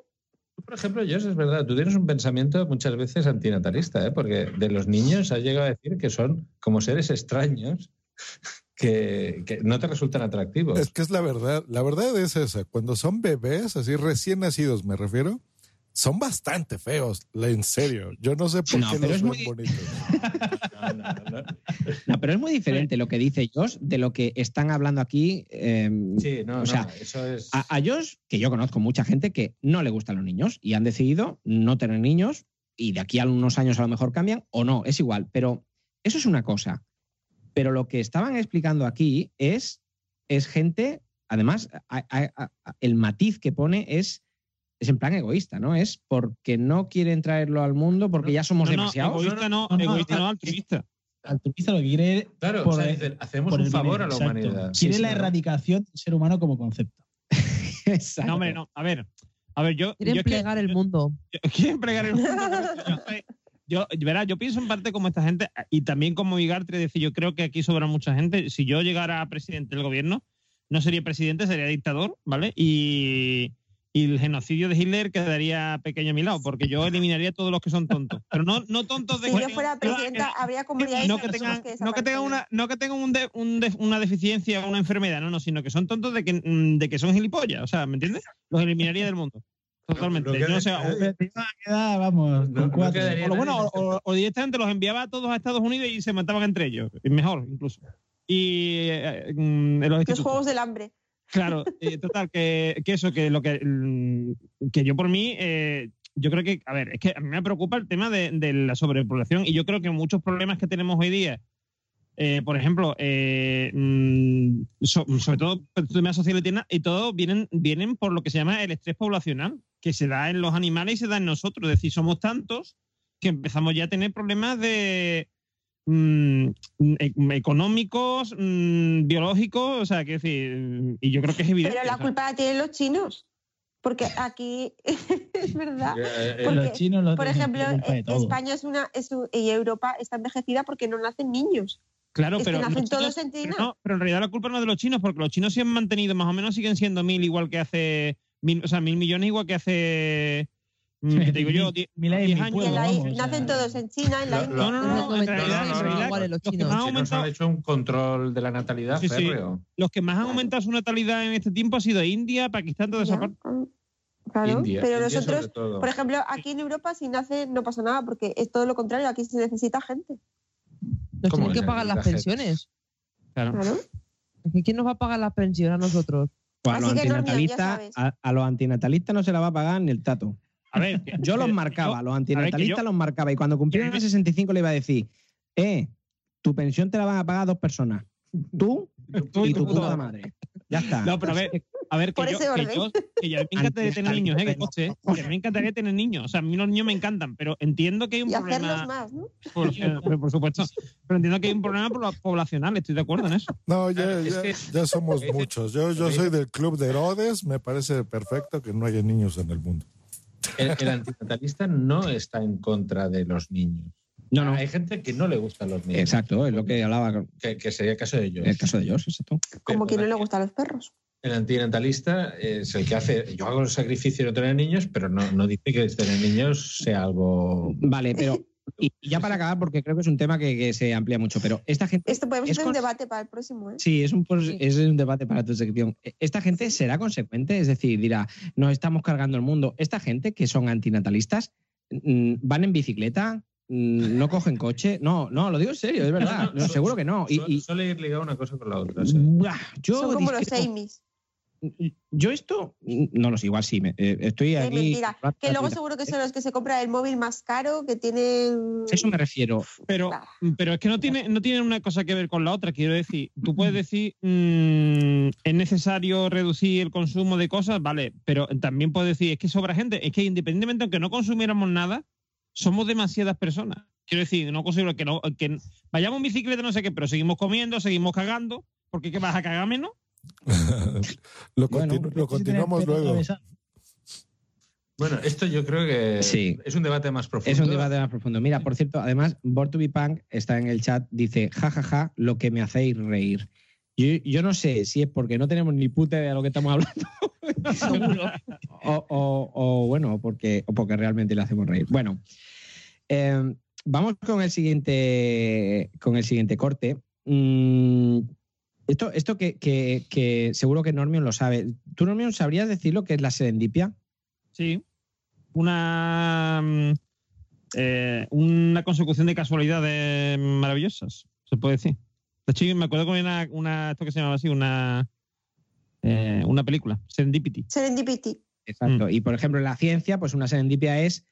[SPEAKER 6] Tú, por ejemplo, Jos, es verdad, tú tienes un pensamiento muchas veces antinatalista, ¿eh? porque de los niños has llegado a decir que son como seres extraños que, que no te resultan atractivos.
[SPEAKER 3] Es que es la verdad. La verdad es esa. Cuando son bebés, así recién nacidos, me refiero, son bastante feos. la- En serio. Yo no sé por
[SPEAKER 2] No,
[SPEAKER 3] qué
[SPEAKER 2] pero
[SPEAKER 3] los
[SPEAKER 2] es
[SPEAKER 3] ven
[SPEAKER 2] muy-
[SPEAKER 3] bonitos.
[SPEAKER 6] No, no, no.
[SPEAKER 2] No, pero es muy diferente lo que dice Josh de lo que están hablando aquí. eh,
[SPEAKER 6] Sí, no,
[SPEAKER 2] O
[SPEAKER 6] no,
[SPEAKER 2] sea,
[SPEAKER 6] eso es.
[SPEAKER 2] a, a Josh, que yo conozco mucha gente que no le gustan los niños y han decidido no tener niños y de aquí a unos años a lo mejor cambian o no, es igual. Pero eso es una cosa. Pero lo que estaban explicando aquí es, es gente, además, a- a- a- a- el matiz que pone es es en plan egoísta, ¿no? Es porque no quieren traerlo al mundo, porque ya somos
[SPEAKER 5] No, no,
[SPEAKER 2] demasiados.
[SPEAKER 5] egoísta no, egoísta no, altruista.
[SPEAKER 7] Altruista lo que quiere es
[SPEAKER 6] Claro,
[SPEAKER 7] por
[SPEAKER 6] o sea,
[SPEAKER 7] el-
[SPEAKER 6] dicen, hacemos
[SPEAKER 7] por
[SPEAKER 6] un
[SPEAKER 7] el
[SPEAKER 6] favor
[SPEAKER 7] dinero,
[SPEAKER 6] a la
[SPEAKER 7] exacto.
[SPEAKER 6] humanidad.
[SPEAKER 7] Quiere
[SPEAKER 6] Sí,
[SPEAKER 7] la
[SPEAKER 6] sí,
[SPEAKER 7] erradicación del ser humano como
[SPEAKER 6] [LAUGHS]
[SPEAKER 7] concepto.
[SPEAKER 5] No, hombre, no. A ver, a ver, yo.
[SPEAKER 8] Quieren
[SPEAKER 5] yo es que-
[SPEAKER 8] plegar el mundo.
[SPEAKER 5] [LAUGHS] quieren plegar el mundo. Yo, verá, yo pienso en parte como esta gente, y también como Igartre, decir, yo creo que aquí sobra mucha gente. Si yo llegara a presidente del gobierno, no sería presidente, sería dictador, ¿vale? Y, y el genocidio de Hitler quedaría pequeño a mi lado, porque yo eliminaría a todos los que son tontos. Pero no, no tontos de
[SPEAKER 4] Si
[SPEAKER 5] que
[SPEAKER 4] yo fuera
[SPEAKER 5] tengan-
[SPEAKER 4] presidenta, habría comunidades
[SPEAKER 5] no
[SPEAKER 4] de
[SPEAKER 5] que
[SPEAKER 4] personas
[SPEAKER 5] tengan, no que
[SPEAKER 4] desaparecen.
[SPEAKER 5] tengan una, no que tengan un de- un de- una deficiencia o una enfermedad, no, no, sino que son tontos de que, mm, de que son gilipollas, o sea, ¿me entiendes? Los eliminaría del mundo. Totalmente.
[SPEAKER 6] No, no
[SPEAKER 5] Yo, o
[SPEAKER 6] queda-
[SPEAKER 5] sea, o-
[SPEAKER 7] Queda, vamos, con cuatro.
[SPEAKER 5] o lo bueno, o, o- o directamente los enviaba a todos a Estados Unidos y se mataban entre ellos. Y Mejor, incluso. Y eh, mm, en los
[SPEAKER 4] Los
[SPEAKER 5] institutos.
[SPEAKER 4] juegos del hambre.
[SPEAKER 5] Claro, eh, total, que, que eso, que lo que, mm, que yo por mí, eh, yo creo que, a ver, es que a mí me preocupa el tema de, de la sobrepoblación y yo creo que muchos problemas que tenemos hoy día, eh, por ejemplo, eh, mm, so- sobre todo pues, problemas sociales tiene- y todo vienen, vienen por lo que se llama el estrés poblacional, que se da en los animales y se da en nosotros. Es decir, somos tantos que empezamos ya a tener problemas de mm, e- económicos, mm, biológicos, o sea, que decir, y yo creo que es evidente.
[SPEAKER 4] Pero
[SPEAKER 5] o
[SPEAKER 4] la
[SPEAKER 5] sea.
[SPEAKER 4] culpa la tienen los chinos. Porque aquí [LAUGHS] es verdad.
[SPEAKER 5] Eh, eh,
[SPEAKER 4] Porque,
[SPEAKER 7] los chinos los
[SPEAKER 4] por
[SPEAKER 7] tienen
[SPEAKER 4] ejemplo,
[SPEAKER 7] la culpa de
[SPEAKER 4] eh,
[SPEAKER 7] todo.
[SPEAKER 4] España es una, es un- y Europa está envejecida porque no nacen niños.
[SPEAKER 5] Claro,
[SPEAKER 4] es
[SPEAKER 5] pero,
[SPEAKER 4] que
[SPEAKER 5] los
[SPEAKER 4] nacen todos
[SPEAKER 5] chinos-
[SPEAKER 4] en
[SPEAKER 5] pero
[SPEAKER 4] China.
[SPEAKER 5] no, pero en realidad la culpa no es de los chinos, porque los chinos se han mantenido más o menos, siguen siendo mil igual que hace mil, o sea, mil millones igual que hace mm, que te digo yo, die-
[SPEAKER 7] Mil ahí en
[SPEAKER 5] diez
[SPEAKER 7] mi
[SPEAKER 5] años.
[SPEAKER 4] Y en la
[SPEAKER 7] vamos,
[SPEAKER 4] i-
[SPEAKER 7] o sea,
[SPEAKER 4] nacen todos en China, en la
[SPEAKER 6] Lo-
[SPEAKER 4] India.
[SPEAKER 5] No, no, no, no, en
[SPEAKER 8] No, no,
[SPEAKER 5] realidad, en
[SPEAKER 8] no,
[SPEAKER 5] realidad,
[SPEAKER 8] no, iguales los
[SPEAKER 5] los que
[SPEAKER 8] chinos.
[SPEAKER 5] más han
[SPEAKER 6] sí, nos
[SPEAKER 5] aumentado-
[SPEAKER 6] han hecho un control de la natalidad
[SPEAKER 5] Sí, sí.
[SPEAKER 6] férreo.
[SPEAKER 5] los que más han aumentado su natalidad en este tiempo ha sido India, Pakistán, toda esa
[SPEAKER 4] Ya.
[SPEAKER 5] parte.
[SPEAKER 4] Claro,
[SPEAKER 6] India,
[SPEAKER 4] pero
[SPEAKER 6] India sobre
[SPEAKER 4] nosotros,
[SPEAKER 6] todo.
[SPEAKER 4] por ejemplo, aquí en Europa si nace no pasa nada porque es todo lo contrario, aquí se necesita gente.
[SPEAKER 8] Nos
[SPEAKER 6] ¿Cómo
[SPEAKER 8] tienen que
[SPEAKER 6] es?
[SPEAKER 8] pagar las
[SPEAKER 6] Gente.
[SPEAKER 8] pensiones.
[SPEAKER 5] Claro.
[SPEAKER 4] Claro.
[SPEAKER 8] Es que ¿Quién nos va a pagar las pensiones a nosotros?
[SPEAKER 2] Pues a, los
[SPEAKER 4] Así que, Normio, ya
[SPEAKER 2] antinatalistas,
[SPEAKER 4] sabes.
[SPEAKER 2] a, a los antinatalistas no se la va a pagar ni el tato.
[SPEAKER 5] A ver, que-
[SPEAKER 2] Eh, Yo los
[SPEAKER 5] que-
[SPEAKER 2] marcaba,
[SPEAKER 5] yo-
[SPEAKER 2] los
[SPEAKER 5] a ver, que
[SPEAKER 2] antinatalistas
[SPEAKER 5] yo-
[SPEAKER 2] los marcaba. Y cuando cumplieran el 65 le iba a decir, eh, tu pensión te la van a pagar dos personas. [LAUGHS] Tú
[SPEAKER 5] tú
[SPEAKER 2] y tu puta
[SPEAKER 5] madre.
[SPEAKER 2] madre. Ya está.
[SPEAKER 5] No, pero a ver, a ver que,
[SPEAKER 4] Por
[SPEAKER 5] yo,
[SPEAKER 4] ese
[SPEAKER 5] que,
[SPEAKER 4] orden.
[SPEAKER 5] yo- que ya me encantaría tener niños, ¿eh? Que coste, ¿eh? Que me encantaría tener niños. O sea, a mí los niños me encantan, pero entiendo que hay un
[SPEAKER 4] Y hacerlos
[SPEAKER 5] problema.
[SPEAKER 4] más, ¿no? [LAUGHS]
[SPEAKER 5] Por, pero [LAUGHS] por supuesto. Pero entiendo que hay un problema pobla- poblacional, estoy de acuerdo en eso.
[SPEAKER 3] No, ya,
[SPEAKER 6] Claro, es
[SPEAKER 3] ya,
[SPEAKER 6] que-
[SPEAKER 3] ya
[SPEAKER 2] [LAUGHS]
[SPEAKER 3] somos
[SPEAKER 6] es que-
[SPEAKER 3] muchos. Yo, yo
[SPEAKER 6] Ok.
[SPEAKER 3] soy del club de Herodes. Me parece perfecto que no haya niños en el mundo. [LAUGHS]
[SPEAKER 6] El, el antinatalista no está en contra de los niños.
[SPEAKER 2] No, no.
[SPEAKER 6] Hay gente que no le gustan los niños,
[SPEAKER 2] Exacto, es lo que hablaba
[SPEAKER 6] que, que sería el caso de ellos.
[SPEAKER 2] en el caso de ellos, exacto.
[SPEAKER 4] Como
[SPEAKER 6] Pero
[SPEAKER 4] que no
[SPEAKER 6] el-
[SPEAKER 4] le gustan los perros.
[SPEAKER 6] El antinatalista es el que hace, yo hago el sacrificio de no tener niños, pero no, no dice que tener niños sea algo...
[SPEAKER 2] Vale, pero y ya para acabar, porque creo que es un tema que, que se amplía mucho, pero esta gente,
[SPEAKER 4] Esto podemos
[SPEAKER 2] Es
[SPEAKER 4] hacer Este un
[SPEAKER 2] con-
[SPEAKER 4] debate para el próximo, ¿eh?
[SPEAKER 2] sí, es un, pos- es un debate para tu sección. E- ¿Esta gente será consecuente? Es decir, dirá, nos estamos cargando el mundo. ¿Esta gente que son antinatalistas mm, van en bicicleta? Mm, ¿No cogen coche? No, no, lo digo en serio, es verdad.
[SPEAKER 6] No, no,
[SPEAKER 2] No, seguro que no. Y,
[SPEAKER 6] Su-
[SPEAKER 2] y-
[SPEAKER 6] suele ir ligado una cosa con la otra. sí.
[SPEAKER 2] Buah, yo
[SPEAKER 4] Son como los
[SPEAKER 2] discrepo.
[SPEAKER 4] Amis.
[SPEAKER 2] Yo esto, no lo sé, igual sí, me- eh, estoy
[SPEAKER 4] Es
[SPEAKER 2] aquí...
[SPEAKER 4] mentira. Que luego seguro que son los que se compran el móvil más caro, que tienen...
[SPEAKER 2] Eso me refiero.
[SPEAKER 5] Pero,
[SPEAKER 4] Claro.
[SPEAKER 5] pero es que no tiene, no tiene una cosa que ver con la otra. Quiero decir, tú puedes decir, mm, es necesario reducir el consumo de cosas, vale, pero también puedes decir, es que sobra gente. Es que independientemente, aunque no consumiéramos nada, somos demasiadas personas. Quiero decir, no consigo que no, que n- vayamos en bicicleta, no sé qué, pero seguimos comiendo, seguimos cagando, porque ¿qué vas a cagar menos?
[SPEAKER 3] lo,
[SPEAKER 2] Bueno,
[SPEAKER 4] pues
[SPEAKER 3] continu- lo
[SPEAKER 7] Sí tienen
[SPEAKER 3] continuamos
[SPEAKER 7] pelo
[SPEAKER 3] luego.
[SPEAKER 7] atravesado.
[SPEAKER 6] Bueno, esto yo creo que
[SPEAKER 2] Sí.
[SPEAKER 6] es un debate más profundo.
[SPEAKER 2] Es un debate más profundo. Mira, por cierto, además, Born to be Punk está en el chat, dice, jajaja, lo que me hacéis reír. Yo, yo no sé si es porque no tenemos ni puta idea de lo que estamos hablando. [LAUGHS] O, o- o, bueno, porque, o porque realmente le hacemos reír. Bueno, eh, vamos con el siguiente, con el siguiente corte. Mm, esto esto que, que- que seguro que Normion lo sabe. ¿Tú, Normion, sabrías decir lo que es la serendipia?
[SPEAKER 5] Sí. Una, mm, eh, una consecución de casualidades maravillosas, se puede decir. De hecho, yo me acuerdo que había una, una- esto que se llamaba así, una, eh, una película, Serendipity.
[SPEAKER 4] Serendipity.
[SPEAKER 2] Exacto.
[SPEAKER 5] Mm.
[SPEAKER 2] Y por ejemplo, en la ciencia, pues una serendipia es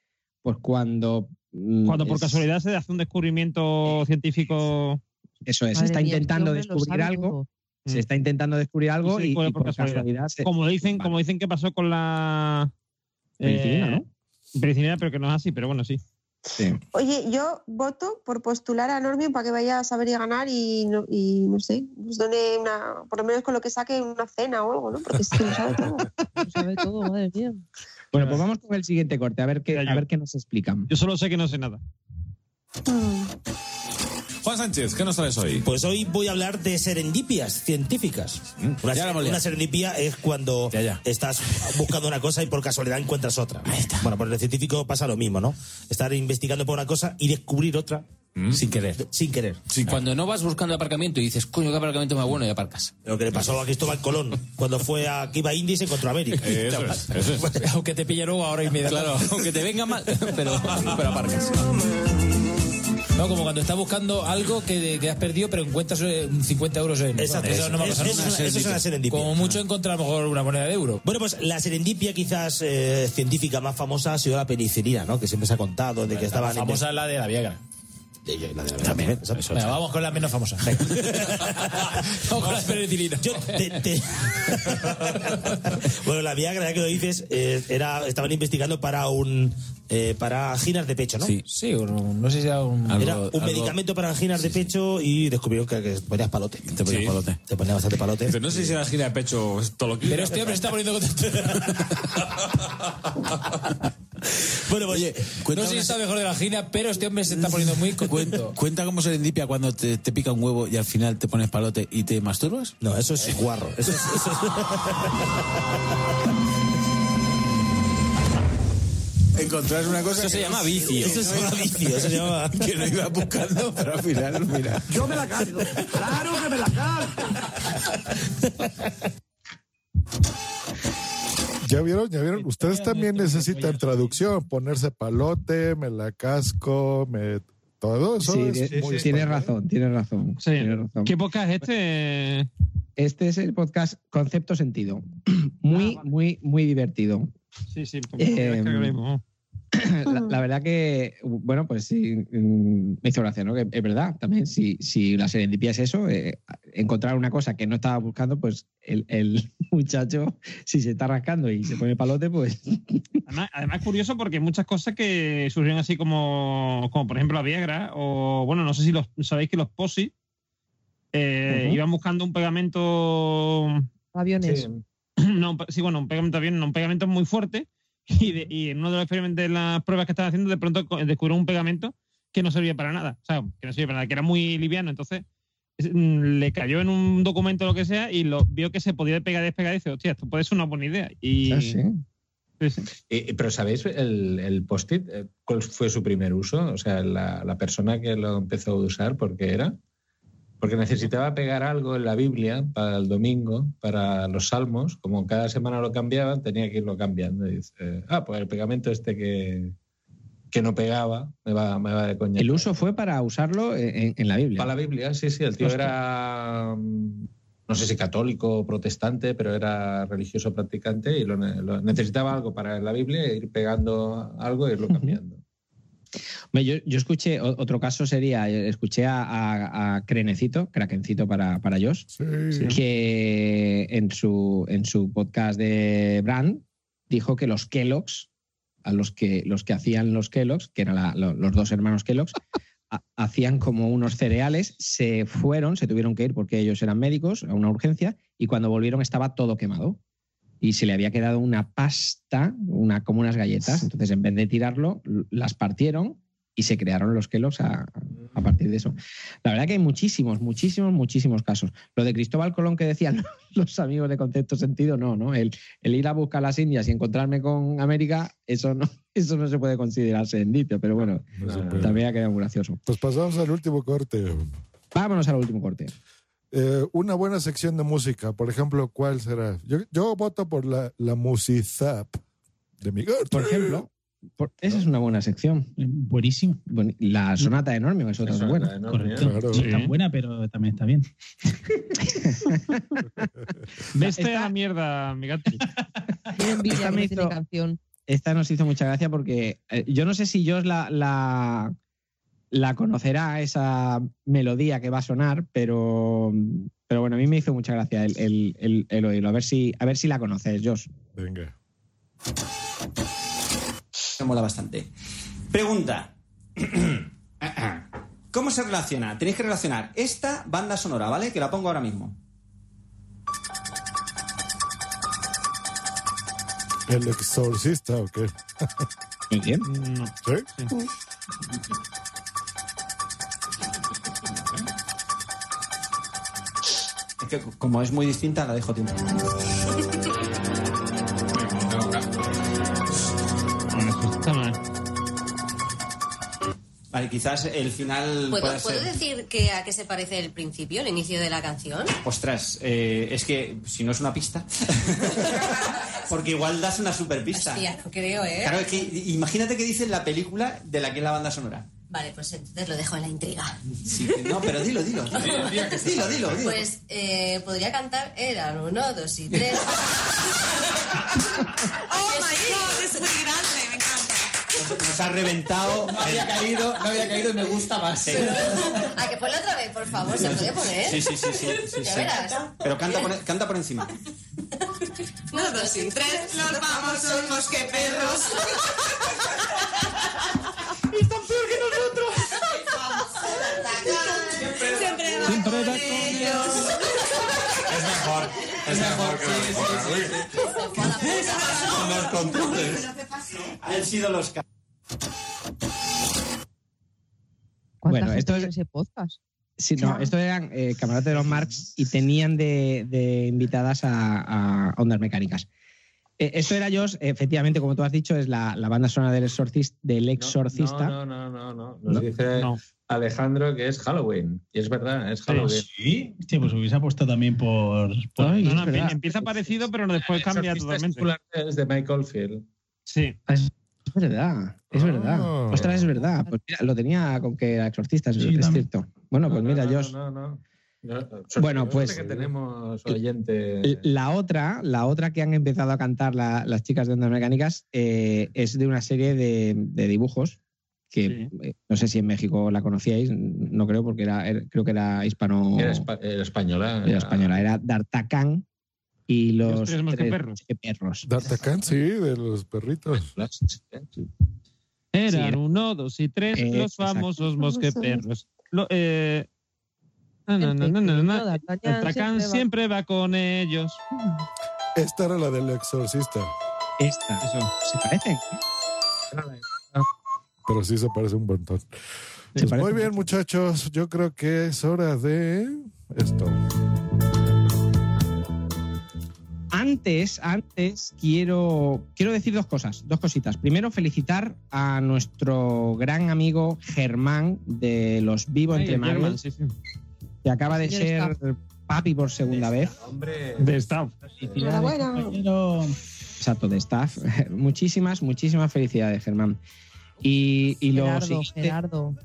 [SPEAKER 2] pues cuando. mm,
[SPEAKER 5] Cuando por
[SPEAKER 2] es-
[SPEAKER 5] casualidad se hace un descubrimiento científico. Mm.
[SPEAKER 2] Eso es, se
[SPEAKER 8] Madre
[SPEAKER 2] está
[SPEAKER 8] mía, este
[SPEAKER 2] intentando
[SPEAKER 8] hombre lo
[SPEAKER 2] descubrir
[SPEAKER 8] sabe
[SPEAKER 2] algo.
[SPEAKER 8] todo.
[SPEAKER 2] Se está intentando descubrir algo
[SPEAKER 5] Sí,
[SPEAKER 2] y,
[SPEAKER 5] por-
[SPEAKER 2] y
[SPEAKER 5] por
[SPEAKER 2] por
[SPEAKER 5] casualidad.
[SPEAKER 2] casualidad. se-
[SPEAKER 5] Como dicen,
[SPEAKER 2] Vale.
[SPEAKER 5] como dicen que pasó con la eh,
[SPEAKER 2] Penicilina, ¿no?
[SPEAKER 5] Penicilina, pero que no es así, pero bueno, sí.
[SPEAKER 2] Sí.
[SPEAKER 4] Oye, yo voto por postular a Normio para que vaya a saber y ganar y no, y no sé, nos done una, por lo menos con lo que saque una cena o algo, ¿no? Porque es que lo sabe todo.
[SPEAKER 8] [LAUGHS] Lo sabe todo, madre mía.
[SPEAKER 2] Bueno, pues vamos con el siguiente corte, a ver qué, a ver qué nos explican.
[SPEAKER 5] Yo solo sé que no sé nada.
[SPEAKER 9] Juan Sánchez, ¿qué nos traes hoy?
[SPEAKER 22] Pues hoy voy a
[SPEAKER 9] [LAUGHS]
[SPEAKER 22] hablar de serendipias científicas. Una,
[SPEAKER 9] ya la molía.
[SPEAKER 22] una serendipia es cuando estás buscando una cosa y por casualidad encuentras otra. Bueno, por el científico pasa lo mismo, ¿no? Estar investigando por una cosa y descubrir otra
[SPEAKER 1] Mm.
[SPEAKER 22] sin querer. Sin querer.
[SPEAKER 9] Cuando no vas buscando aparcamiento y dices, coño, qué aparcamiento más bueno y aparcas.
[SPEAKER 22] Lo que le pasó a Cristóbal Colón cuando fue a Kiva Indies se contra América.
[SPEAKER 9] Eso es, eso es. Aunque te pille luego ahora y media. Claro, aunque te venga mal, [LAUGHS] pero, pero aparcas. No, como cuando estás buscando algo que, que has perdido, pero encuentras eh, 50 euros en.
[SPEAKER 22] Exacto,
[SPEAKER 9] Eso no me ha
[SPEAKER 22] es-
[SPEAKER 9] pasado
[SPEAKER 22] es
[SPEAKER 9] nunca.
[SPEAKER 22] una- eso es una serendipia.
[SPEAKER 9] Como mucho encontrar a lo mejor una moneda de euro.
[SPEAKER 22] Bueno, pues la serendipia quizás eh, científica más famosa ha sido la penicilina, ¿no? Que siempre se ha contado de que
[SPEAKER 9] La
[SPEAKER 22] estaban...
[SPEAKER 9] famosa es la de la Viagra.
[SPEAKER 22] También,
[SPEAKER 9] Venga, vamos con la menos famosa. vamos con la penicilina.
[SPEAKER 22] [LAUGHS] Bueno, la Viagra, ya que lo dices, eh, era, estaban investigando para un... eh, para anginas de pecho, ¿no?
[SPEAKER 9] Sí, sí, o no, no sé si era un.
[SPEAKER 22] Era un
[SPEAKER 9] algo- algo-
[SPEAKER 22] medicamento para anginas de pecho y descubrieron que, que ponías palote. Te ponías palote. Te ponías bastante palote.
[SPEAKER 23] Dice, no sé si la gira de pecho es todo lo que.
[SPEAKER 9] Pero este hombre se está poniendo contento.
[SPEAKER 22] [LAUGHS] bueno, pues, oye,
[SPEAKER 9] no sé si está mejor de la gina, pero este hombre se está poniendo muy contento.
[SPEAKER 23] ¿Cuenta como serendipia cuando te, te pica un huevo y al final te pones palote y te masturbas?
[SPEAKER 22] No, eso es guarro. Eso es, eso
[SPEAKER 23] [LAUGHS] es... Encontrar una cosa.
[SPEAKER 9] Eso se
[SPEAKER 23] que
[SPEAKER 9] llama
[SPEAKER 23] no-
[SPEAKER 9] vicio.
[SPEAKER 23] Eso se llama
[SPEAKER 22] vicio. Eso se
[SPEAKER 9] [LAUGHS]
[SPEAKER 22] llama.
[SPEAKER 23] Que no iba buscando, [LAUGHS] pero al final, mira.
[SPEAKER 24] Yo me la cargo. Claro que me la cargo.
[SPEAKER 3] ¿Ya vieron? ¿Ya
[SPEAKER 2] eh,
[SPEAKER 3] vieron? Ustedes también necesitan traducción, ponerse palote, me la casco, me... Todo eso
[SPEAKER 2] Sí,
[SPEAKER 3] es
[SPEAKER 2] tie-
[SPEAKER 3] muy
[SPEAKER 2] tienes
[SPEAKER 3] español.
[SPEAKER 2] razón, tienes razón, tienes razón.
[SPEAKER 5] ¿Qué podcast es este?
[SPEAKER 2] Este es el podcast Concepto Sentido. [CLEARS THROAT] Muy,
[SPEAKER 5] Ah,
[SPEAKER 2] muy, muy divertido.
[SPEAKER 5] Sí, sí. pues,
[SPEAKER 2] Eh, [COUGHS] la, la verdad que, bueno, pues sí, mm, me hizo gracia, ¿no? Que es verdad, también, si, si la serendipia es eso, eh, encontrar una cosa que no estaba buscando, pues el, el [LAUGHS] muchacho, si se está rascando y se pone palote, pues...
[SPEAKER 5] Además, además, curioso porque muchas cosas que surgieron así como, como por ejemplo la Viagra, o bueno, no sé si los, sabéis que los posi eh,
[SPEAKER 8] Ujú.
[SPEAKER 5] iban buscando un pegamento
[SPEAKER 8] Aviones.
[SPEAKER 5] [CLEARS THROAT] no, un pe- sí, bueno, un pegamento bien, un pegamento muy fuerte. Y, de- y en uno de los experimentos de las pruebas que estaban haciendo, de pronto co- descubrieron un pegamento que no servía para nada. O sea, que no servía para nada, que era muy liviano. Entonces es- mm, le cayó en un documento o lo que sea y lo vio que se podía pegar y despegar. Y dice, hostia, esto puede ser una buena idea. Y
[SPEAKER 8] Ah,
[SPEAKER 6] Eh, eh, pero ¿sabéis el, el post-it? eh, ¿Cuál fue su primer uso? O sea, la, la persona que lo empezó a usar, ¿por qué era? Porque necesitaba pegar algo en la Biblia para el domingo, para los salmos. Como cada semana lo cambiaban, tenía que irlo cambiando. Y dice, eh, ah, pues el pegamento este que, que no pegaba me va, me va de coña.
[SPEAKER 2] El uso fue para usarlo en, en la Biblia.
[SPEAKER 6] Para la Biblia, sí, sí. El tío
[SPEAKER 2] Hostia.
[SPEAKER 6] era, mm, no sé si católico o protestante, pero era religioso practicante y lo, ne- lo- necesitaba algo para la Biblia, e ir pegando algo y irlo cambiando.
[SPEAKER 2] Hombre, Yo, yo escuché, o- otro caso sería, eh, escuché a, a, a Crenecito, Krakencito para, para Josh, que en su, en su podcast de Brand dijo que los Kellogg's, a los que, los que hacían los Kellogg's, que eran la- lo- los dos hermanos Kellogg's, ha- hacían como unos cereales, se fueron, se tuvieron que ir porque ellos eran médicos a una urgencia y cuando volvieron estaba todo quemado. Y se le había quedado una pasta, una, como unas galletas. Entonces, en vez de tirarlo, l- las partieron y se crearon los Kellogg's a, a partir de eso. La verdad que hay muchísimos, muchísimos, muchísimos casos. Lo de Cristóbal Colón que [LAUGHS] decían los amigos de Concepto Sentido, no, no. El, el ir a buscar las Indias y encontrarme con América, eso no, [LAUGHS] eso no se puede considerar serendipia, pero bueno, también ha quedado muy gracioso.
[SPEAKER 3] Pues pasamos al último corte.
[SPEAKER 2] Vámonos al último corte.
[SPEAKER 3] Eh, una buena sección de música, por ejemplo, ¿cuál será? Yo, yo voto por la, la musizap de mi
[SPEAKER 2] Por ejemplo, por- esa es una buena sección.
[SPEAKER 5] Eh,
[SPEAKER 7] Buenísima.
[SPEAKER 2] La sonata enorme es otra muy buena.
[SPEAKER 7] Correcto.
[SPEAKER 6] ¿eh?
[SPEAKER 7] No es tan buena, pero también está bien.
[SPEAKER 5] Veste a la mierda, mi gato.
[SPEAKER 8] Qué envidia
[SPEAKER 2] Esta
[SPEAKER 8] que
[SPEAKER 2] me
[SPEAKER 8] no tiene
[SPEAKER 2] hizo-
[SPEAKER 8] canción.
[SPEAKER 2] Esta nos hizo mucha gracia porque eh, yo no sé si Josh la, la, la conocerá, esa melodía que va a sonar, pero, pero bueno, a mí me hizo mucha gracia el, el, el- el oírlo. A ver si, a ver si la conoces, Josh.
[SPEAKER 3] Venga.
[SPEAKER 17] mola bastante. Pregunta. [CLEARS THROAT] ¿Cómo se relaciona? Tenéis que relacionar esta banda sonora, ¿vale? Que la pongo ahora mismo.
[SPEAKER 3] ¿El exorcista o qué?
[SPEAKER 2] ¿Muy bien?
[SPEAKER 3] ¿Sí?
[SPEAKER 17] Es que como es muy distinta, la dejo tiempo. Vale, quizás el final
[SPEAKER 1] ¿Puedo,
[SPEAKER 17] pueda
[SPEAKER 1] puedo
[SPEAKER 17] ser-
[SPEAKER 1] decir que a qué se parece el principio, el inicio de la canción?
[SPEAKER 17] Ostras, eh, es que si no es una pista. [LAUGHS] Porque igual das una superpista.
[SPEAKER 1] Hostia, no creo, ¿eh?
[SPEAKER 17] Claro, es que imagínate que dices la película de la que es la banda sonora.
[SPEAKER 1] Vale, pues entonces lo dejo en la intriga.
[SPEAKER 17] Sí, no, pero dilo, dilo. Dilo, dilo, dilo.
[SPEAKER 1] Pues eh, podría cantar Eran uno, dos y
[SPEAKER 24] [LAUGHS]
[SPEAKER 1] tres.
[SPEAKER 16] Oh my god, es muy grande, me encanta.
[SPEAKER 17] Nos ha reventado. No había caído, no había caído y me gusta más. Sí,
[SPEAKER 1] [LAUGHS] Hay que ponlo otra vez, por favor, ¿se puede poner?
[SPEAKER 17] sí, sí. sí, sí, sí.
[SPEAKER 1] Ya verás.
[SPEAKER 17] Pero canta por, e, canta por encima.
[SPEAKER 16] Uno, dos y tres, nos vamos, somos mosqueperros. Y están peor que nosotros. Vamos a atacar. Siempre, siempre va
[SPEAKER 5] Siempre
[SPEAKER 16] con ellos.
[SPEAKER 13] Es mejor. Es mejor que
[SPEAKER 17] Los controles. Han sido los ca-
[SPEAKER 8] ¿Cuánta
[SPEAKER 2] Bueno,
[SPEAKER 8] gente
[SPEAKER 2] esto
[SPEAKER 8] tiene ese podcast?
[SPEAKER 2] Sí, no,
[SPEAKER 8] Claro.
[SPEAKER 2] estos eran eh, camarotes de los Marx y tenían de, de invitadas a, a Ondas Mecánicas. Eh, esto era ellos, efectivamente, como tú has dicho, es la, la banda sonora del, exorcis- del exorcista.
[SPEAKER 6] No, no, no, no. no. Nos dice Alejandro que es Halloween. Y es verdad, es Halloween.
[SPEAKER 7] Sí, Hostia, pues hubiese apostado también por. por
[SPEAKER 5] No, no,
[SPEAKER 7] es verdad.
[SPEAKER 5] empieza parecido, pero después cambia
[SPEAKER 6] Exorcista
[SPEAKER 5] totalmente.
[SPEAKER 6] escolar Es de Michael Field.
[SPEAKER 5] Sí.
[SPEAKER 2] Es verdad, es verdad. Ostras, es verdad. Pues mira, lo tenía con que era exorcista, es, es cierto. Bueno, pues mira, yo.
[SPEAKER 6] No, no, no.
[SPEAKER 2] Bueno, pues-
[SPEAKER 6] eh, Que eh, tenemos
[SPEAKER 5] Eh,
[SPEAKER 6] oyente.
[SPEAKER 2] La otra, la otra que han empezado a cantar la- las chicas de Ondas Mecánicas eh, es de una serie de, de dibujos que eh, no sé si en México la conocíais, no creo, porque era, era- creo que era hispano.
[SPEAKER 6] Era, espa- oh. era española.
[SPEAKER 2] era española, era D'Artagnan y los,
[SPEAKER 6] Los tres mosqueperros.
[SPEAKER 2] mosqueperros.
[SPEAKER 3] D'Artagnan, sí, de los perritos.
[SPEAKER 5] Eran
[SPEAKER 2] Sí.
[SPEAKER 5] uno, dos y tres,
[SPEAKER 2] Eh,
[SPEAKER 5] los
[SPEAKER 2] exacto.
[SPEAKER 5] famosos mosqueperros. Lo, eh, na, na, na, na, na, na. D'Artagnan siempre va con ellos.
[SPEAKER 3] Esta era la del exorcista.
[SPEAKER 2] Esta.
[SPEAKER 5] Eso.
[SPEAKER 2] Se parecen.
[SPEAKER 3] Pero sí se parece un montón. Pues
[SPEAKER 2] parece
[SPEAKER 3] muy bien, muchachos. Yo creo que es hora de esto.
[SPEAKER 2] Antes, antes quiero, quiero decir dos cosas, dos cositas. Primero, felicitar a nuestro gran amigo Germán de los Vivo
[SPEAKER 5] Ay,
[SPEAKER 2] entre
[SPEAKER 5] el Germán,
[SPEAKER 2] Manos,
[SPEAKER 5] sí, sí.
[SPEAKER 2] que acaba de
[SPEAKER 5] Señor
[SPEAKER 2] ser papi por segunda vez.
[SPEAKER 6] Hombre.
[SPEAKER 5] De staff.
[SPEAKER 7] Enhorabuena.
[SPEAKER 2] Exacto, de staff. [LAUGHS] Muchísimas, muchísimas felicidades, Germán. Y, y lo
[SPEAKER 8] Gerardo,
[SPEAKER 2] siguiente-
[SPEAKER 8] Gerardo.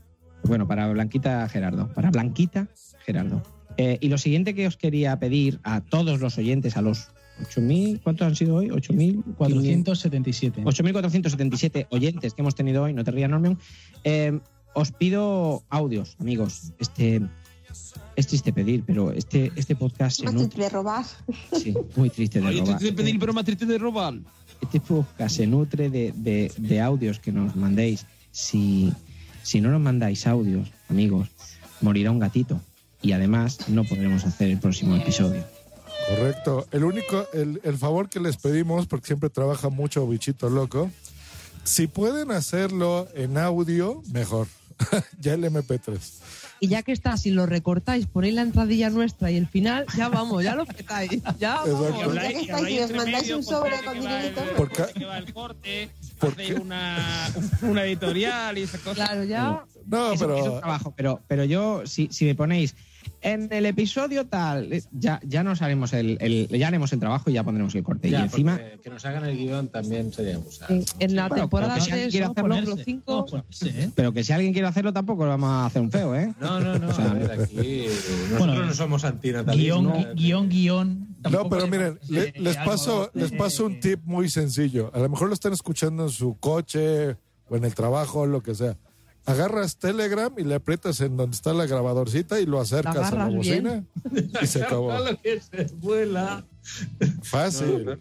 [SPEAKER 2] Bueno, para Blanquita Gerardo. Para Blanquita Gerardo. Eh, y lo siguiente que os quería pedir a todos los oyentes, a los 8.000, ¿cuántos han sido hoy? 8.400.
[SPEAKER 7] 477.
[SPEAKER 2] 8.477 oyentes que hemos tenido hoy, no te rías, Normion. Eh, os pido audios, amigos. Este, es triste pedir, pero este, este podcast se
[SPEAKER 4] Más
[SPEAKER 2] nutre.
[SPEAKER 4] de robar.
[SPEAKER 2] sí, muy triste de robar.
[SPEAKER 5] pedir, pero más este triste de robar.
[SPEAKER 2] Este podcast se nutre de, de- de audios que nos mandéis. Si, si no nos mandáis audios, amigos, morirá un gatito. Y además no podremos hacer el próximo episodio.
[SPEAKER 3] Correcto. El único, el, el favor que les pedimos, porque siempre trabaja mucho bichito loco, si pueden hacerlo en audio, mejor. [LAUGHS] ya el MP3.
[SPEAKER 8] Y ya que está, si lo recortáis, ponéis la entradilla nuestra y el final, ya vamos, ya lo petáis. Ya vamos.
[SPEAKER 4] Ya que estáis y os mandáis un sobre con dinerito.
[SPEAKER 3] Por ca-
[SPEAKER 5] Hacer una, una editorial y esas cosas.
[SPEAKER 8] Claro, ya.
[SPEAKER 3] No,
[SPEAKER 2] pero. trabajo, pero, pero yo, si, si me ponéis en el episodio tal, eh, ya, ya nos haremos el, el- ya haremos el trabajo y ya pondremos el corte.
[SPEAKER 6] Ya,
[SPEAKER 2] y encima,
[SPEAKER 6] porque Que nos hagan el guión también sería abusar.
[SPEAKER 8] En, en la
[SPEAKER 2] Bueno,
[SPEAKER 8] temporada
[SPEAKER 2] pero que si
[SPEAKER 8] 3,
[SPEAKER 2] quiere
[SPEAKER 8] ¿no?
[SPEAKER 2] hacerlo,
[SPEAKER 8] Ponerse.
[SPEAKER 2] los cinco.
[SPEAKER 8] No, pues,
[SPEAKER 6] ¿eh?
[SPEAKER 2] pero que si alguien quiere hacerlo, tampoco lo vamos a hacer un feo, ¿eh?
[SPEAKER 6] No, no, no.
[SPEAKER 2] O sea,
[SPEAKER 6] a ver, [LAUGHS] aquí. Nosotros
[SPEAKER 2] Bueno,
[SPEAKER 6] no somos antinatalismo.
[SPEAKER 7] Guión, gui- guión, guión.
[SPEAKER 3] No,
[SPEAKER 7] Tampoco
[SPEAKER 3] pero
[SPEAKER 7] le-
[SPEAKER 3] miren, le-
[SPEAKER 7] eh,
[SPEAKER 3] les,
[SPEAKER 7] algo
[SPEAKER 3] paso,
[SPEAKER 7] de-
[SPEAKER 3] les paso un tip muy sencillo. A lo mejor lo están escuchando en su coche o en el trabajo, lo que sea. Agarras Telegram y le aprietas en donde está la grabadorcita y lo acercas a la
[SPEAKER 6] agarras
[SPEAKER 3] bocina
[SPEAKER 6] bien. [LAUGHS]
[SPEAKER 3] y se acabó.
[SPEAKER 6] Lo que se vuela.
[SPEAKER 3] Fácil.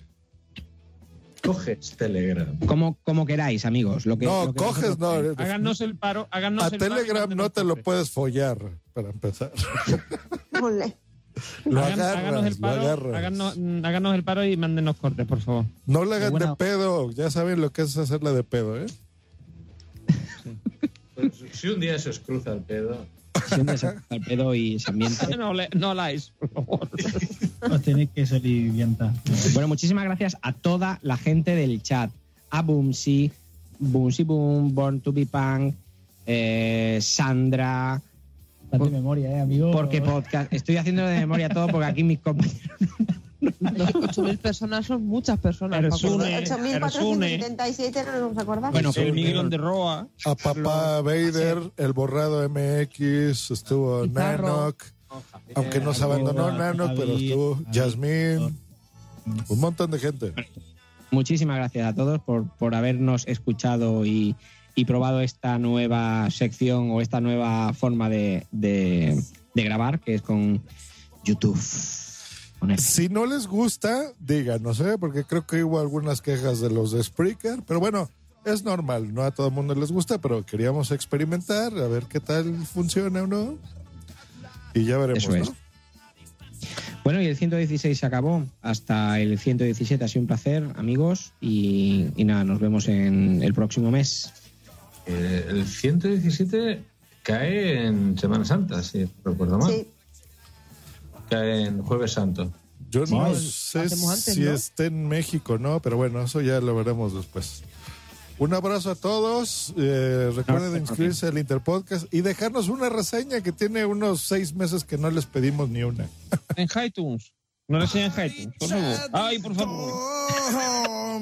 [SPEAKER 6] Coges Telegram.
[SPEAKER 2] Como, como queráis, amigos. Lo que,
[SPEAKER 3] No,
[SPEAKER 2] lo que
[SPEAKER 3] coges,
[SPEAKER 2] vosotros
[SPEAKER 3] no,
[SPEAKER 2] queráis.
[SPEAKER 3] eh, Háganos
[SPEAKER 5] el paro,
[SPEAKER 3] A Telegram no te lo puedes follar, para
[SPEAKER 5] [LAUGHS]
[SPEAKER 3] empezar. Lo
[SPEAKER 5] Hagan- háganos el
[SPEAKER 3] agarras, lo
[SPEAKER 5] paro,
[SPEAKER 3] agarras.
[SPEAKER 5] háganos, mm, háganos el paro y mándenos cortes, por favor.
[SPEAKER 3] No le hagan de
[SPEAKER 5] Buena-
[SPEAKER 3] pedo, ya saben lo que es hacerle de pedo, ¿eh?
[SPEAKER 6] Si un día se os cruza el pedo.
[SPEAKER 2] Si un
[SPEAKER 3] [LAUGHS]
[SPEAKER 2] día se corta el pedo y se ambienta.
[SPEAKER 5] [LAUGHS] No, le- no láis, por favor.
[SPEAKER 7] Os tenéis que soliviantar.
[SPEAKER 2] Bueno, muchísimas gracias a toda la gente del chat. A Boomsy, Boomsy Boom, Born to be Punk, eh, Sandra.
[SPEAKER 7] Date memoria, eh, amigo.
[SPEAKER 2] Porque podcast. Estoy haciendo de memoria todo porque aquí mis compañeros.
[SPEAKER 8] 8.000 personas son muchas personas. Paco.
[SPEAKER 4] 8.477 no nos acordamos.
[SPEAKER 5] de Roa.
[SPEAKER 3] A papá Vader, el borrado MX, estuvo
[SPEAKER 4] Pizarro.
[SPEAKER 3] Nanok. Aunque nos abandonó
[SPEAKER 2] Jacoba,
[SPEAKER 3] Nanok, pero
[SPEAKER 2] David,
[SPEAKER 3] estuvo Jasmine. Un montón de gente.
[SPEAKER 2] Muchísimas gracias a todos por, por habernos escuchado y, y probado esta nueva sección o esta nueva forma de, de- de grabar, que es con YouTube.
[SPEAKER 3] Si no les gusta, díganos, ¿eh? porque creo que hubo algunas quejas de los de Spreaker, pero bueno, es normal, no a todo el mundo les gusta, pero queríamos experimentar, a ver qué tal funciona o no. Y ya veremos.
[SPEAKER 2] Eso es.
[SPEAKER 3] ¿no?
[SPEAKER 2] Bueno, y el 116 se acabó. Hasta el 117 ha sido un placer, amigos. Y, y nada, nos vemos en el próximo mes.
[SPEAKER 6] Eh, el 117 cae en Semana Santa, si recuerdo mal.
[SPEAKER 4] Sí.
[SPEAKER 6] Cae en Jueves Santo.
[SPEAKER 3] Yo
[SPEAKER 6] Sí,
[SPEAKER 3] no
[SPEAKER 6] lo
[SPEAKER 3] sé
[SPEAKER 6] hacemos antes,
[SPEAKER 3] si
[SPEAKER 6] ¿no?
[SPEAKER 3] está en México, ¿no? Pero bueno, eso ya lo veremos después. Un abrazo a todos. eh, recuerden inscribirse al Interpodcast y dejarnos una reseña que tiene unos seis meses que no les pedimos ni una.
[SPEAKER 5] En iTunes. No le enseñen en iTunes, por favor. Ay, por favor.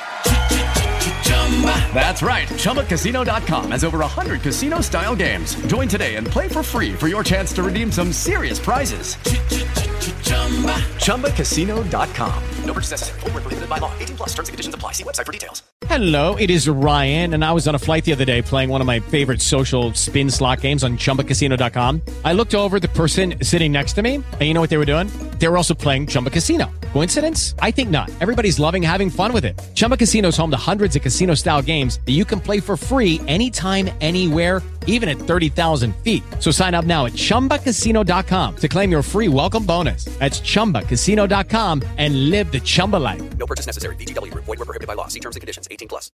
[SPEAKER 21] That's right, ChumbaCasino.com has over 100 casino style games. Join today and play for free for your chance to redeem some serious prizes. ChumbaCasino.com.
[SPEAKER 10] No purchase necessary. Void where prohibited by law. 18 plus terms and conditions apply. See website for details.
[SPEAKER 20] Hello, it is Ryan, and I was on a flight the other day playing one of my favorite social spin slot games on chumbacasino.com. I looked over at the person sitting next to me, and you know what they were doing? They were also playing Chumba Casino. Coincidence? I think not. Everybody's loving having fun with it. Chumba Casino is home to hundreds of casino style games that you can play for free anytime, anywhere, even at 30,000 feet. So sign up now at chumbacasino.com to claim your free welcome bonus. That's chumbacasino.com and live the Chumba life.
[SPEAKER 10] No purchase necessary. VGW Group. Void where prohibited by law. See terms and conditions. 18 plus.